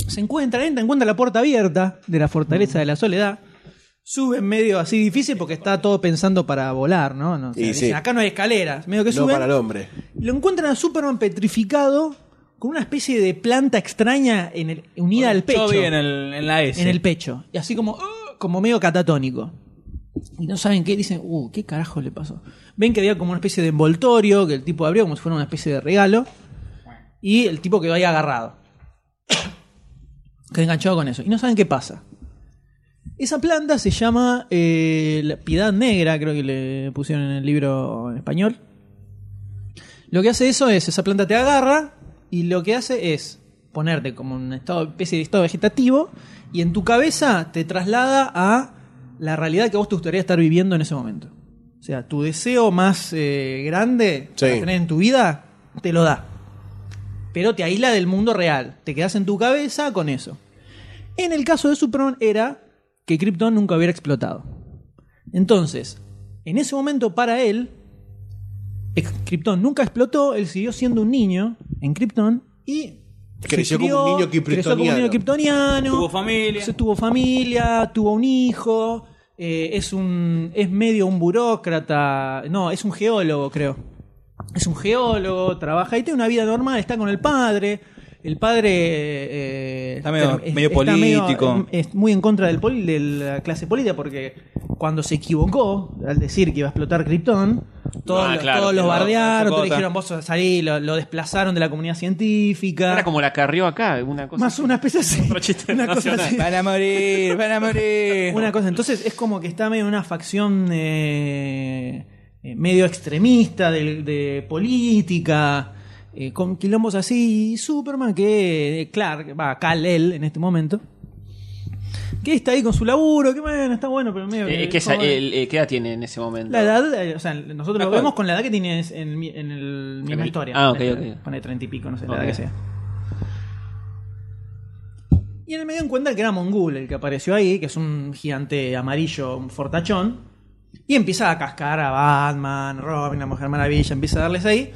S1: Se encuentran, entran, encuentran la puerta abierta de la fortaleza de la soledad. Suben medio así difícil porque está todo pensando para volar, ¿no? No, o sea,
S4: Y
S1: dicen,
S4: sí.
S1: Acá no hay escaleras. Medio que
S4: No
S1: suben.
S4: para el hombre.
S1: Lo encuentran a Superman petrificado con una especie de planta extraña en el- unida al pecho
S3: Yo vi en, el, en la S.
S1: en el pecho. Y así como, "Ah", como medio catatónico. Y no saben qué, dicen, uh, ¿qué carajo le pasó? Ven que había como una especie de envoltorio que el tipo abrió como si fuera una especie de regalo. Y el tipo quedó ahí agarrado. Quedó enganchado con eso. Y no saben qué pasa. Esa planta se llama eh, la Piedad Negra, creo que le pusieron en el libro en español. Lo que hace eso es, esa planta te agarra y lo que hace es ponerte como en una estado- especie de estado vegetativo y en tu cabeza te traslada a la realidad que a vos te gustaría estar viviendo en ese momento. O sea, tu deseo más eh, grande para
S4: Sí.
S1: tener en tu vida te lo da. Pero te aísla del mundo real. Te quedas en tu cabeza con eso. En el caso de Superman era que Krypton nunca hubiera explotado. Entonces, en ese momento para él, ex- Krypton nunca explotó, él siguió siendo un niño en Krypton y se
S4: Creció como un niño
S1: creció como un niño
S4: kryptoniano.
S1: kryptoniano,
S3: Tuvo familia.
S1: se tuvo familia, tuvo un hijo, eh, es un es medio un burócrata, no, es un geólogo, creo. Es un geólogo, trabaja y tiene una vida normal, está con el padre. El padre eh,
S3: Está medio-
S1: es-
S3: medio
S1: está em,
S3: político.
S1: es muy en contra del poli- de la clase política porque cuando se equivocó al decir que iba a explotar Krypton, todos,
S5: Ah,
S1: los-
S5: claro,
S1: todos los
S5: pero
S1: bardearon,
S3: tampoco
S1: todos
S3: tan-
S1: dijeron vos sos ahí", lo, lo desplazaron de la comunidad científica.
S5: Era como la carrió acá, una cosa.
S1: más
S5: así.
S1: una especie así,
S5: Otro chiste
S1: una cosa
S5: nacional.
S1: así.
S3: Van a morir, van a morir.
S1: Una cosa, entonces es como que está medio una facción eh, eh, medio extremista de, de política, eh, con quilombos así, y Superman, que eh, Clark, va, Kal-El en este momento, que está ahí con su laburo, que bueno, está bueno, pero medio...
S5: Eh,
S1: que-
S5: ¿qué, es-
S1: joven.
S5: el- eh, ¿Qué edad tiene en ese momento?
S1: La edad, eh, o sea, nosotros lo
S5: Ajá.
S1: vemos con la edad que tiene en, mi- en el misma
S5: el-
S1: historia.
S5: ah, ok,
S1: Pone-
S5: ok.
S1: Pone 30 y pico, no sé, la edad
S5: Ok.
S1: que sea. Y en el medio encuentra el que era Mongul, el que apareció ahí, que es un gigante amarillo, un fortachón. Y empieza a cascar a Batman, Robin, la Mujer Maravilla, empieza a darles ahí.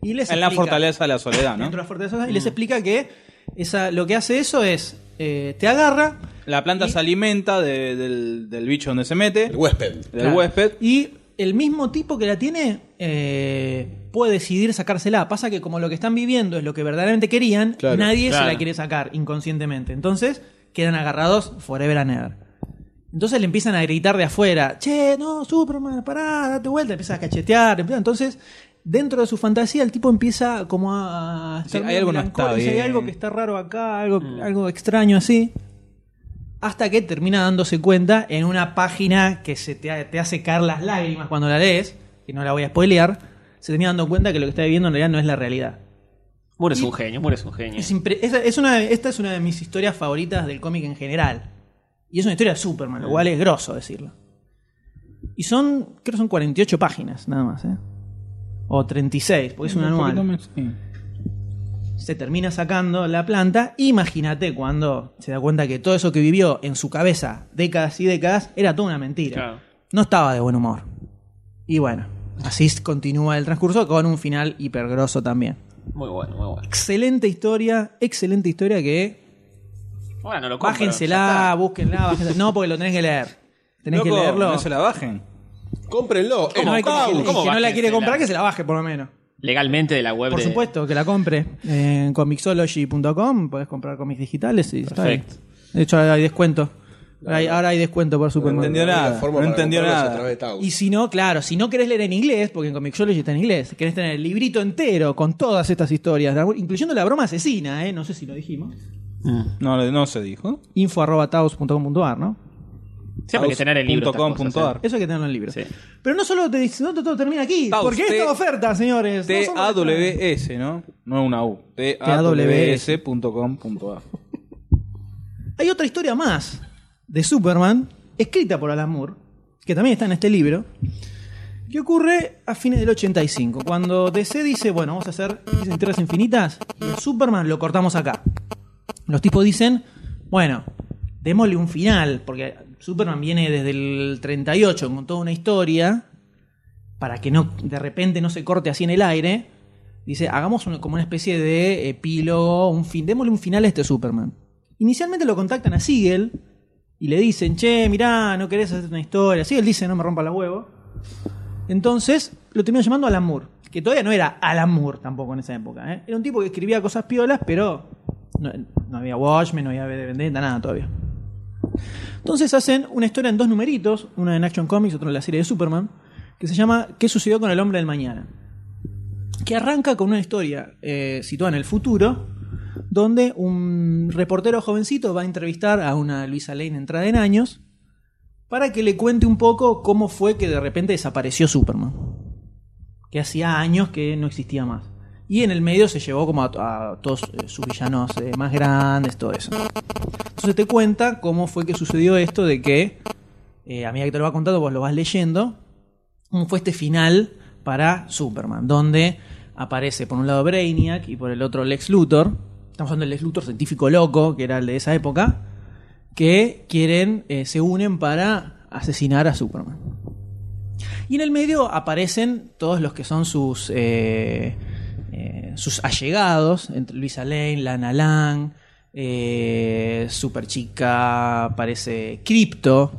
S1: Y les
S3: En la
S1: explica-
S3: fortaleza de la soledad, ¿no?
S1: dentro de la fortaleza,
S5: Mm.
S1: y les explica que esa, lo que hace eso es, eh, te agarra,
S3: La planta
S1: Y-
S3: se alimenta de- del, del bicho donde se mete,
S4: El huésped.
S3: del
S1: Claro.
S3: huésped.
S1: Y el mismo tipo que la tiene eh, puede decidir sacársela. Pasa que como lo que están viviendo es lo que verdaderamente querían,
S4: Claro.
S1: nadie
S3: Claro.
S1: se la quiere sacar inconscientemente. Entonces quedan agarrados forever and ever. Entonces le empiezan a gritar de afuera, che, no, Superman, pará, date vuelta, empieza a cachetear. empieza- Entonces, dentro de su fantasía, el tipo empieza como a...
S3: Sí,
S1: estar
S3: hay algo no
S1: melancólico,
S3: está
S1: dice, Hay
S3: bien". Mm.
S1: algo que está raro acá, algo, algo extraño así. Hasta que termina dándose cuenta en una página que se te, te hace caer las lágrimas cuando la lees, que no la voy a spoilear, se termina dando cuenta que lo que está viviendo en realidad no es la realidad.
S5: Moore es
S1: Y-
S5: un genio, Moore es un genio.
S1: Es impre- es- es una, esta es una de mis historias favoritas del cómic en general. Y es una historia de Superman, lo cual es grosso decirlo. Y son, creo que son 48 páginas nada más, ¿eh? O 36, porque es un anual. Se termina sacando la planta. Imagínate cuando se da cuenta que todo eso que vivió en su cabeza décadas y décadas era toda una mentira.
S5: Claro.
S1: No estaba de buen humor. Y bueno, así continúa el transcurso con un final hipergrosso también.
S5: Muy bueno, muy bueno.
S1: Excelente historia, excelente historia que
S5: Bueno, lo compro. ya
S1: Bájensela,
S5: está.
S1: búsquenla, bájensela. No, porque lo tenés que leer. Tenés
S3: Loco,
S1: que leerlo.
S3: No se la bajen.
S4: Cómprenlo.
S1: Que no hay-
S4: en Pau.
S1: que- que
S5: ¿Cómo
S1: no la quiere
S5: bájensela?
S1: comprar, que se la baje por lo menos.
S5: Legalmente de la web
S1: Por
S5: de-
S1: supuesto, que la compre. En comixology.com podés comprar cómics digitales y está ahí.
S5: Perfecto.
S1: De hecho, ahora hay descuento. Ahora hay, ahora hay descuento por
S4: No
S1: Superman.
S3: entendió nada,
S4: La forma
S3: no
S4: para
S3: entendió
S4: comprarlo es
S3: nada.
S4: a través de Tau.
S1: Y si no, claro, si no querés leer en inglés, porque en Comixology está en inglés, querés tener el librito entero con todas estas historias, incluyendo la broma asesina, ¿eh? no sé si lo dijimos.
S5: Mm.
S3: No, no se dijo.
S1: Info arroba taos.com.ar, ¿no?
S5: Siempre hay que tener el libro. estas
S3: Taos.com.ar.
S5: cosas, ¿eh?
S1: Eso hay que tenerlo en libro.
S5: Sí.
S1: Pero no solo te, no todo termina aquí,
S3: Taos,
S1: porque
S3: T-
S1: esta oferta, señores. no son las
S3: E.
S1: que están.
S3: TAWS, ¿no? No una U. TAWS.com.ar.
S1: Hay otra historia más de Superman, escrita por Alan Moore, que también está en este libro, que ocurre a fines del 85, cuando DC dice, bueno, vamos a hacer Crisis en Tierras Infinitas, y a Superman lo cortamos acá. Los tipos dicen, bueno, démosle un final, porque Superman viene desde el 38 con toda una historia, para que no de repente no se corte así en el aire. Dice, hagamos un- como una especie de epílogo, un fin, démosle un final a este Superman. Inicialmente lo contactan a Siegel y le dicen, che, mirá, no querés hacer una historia. Siegel dice, no me rompa la huevo. Entonces lo terminó llamando Alan Moore, que todavía no era Alan Moore tampoco en esa época. ¿eh? Era un tipo que escribía cosas piolas, pero no, no había Watchmen, no había V de Vendetta, nada todavía. Entonces hacen una historia en dos numeritos, una en Action Comics, otra en la serie de Superman, que se llama ¿Qué sucedió con el hombre del mañana? Que arranca con una historia eh, situada en el futuro, donde un reportero jovencito va a entrevistar a una Luisa Lane entrada en años para que le cuente un poco cómo fue que de repente desapareció Superman. Que hacía años que no existía más. Y en el medio se llevó como a, a todos eh, sus villanos eh, más grandes, todo eso. Entonces te cuenta cómo fue que sucedió esto de que, eh, a medida que te lo va contando, vos lo vas leyendo, cómo fue este final para Superman, donde aparece por un lado Brainiac y por el otro Lex Luthor. Estamos hablando del Lex Luthor científico loco, que era el de esa época, que quieren, eh, se unen para asesinar a Superman. Y en el medio aparecen todos los que son sus, eh, eh, sus allegados, entre Luisa Lane, Lana Lang, eh, Superchica, aparece Crypto,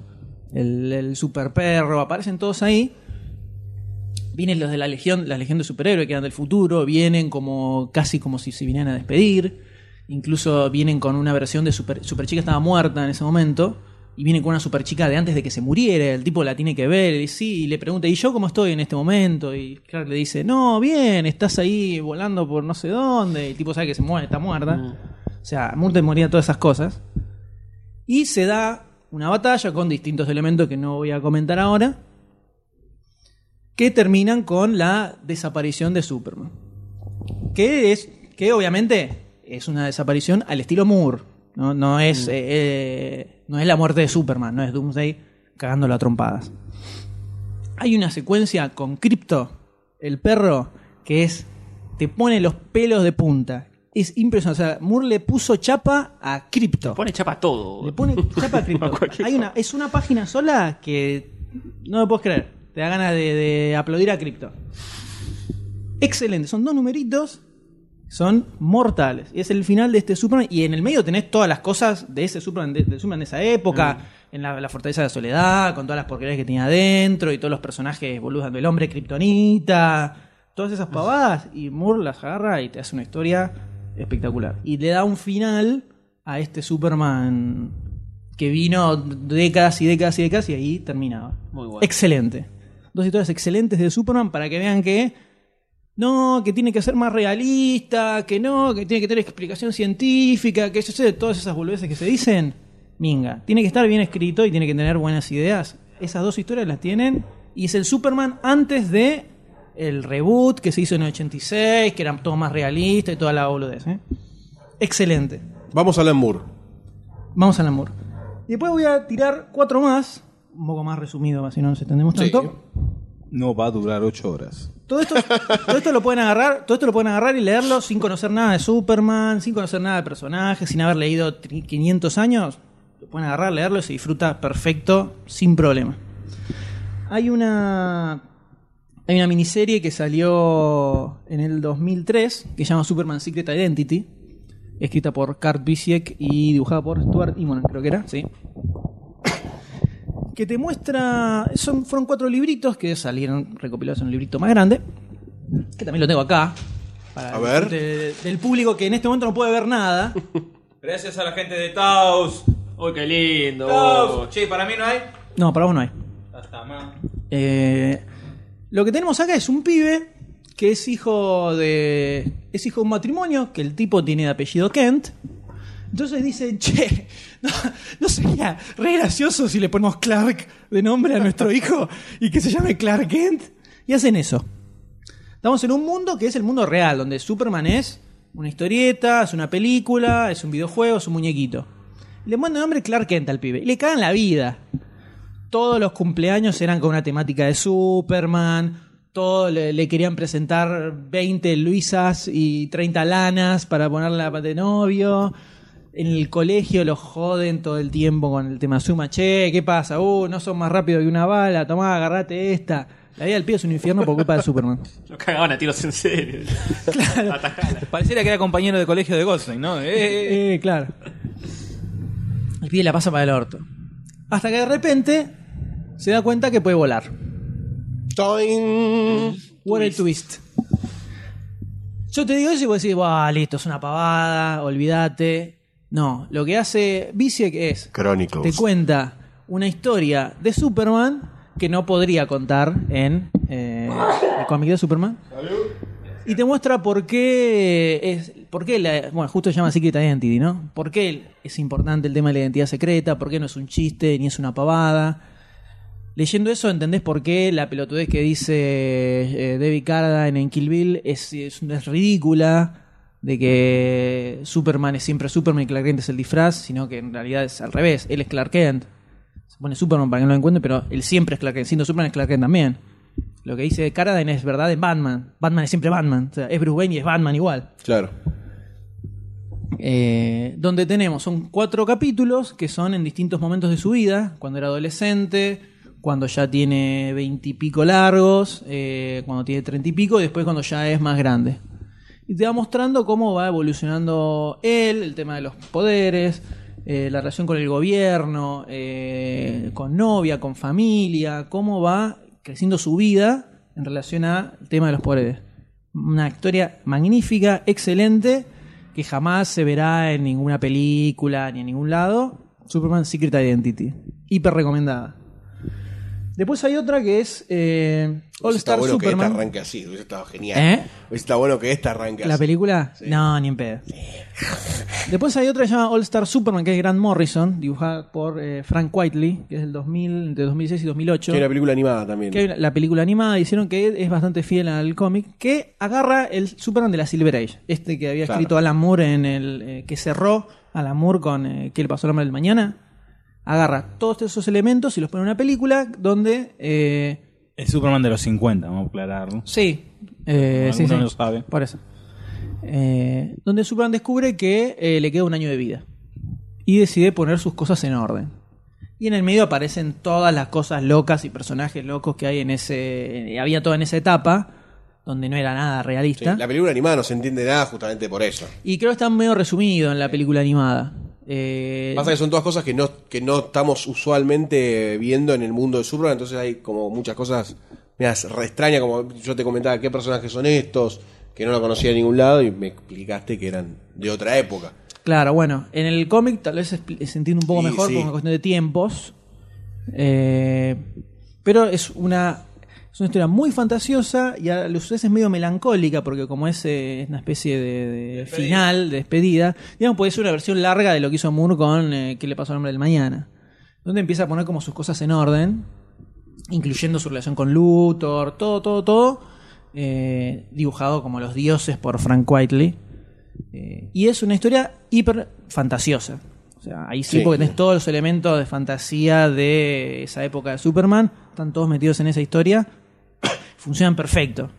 S1: el, el Super Perro, aparecen todos ahí. Vienen los de la Legión, la Legión de Superhéroes que eran del futuro, vienen como casi como si se vinieran a despedir. Incluso vienen con una versión de Super, Superchica estaba muerta en ese momento. Y vienen con una Superchica de antes de que se muriera. El tipo la tiene que ver. Y sí, y le pregunta, ¿y yo cómo estoy en este momento? Y Clark le dice, no, bien, estás ahí volando por no sé dónde. Y el tipo sabe que se muere, está muerta. O sea, Moore te moría todas esas cosas. Y se da una batalla con distintos elementos que no voy a comentar ahora, que terminan con la desaparición de Superman. Que es, que obviamente es una desaparición al estilo Moore. No, no, es, eh, eh, no es la muerte de Superman, no es Doomsday cagándolo a trompadas. Hay una secuencia con Crypto, el perro, que es. te pone los pelos de punta. Es impresionante. O sea, Moore le puso chapa a Crypto.
S5: Pone chapa todo.
S1: Le pone chapa a cripto. Hay una, es una página sola que no me puedes creer. Te da ganas de, de aplaudir a cripto. Excelente. Son dos numeritos. Son mortales. Y es el final de este Superman. Y en el medio tenés todas las cosas de ese Superman de, del Superman de esa época.
S5: Mm.
S1: En la, la Fortaleza de la Soledad, con todas las porquerías que tenía adentro. Y todos los personajes boludos del hombre, Kryptonita. todas esas pavadas y Moore las agarra y te hace una historia espectacular. Y le da un final a este Superman que vino décadas y décadas y décadas y ahí terminaba.
S5: Muy bueno.
S1: Excelente. Dos historias excelentes de Superman para que vean que no, que tiene que ser más realista, que no, que tiene que tener explicación científica, que yo sé, todas esas boludeces que se dicen. Minga, tiene que estar bien escrito y tiene que tener buenas ideas. Esas dos historias las tienen y es el Superman antes de el reboot que se hizo en el 86, que era todo más realista y toda la boludez. ¿eh? Excelente.
S4: Vamos a Alan Moore.
S1: Vamos al amor. Y después voy a tirar cuatro más, un poco más resumido, así no nos entendemos
S4: Sí.
S1: tanto.
S3: No va a durar ocho horas.
S1: Todo esto, todo esto lo pueden agarrar, todo esto lo pueden agarrar y leerlo sin conocer nada de Superman, sin conocer nada de personajes, sin haber leído tri- 500 años. Lo pueden agarrar, leerlo y se disfruta perfecto, sin problema. Hay una hay una miniserie que salió en el 2003 que se llama Superman Secret Identity, escrita por Kurt Busiek y dibujada por Stuart Immonen, creo que era, sí que te muestra. Son, fueron cuatro libritos que salieron recopilados en un librito más grande. Que también lo tengo acá. Para
S4: A
S1: el
S4: ver.
S1: disfrute del público que en este momento no puede ver nada.
S8: Gracias a la gente de Taos.
S5: Uy, qué
S8: Oh.
S5: lindo.
S8: Taos. Che, para mí no hay.
S1: No, para vos no hay.
S8: Hasta más.
S1: Eh, lo que tenemos acá es un pibe que es hijo de. Es hijo de un matrimonio que el tipo tiene de apellido Kent. Entonces dicen, che, no, no sería re gracioso si le ponemos Clark de nombre a nuestro hijo y que se llame Clark Kent. Y hacen eso. Estamos en un mundo que es el mundo real, donde Superman es una historieta, es una película, es un videojuego, es un muñequito. Le mandan el nombre Clark Kent al pibe y le cagan la vida todos los cumpleaños eran con una temática de Superman. Todo le, le querían presentar 20 Luisas y 30 lanas para ponerla de novio. En el colegio los joden todo el tiempo con el tema suma. Che, ¿qué pasa? Uh, no son más rápido que una bala. Tomá, agarrate esta. La vida del pie es un infierno por culpa de Superman.
S5: Lo cagaban a tiros en serio. Claro. Atajala.
S8: Pareciera que era compañero de colegio de Goldstein, ¿no? Eh, eh, eh.
S1: Eh, claro. El pibe la pasa para el orto. Hasta que de repente se da cuenta que puede volar.
S4: Toing.
S1: What a twist. Yo te digo eso y vos decís, "Buah, listo, es una pavada, olvídate. No, lo que hace Bisiek es, te
S4: Chronicles.
S1: cuenta una historia de Superman que no podría contar en eh, el cómic de Superman. Y te muestra por qué es, por qué la- bueno, justo se llama Secret Identity, ¿no? Por qué es importante el tema de la identidad secreta, por qué no es un chiste ni es una pavada. Leyendo eso entendés por qué la pelotudez que dice eh, David Carradine en Kill Bill es, es, es ridícula, de que Superman es siempre Superman y Clark Kent es el disfraz, sino que en realidad es al revés, él es Clark Kent. Se pone Superman para que no lo encuentre, pero él siempre es Clark Kent, siendo Superman es Clark Kent también. Lo que dice Carradine es verdad en Batman, Batman es siempre Batman, o sea, es Bruce Wayne y es Batman igual.
S4: Claro.
S1: Eh, donde tenemos, son cuatro capítulos que son en distintos momentos de su vida, cuando era adolescente, cuando ya tiene veintipico largos, eh, cuando tiene treinta y pico, y después cuando ya es más grande. Y te va mostrando cómo va evolucionando él, el tema de los poderes, eh, la relación con el gobierno, eh, con novia, con familia, cómo va creciendo su vida en relación al tema de los poderes. Una historia magnífica, excelente, que jamás se verá en ninguna película ni en ningún lado. Superman Secret Identity. Hiper recomendada. Después hay otra que es eh, All
S4: Hubiese estado
S1: Star
S4: bueno que
S1: Superman.
S4: esta arranque así. Hubiese estado genial.
S1: ¿Eh?
S4: Hubiese estado bueno que esta arranque
S1: ¿La
S4: así.
S1: película? No, ni en pedo. Después hay otra que se llama All Star Superman, que es Grant Morrison, dibujada por eh, Frank Whiteley, que es del 2000, entre 2006 y 2008.
S4: Que hay una película animada también.
S1: Que hay una- la película animada hicieron que es bastante fiel al cómic, que agarra el Superman de la Silver Age, este que había
S4: Claro.
S1: escrito Alan Moore en el eh, que cerró Alan Moore con eh, que le pasó el hombre del mañana. Agarra todos esos elementos y los pone en una película donde eh,
S3: El Superman de los 50, vamos a aclararlo.
S1: Sí. Eh,
S3: Alguno
S1: sí, sí.
S3: no lo sabe.
S1: Por eso. Eh, donde Superman descubre que eh, le queda un año de vida. Y decide poner sus cosas en orden. Y en el medio aparecen todas las cosas locas y personajes locos que hay en ese. eh, había toda en esa etapa. Donde no era nada
S4: Sí,
S1: realista.
S4: la película animada no se entiende nada justamente por eso.
S1: Y creo que está medio resumido en la película animada. Eh,
S4: Pasa que son todas cosas que no, que no estamos usualmente viendo en el mundo de Superman, entonces hay como muchas cosas Mira, es re extraña, como yo te comentaba qué personajes son estos, que no lo conocía de ningún lado, y me explicaste que eran de otra época.
S1: Claro, bueno, en el cómic tal vez expli- se entiende un poco
S4: Y
S1: mejor
S4: sí.
S1: por una cuestión de tiempos. Eh, pero es una, es una historia muy fantasiosa y a los es medio melancólica porque como es eh, una especie de, de final, de despedida, digamos, puede ser una versión larga de lo que hizo Moore con eh, ¿Qué le pasó al hombre del mañana? Donde empieza a poner como sus cosas en orden, incluyendo su relación con Luthor, todo, todo, todo, eh, dibujado como los dioses por Frank Whiteley. Eh, y es una historia hiper fantasiosa. O sea, ahí sí,
S4: Sí.
S1: porque tenés todos los elementos de fantasía de esa época de Superman, están todos metidos en esa historia, funcionan perfecto.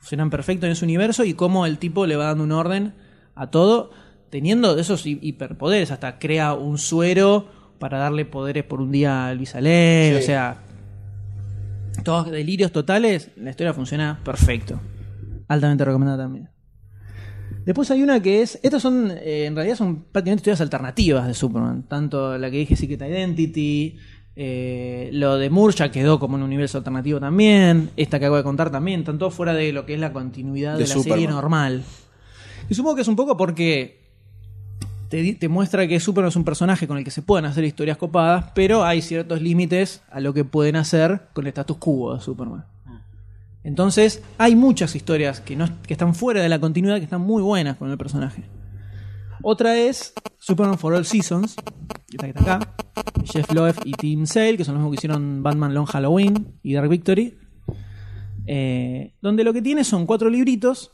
S1: Funcionan perfecto en ese universo y cómo el tipo le va dando un orden a todo, teniendo esos hi- hiperpoderes, hasta crea un suero para darle poderes por un día a Luis Alén, o sea, todos delirios totales, la historia funciona perfecto. Altamente recomendada también. Después hay una que es. Estas son. eh, en realidad son prácticamente historias alternativas de Superman. Tanto la que dije Secret Identity. eh, lo de Moore ya quedó como un universo alternativo también. Esta que acabo de contar también. Tanto fuera de lo que es la continuidad de, la
S4: De
S1: serie
S4: Superman.
S1: normal. Y supongo que es un poco porque. Te, di- te muestra que Superman es un personaje con el que se pueden hacer historias copadas, pero hay ciertos límites a lo que pueden hacer con el status quo de Superman. Entonces, hay muchas historias que, no, que están fuera de la continuidad que están muy buenas con el personaje. Otra es Superman for All Seasons, que está, que está acá, de Jeff Loeb y Tim Sale, que son los mismos que hicieron Batman Long Halloween y Dark Victory. eh, donde lo que tiene son cuatro libritos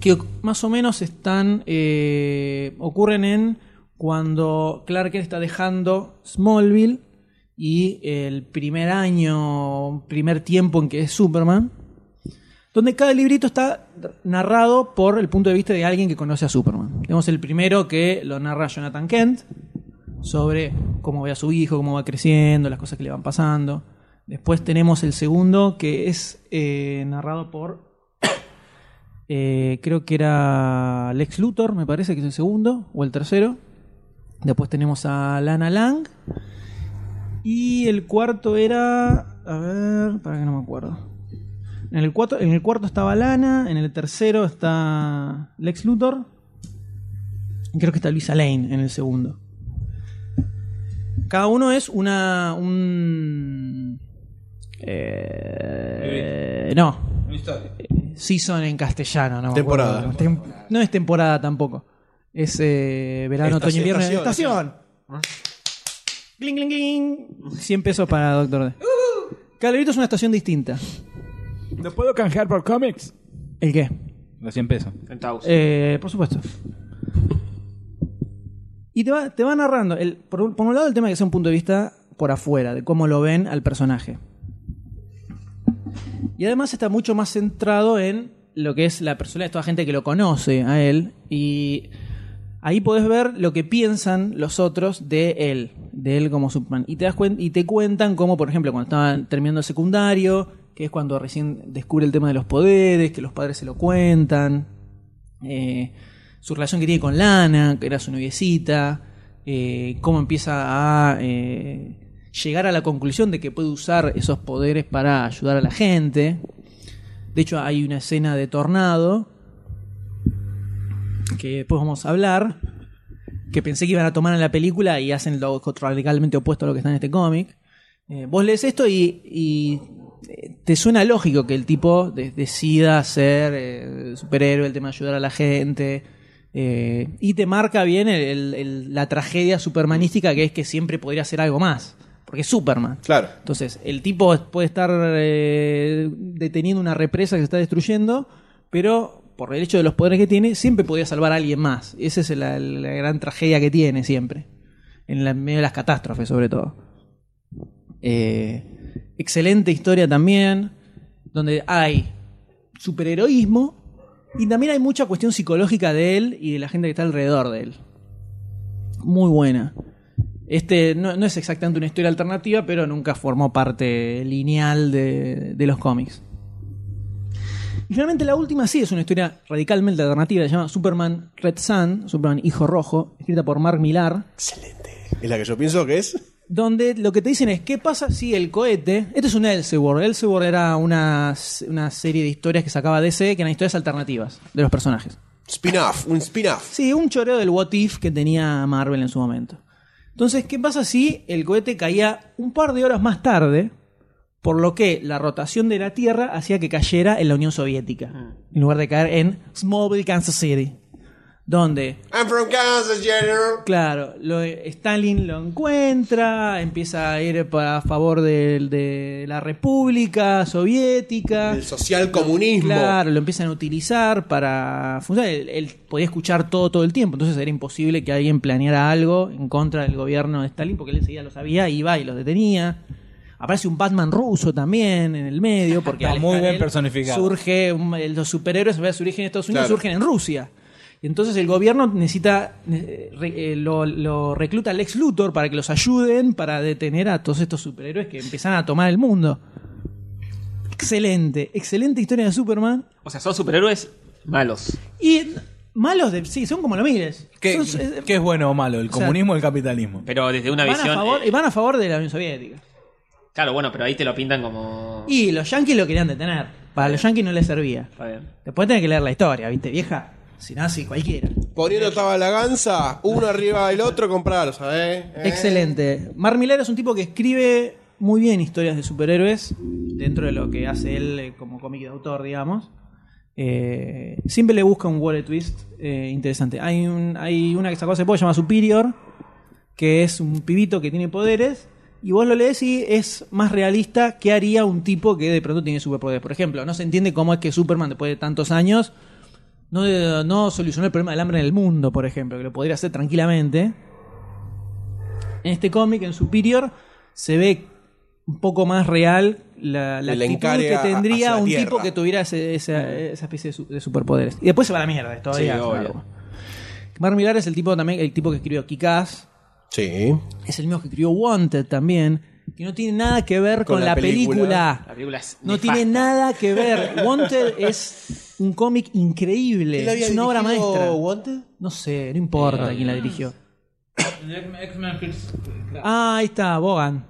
S1: que más o menos están. eh, ocurren en cuando Clark Kent está dejando Smallville y el primer año, primer tiempo en que es Superman, donde cada librito está narrado por el punto de vista de alguien que conoce a Superman. Tenemos el primero que lo narra Jonathan Kent sobre cómo ve a su hijo, cómo va creciendo, las cosas que le van pasando. Después tenemos el segundo que es eh, narrado por eh, creo que era Lex Luthor, me parece que es el segundo, o el tercero. Después tenemos a Lana Lang. Y el cuarto era. A ver, para que no me acuerdo. En el, cuarto, en el cuarto estaba Lana, en el tercero está Lex Luthor. Y creo que está Luisa Lane en el segundo. Cada uno es una. un. eh, no, season en castellano, no me
S4: Temporada.
S1: acuerdo. Tem- no es temporada tampoco. Es eh, verano, otoño,
S4: Estación,
S1: invierno.
S4: estación.
S1: Estación. Cling, cling, cling. 100 pesos para Doctor D. Cada librito es una estación distinta.
S10: ¿Lo puedo canjear por cómics?
S1: ¿El qué?
S3: Los 100 pesos.
S5: Centaus.
S1: Eh, por supuesto. Y te va, te va narrando, el, por, un- por un lado, el tema que sea un punto de vista por afuera, de cómo lo ven al personaje. Y además está mucho más centrado en lo que es la persona de toda gente que lo conoce a él. Y ahí podés ver lo que piensan los otros de él, de él como Superman. Y te, das cuen- y te cuentan cómo, por ejemplo, cuando estaban terminando el secundario, que es cuando recién descubre el tema de los poderes, que los padres se lo cuentan. Eh, su relación que tiene con Lana, que era su noviecita, eh, cómo empieza a eh, llegar a la conclusión de que puede usar esos poderes para ayudar a la gente. De hecho, hay una escena de tornado que después vamos a hablar, que pensé que iban a tomar en la película y hacen lo radicalmente opuesto a lo que está en este cómic. Eh, vos lees esto y, y, eh, te suena lógico que el tipo de- decida ser eh, superhéroe, el tema de ayudar a la gente. eh, y te marca bien el- el- el- la tragedia supermanística que es que siempre podría hacer algo más. Porque es Superman.
S4: Claro.
S1: Entonces, el tipo puede estar eh, deteniendo una represa que se está destruyendo, pero por el hecho de los poderes que tiene, siempre podría salvar a alguien más. Esa es la, la gran tragedia que tiene siempre. En la- en medio de las catástrofes, sobre todo. Eh, excelente historia también, donde hay superheroísmo y también hay mucha cuestión psicológica de él y de la gente que está alrededor de él. Muy buena. Este no, no es exactamente una historia alternativa, pero nunca formó parte lineal de, de los cómics. Y finalmente la última sí es una historia radicalmente alternativa, se llama Superman Red Sun, Superman Hijo Rojo, escrita por Mark Millar.
S4: Es la que yo pienso que es.
S1: donde lo que te dicen es qué pasa si el cohete. Este es un Elseworld. Elseworld era una, una serie de historias que sacaba DC que eran historias alternativas de los personajes.
S4: Spin-off, un spin-off.
S1: Sí, un choreo del what if que tenía Marvel en su momento. Entonces, ¿qué pasa si el cohete caía un par de horas más tarde? Por lo que la rotación de la Tierra hacía que cayera en la Unión Soviética, en lugar de caer en Smallville, Kansas City. Donde,
S4: I'm from Kansas, General.
S1: claro, lo- Stalin lo encuentra, empieza a ir para a favor del- de, la República Soviética.
S4: El social comunismo.
S1: Claro, lo empiezan a utilizar para funcionar. Él, él podía escuchar todo todo el tiempo, entonces era imposible que alguien planeara algo en contra del gobierno de Stalin, porque él enseguida lo sabía, iba y los detenía. Aparece un Batman ruso también en el medio, porque
S3: Está
S1: al
S3: muy
S1: estar
S3: bien
S1: él,
S3: personificado.
S1: Surge un- eh, los superhéroes, en su origen en Estados Unidos,
S4: Claro.
S1: surgen en Rusia. Y entonces el gobierno necesita, eh, re- eh, lo, lo recluta al ex Luthor para que los ayuden para detener a todos estos superhéroes que empiezan a tomar el mundo. Excelente, excelente historia de Superman.
S5: O sea, son superhéroes malos.
S1: Y malos de. Sí, son como lo mires.
S3: ¿Qué,
S1: Son- eh,
S3: qué es bueno o malo? ¿El
S1: sea,
S3: comunismo o el capitalismo?
S5: Pero desde una
S1: van, a
S5: visión.
S1: favor,
S5: eh,
S1: van a favor de la Unión Soviética.
S5: claro, bueno, pero ahí te lo pintan como.
S1: Y los yanquis lo querían detener. Para los yanquis no les servía.
S5: Está bien.
S1: Después tenés que leer la historia, ¿viste, vieja? Si no, así cualquiera.
S4: Poniendo estaba la ganza, uno arriba del otro, comprarlo, ¿sabes? Eh.
S1: Excelente. Mar Millar es un tipo que escribe muy bien historias de superhéroes, dentro de lo que hace él eh, como cómic de autor, digamos. Eh, siempre le busca un wallet twist eh, interesante. Hay, un- hay una que sacó hace poco, se llama Superior, que es un pibito que tiene poderes, y vos lo lees y es más realista que haría un tipo que de pronto tiene superpoderes. Por ejemplo, no se entiende cómo es que Superman, después de tantos años, no, eh, no solucionó el problema del hambre en el mundo, por ejemplo, que lo podría hacer tranquilamente. En este cómic, en Superior, se ve un poco más real la, la
S4: El
S1: actitud
S4: encare
S1: que
S4: a-
S1: tendría
S4: hacia
S1: un
S4: tierra.
S1: tipo que tuviera ese- esa, esa especie de, su- de superpoderes. Y después se va a la mierda, esto
S5: Sí,
S1: todavía.
S5: obvio.
S1: Mark Millar es el tipo también, el tipo que escribió Kick-Ass,
S4: Sí.
S1: es el mismo que escribió Wanted también, que no tiene nada que ver con, la película.
S5: La película es.
S1: No
S5: nefasta.
S1: tiene nada que ver. Wanted es un cómic increíble.
S4: ¿Quién la había
S1: Es una obra
S4: dirigido
S1: maestra.
S4: Wanted?
S1: No sé, no importa quién la dirigió. Ah, ahí está, Bogan.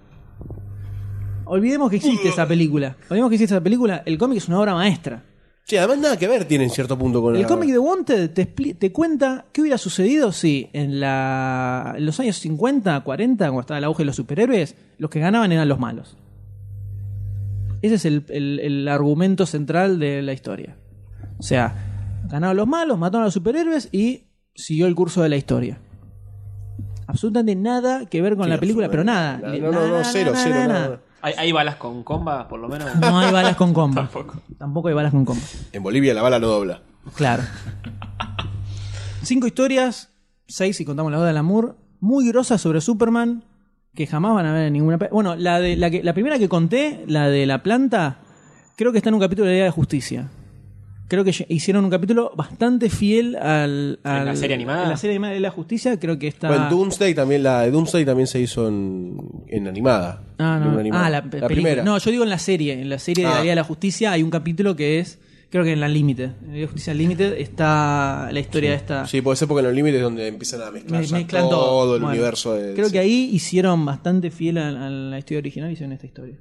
S1: Olvidemos que
S4: Uh.
S1: existe esa película. Olvidemos que existe esa película. El cómic es una obra maestra.
S4: Sí, además nada que ver tiene en cierto punto con
S1: El
S4: la-
S1: cómic de Wanted te, expli- te cuenta qué hubiera sucedido si en, la, en los años 50, 40, cuando estaba el auge de los superhéroes, los que ganaban eran los malos. Ese es el, el- el argumento central de la historia. O sea, ganaron los malos, mataron a los superhéroes y siguió el curso de la historia. Absolutamente nada que ver con la película, pero nada.
S4: No, no, no,
S1: Nada,
S4: cero,
S1: nada,
S4: cero,
S1: nada.
S4: nada.
S5: Hay, hay balas con comba, por lo menos.
S1: No hay balas con combo. Tampoco. Tampoco hay balas con combo.
S4: En Bolivia la bala no dobla.
S1: Claro. Cinco historias, seis si contamos la boda del amor, muy grosas sobre Superman, que jamás van a ver en ninguna... pe- Bueno, la, de, la, que- la primera que conté, la de la planta, creo que está en un capítulo de la Liga de Justicia. Creo que lle- hicieron un capítulo bastante fiel al... al-
S5: la serie animada?
S1: En la serie animada de la Justicia, creo que está...
S4: Bueno, en Doomsday también, la de Doomsday también se hizo en, en animada.
S1: Ah,
S4: En una
S1: no.
S4: animada.
S1: Ah, la, pe- película.
S4: primera.
S1: No, yo digo en la serie. En la serie de
S4: Ah.
S1: la Liga de la Justicia hay un capítulo que es. Creo que en la Límite. En la Liga de Justicia Límite está la historia de esta.
S4: Sí, puede ser porque en los límites es donde empiezan a mezclar
S1: Me-
S4: ya
S1: mezclan
S4: todo,
S1: todo.
S4: el
S1: Bueno,
S4: universo. de-
S1: Creo
S4: sí.
S1: que ahí hicieron bastante fiel a, a la historia original y hicieron esta historia.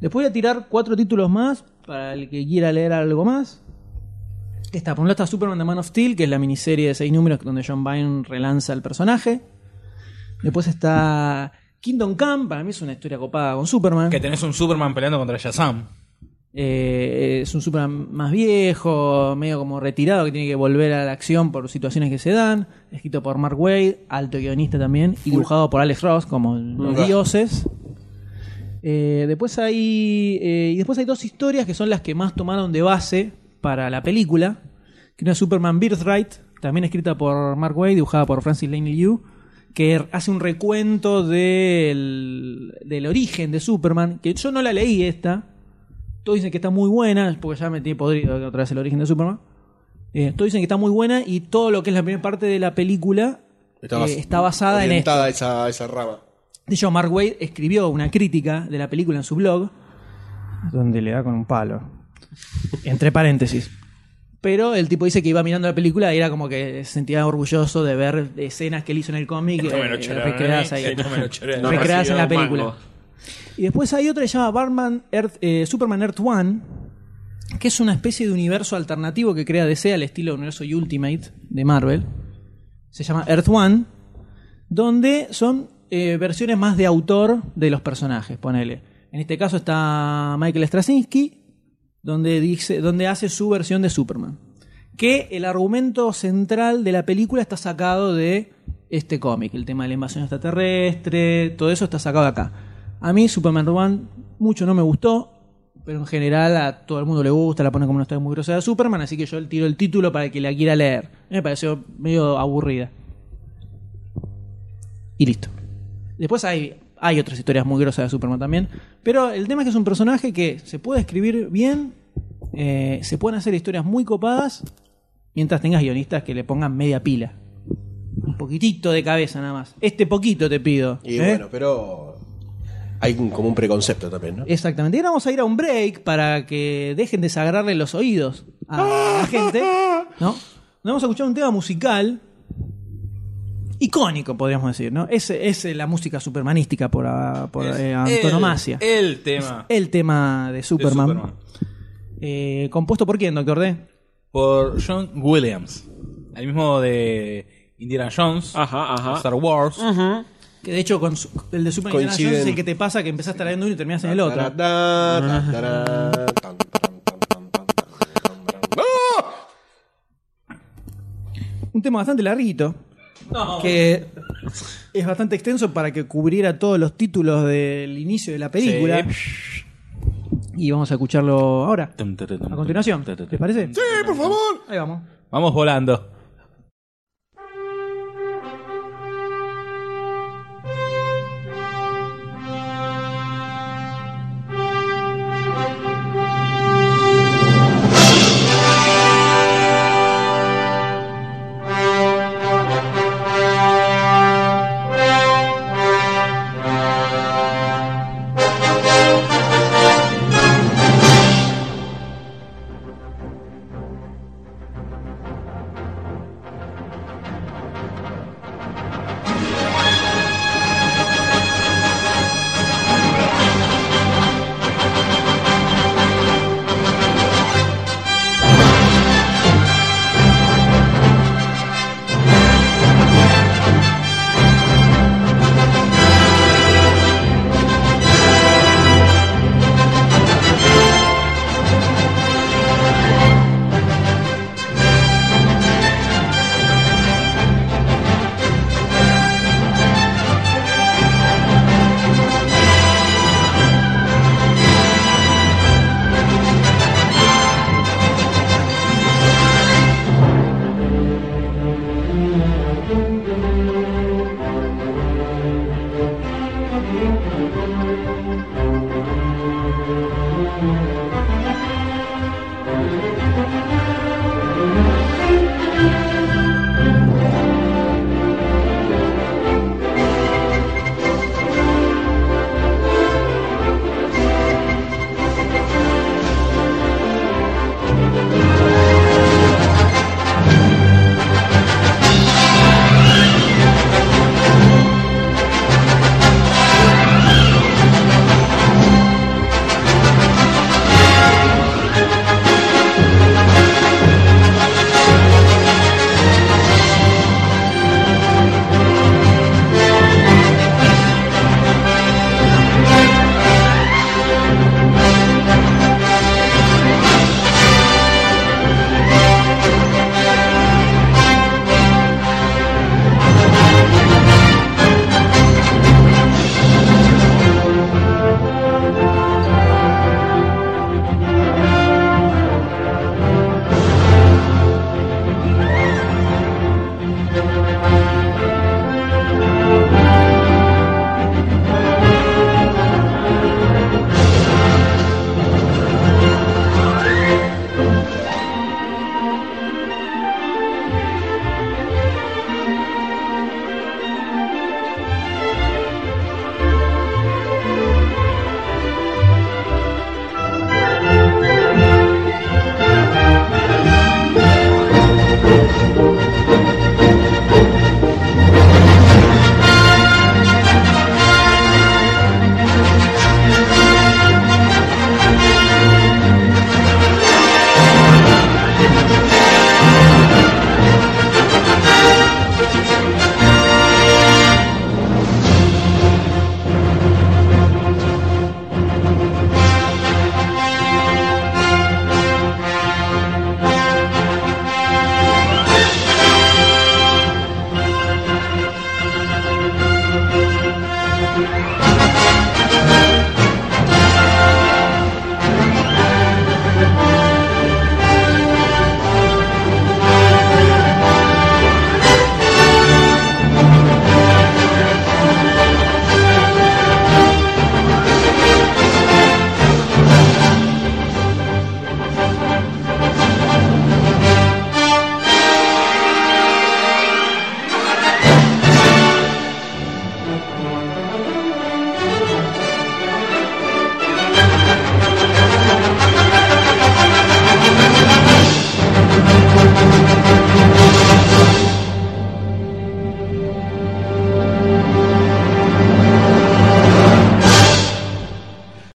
S1: Después voy a tirar cuatro títulos más para el que quiera leer algo más. Está, por un lado está Superman The Man of Steel, que es la miniserie de seis números donde John Byrne relanza el personaje. Después está Kingdom Come, para mí es una historia copada con Superman.
S3: Que tenés un Superman peleando contra Shazam.
S1: Eh, es un Superman más viejo, medio como retirado, que tiene que volver a la acción por situaciones que se dan. Escrito por Mark Wade, alto guionista también, y dibujado por Alex Ross, como los
S4: Ujú.
S1: dioses. Eh, después hay. eh, y después hay dos historias que son las que más tomaron de base para la película. Que una es Superman Birthright, también escrita por Mark Wade, dibujada por Francis Lane Liu, que er, hace un recuento del, del origen de Superman. Que yo no la leí esta. Todos dicen que está muy buena, porque ya me tiene podrido otra vez el origen de Superman. Eh, todos dicen que está muy buena y todo lo que es la primera parte de la película
S4: Está bas-
S1: eh, está basada en esto.
S4: orientada a esa, a esa rama.
S1: De hecho, Mark Wade escribió una crítica de la película en su blog. Donde le da con un palo. Entre paréntesis. Pero el tipo dice que iba mirando la película y era como que se sentía orgulloso de ver escenas que él hizo en el cómic
S3: Esto me lo
S1: eh,
S3: choraron a
S1: recreadas
S3: mí,
S1: ahí.
S3: esto me lo choraron.
S1: No recreadas en la
S5: recibió un
S1: película.
S5: mango.
S1: Y después hay otra que se llama Batman Earth- eh, Superman Earth One, que es una especie de universo alternativo que crea DC al estilo universo Ultimate de Marvel. Se llama Earth One, donde son eh, versiones más de autor de los personajes, ponele. En este caso está Michael Straczynski, donde, dice, donde hace su versión de Superman. Que el argumento central de la película está sacado de este cómic. El tema de la invasión extraterrestre, todo eso está sacado de acá. A mí Superman One mucho no me gustó, pero en general a todo el mundo le gusta, la pone como una historia muy grosera de Superman, así que yo tiro el título para el que la quiera leer. Me pareció medio aburrida. Y listo. Después hay, hay otras historias muy grosas de Superman también. Pero el tema es que es un personaje que se puede escribir bien, eh, se pueden hacer historias muy copadas, mientras tengas guionistas que le pongan media pila. Un poquitito de cabeza nada más. Este poquito te pido. ¿eh?
S4: Y bueno, pero hay un- como un preconcepto también, ¿no?
S1: Exactamente. Y ahora vamos a ir a un break para que dejen de sagrarle los oídos a la gente. ¿No? Nos vamos a escuchar un tema musical. Icónico, podríamos decir, ¿no? Es, es eh, la música supermanística por, ah, por eh, antonomasia.
S3: El, el tema
S1: El tema de Superman.
S3: de Superman.
S1: Eh, ¿Compuesto por quién, doctor D?
S3: Por John Williams. El mismo de Indiana Jones,
S5: Ajá, ajá.
S3: Star Wars.
S1: Que de hecho, con su- el de Superman Indiana
S4: Coinciden.
S1: Jones es el que te pasa que empezás trayendo uno y terminás en el otro.
S4: Tarará, tarará, tan, tan, tan, tan, tan, tan, tan, tan.
S1: un tema bastante larguito. Que es bastante extenso para que cubriera todos los títulos del inicio de la película. Y vamos a escucharlo ahora. A continuación. ¿Les parece?
S4: ¡Sí, por favor!
S1: Ahí vamos.
S3: Vamos volando.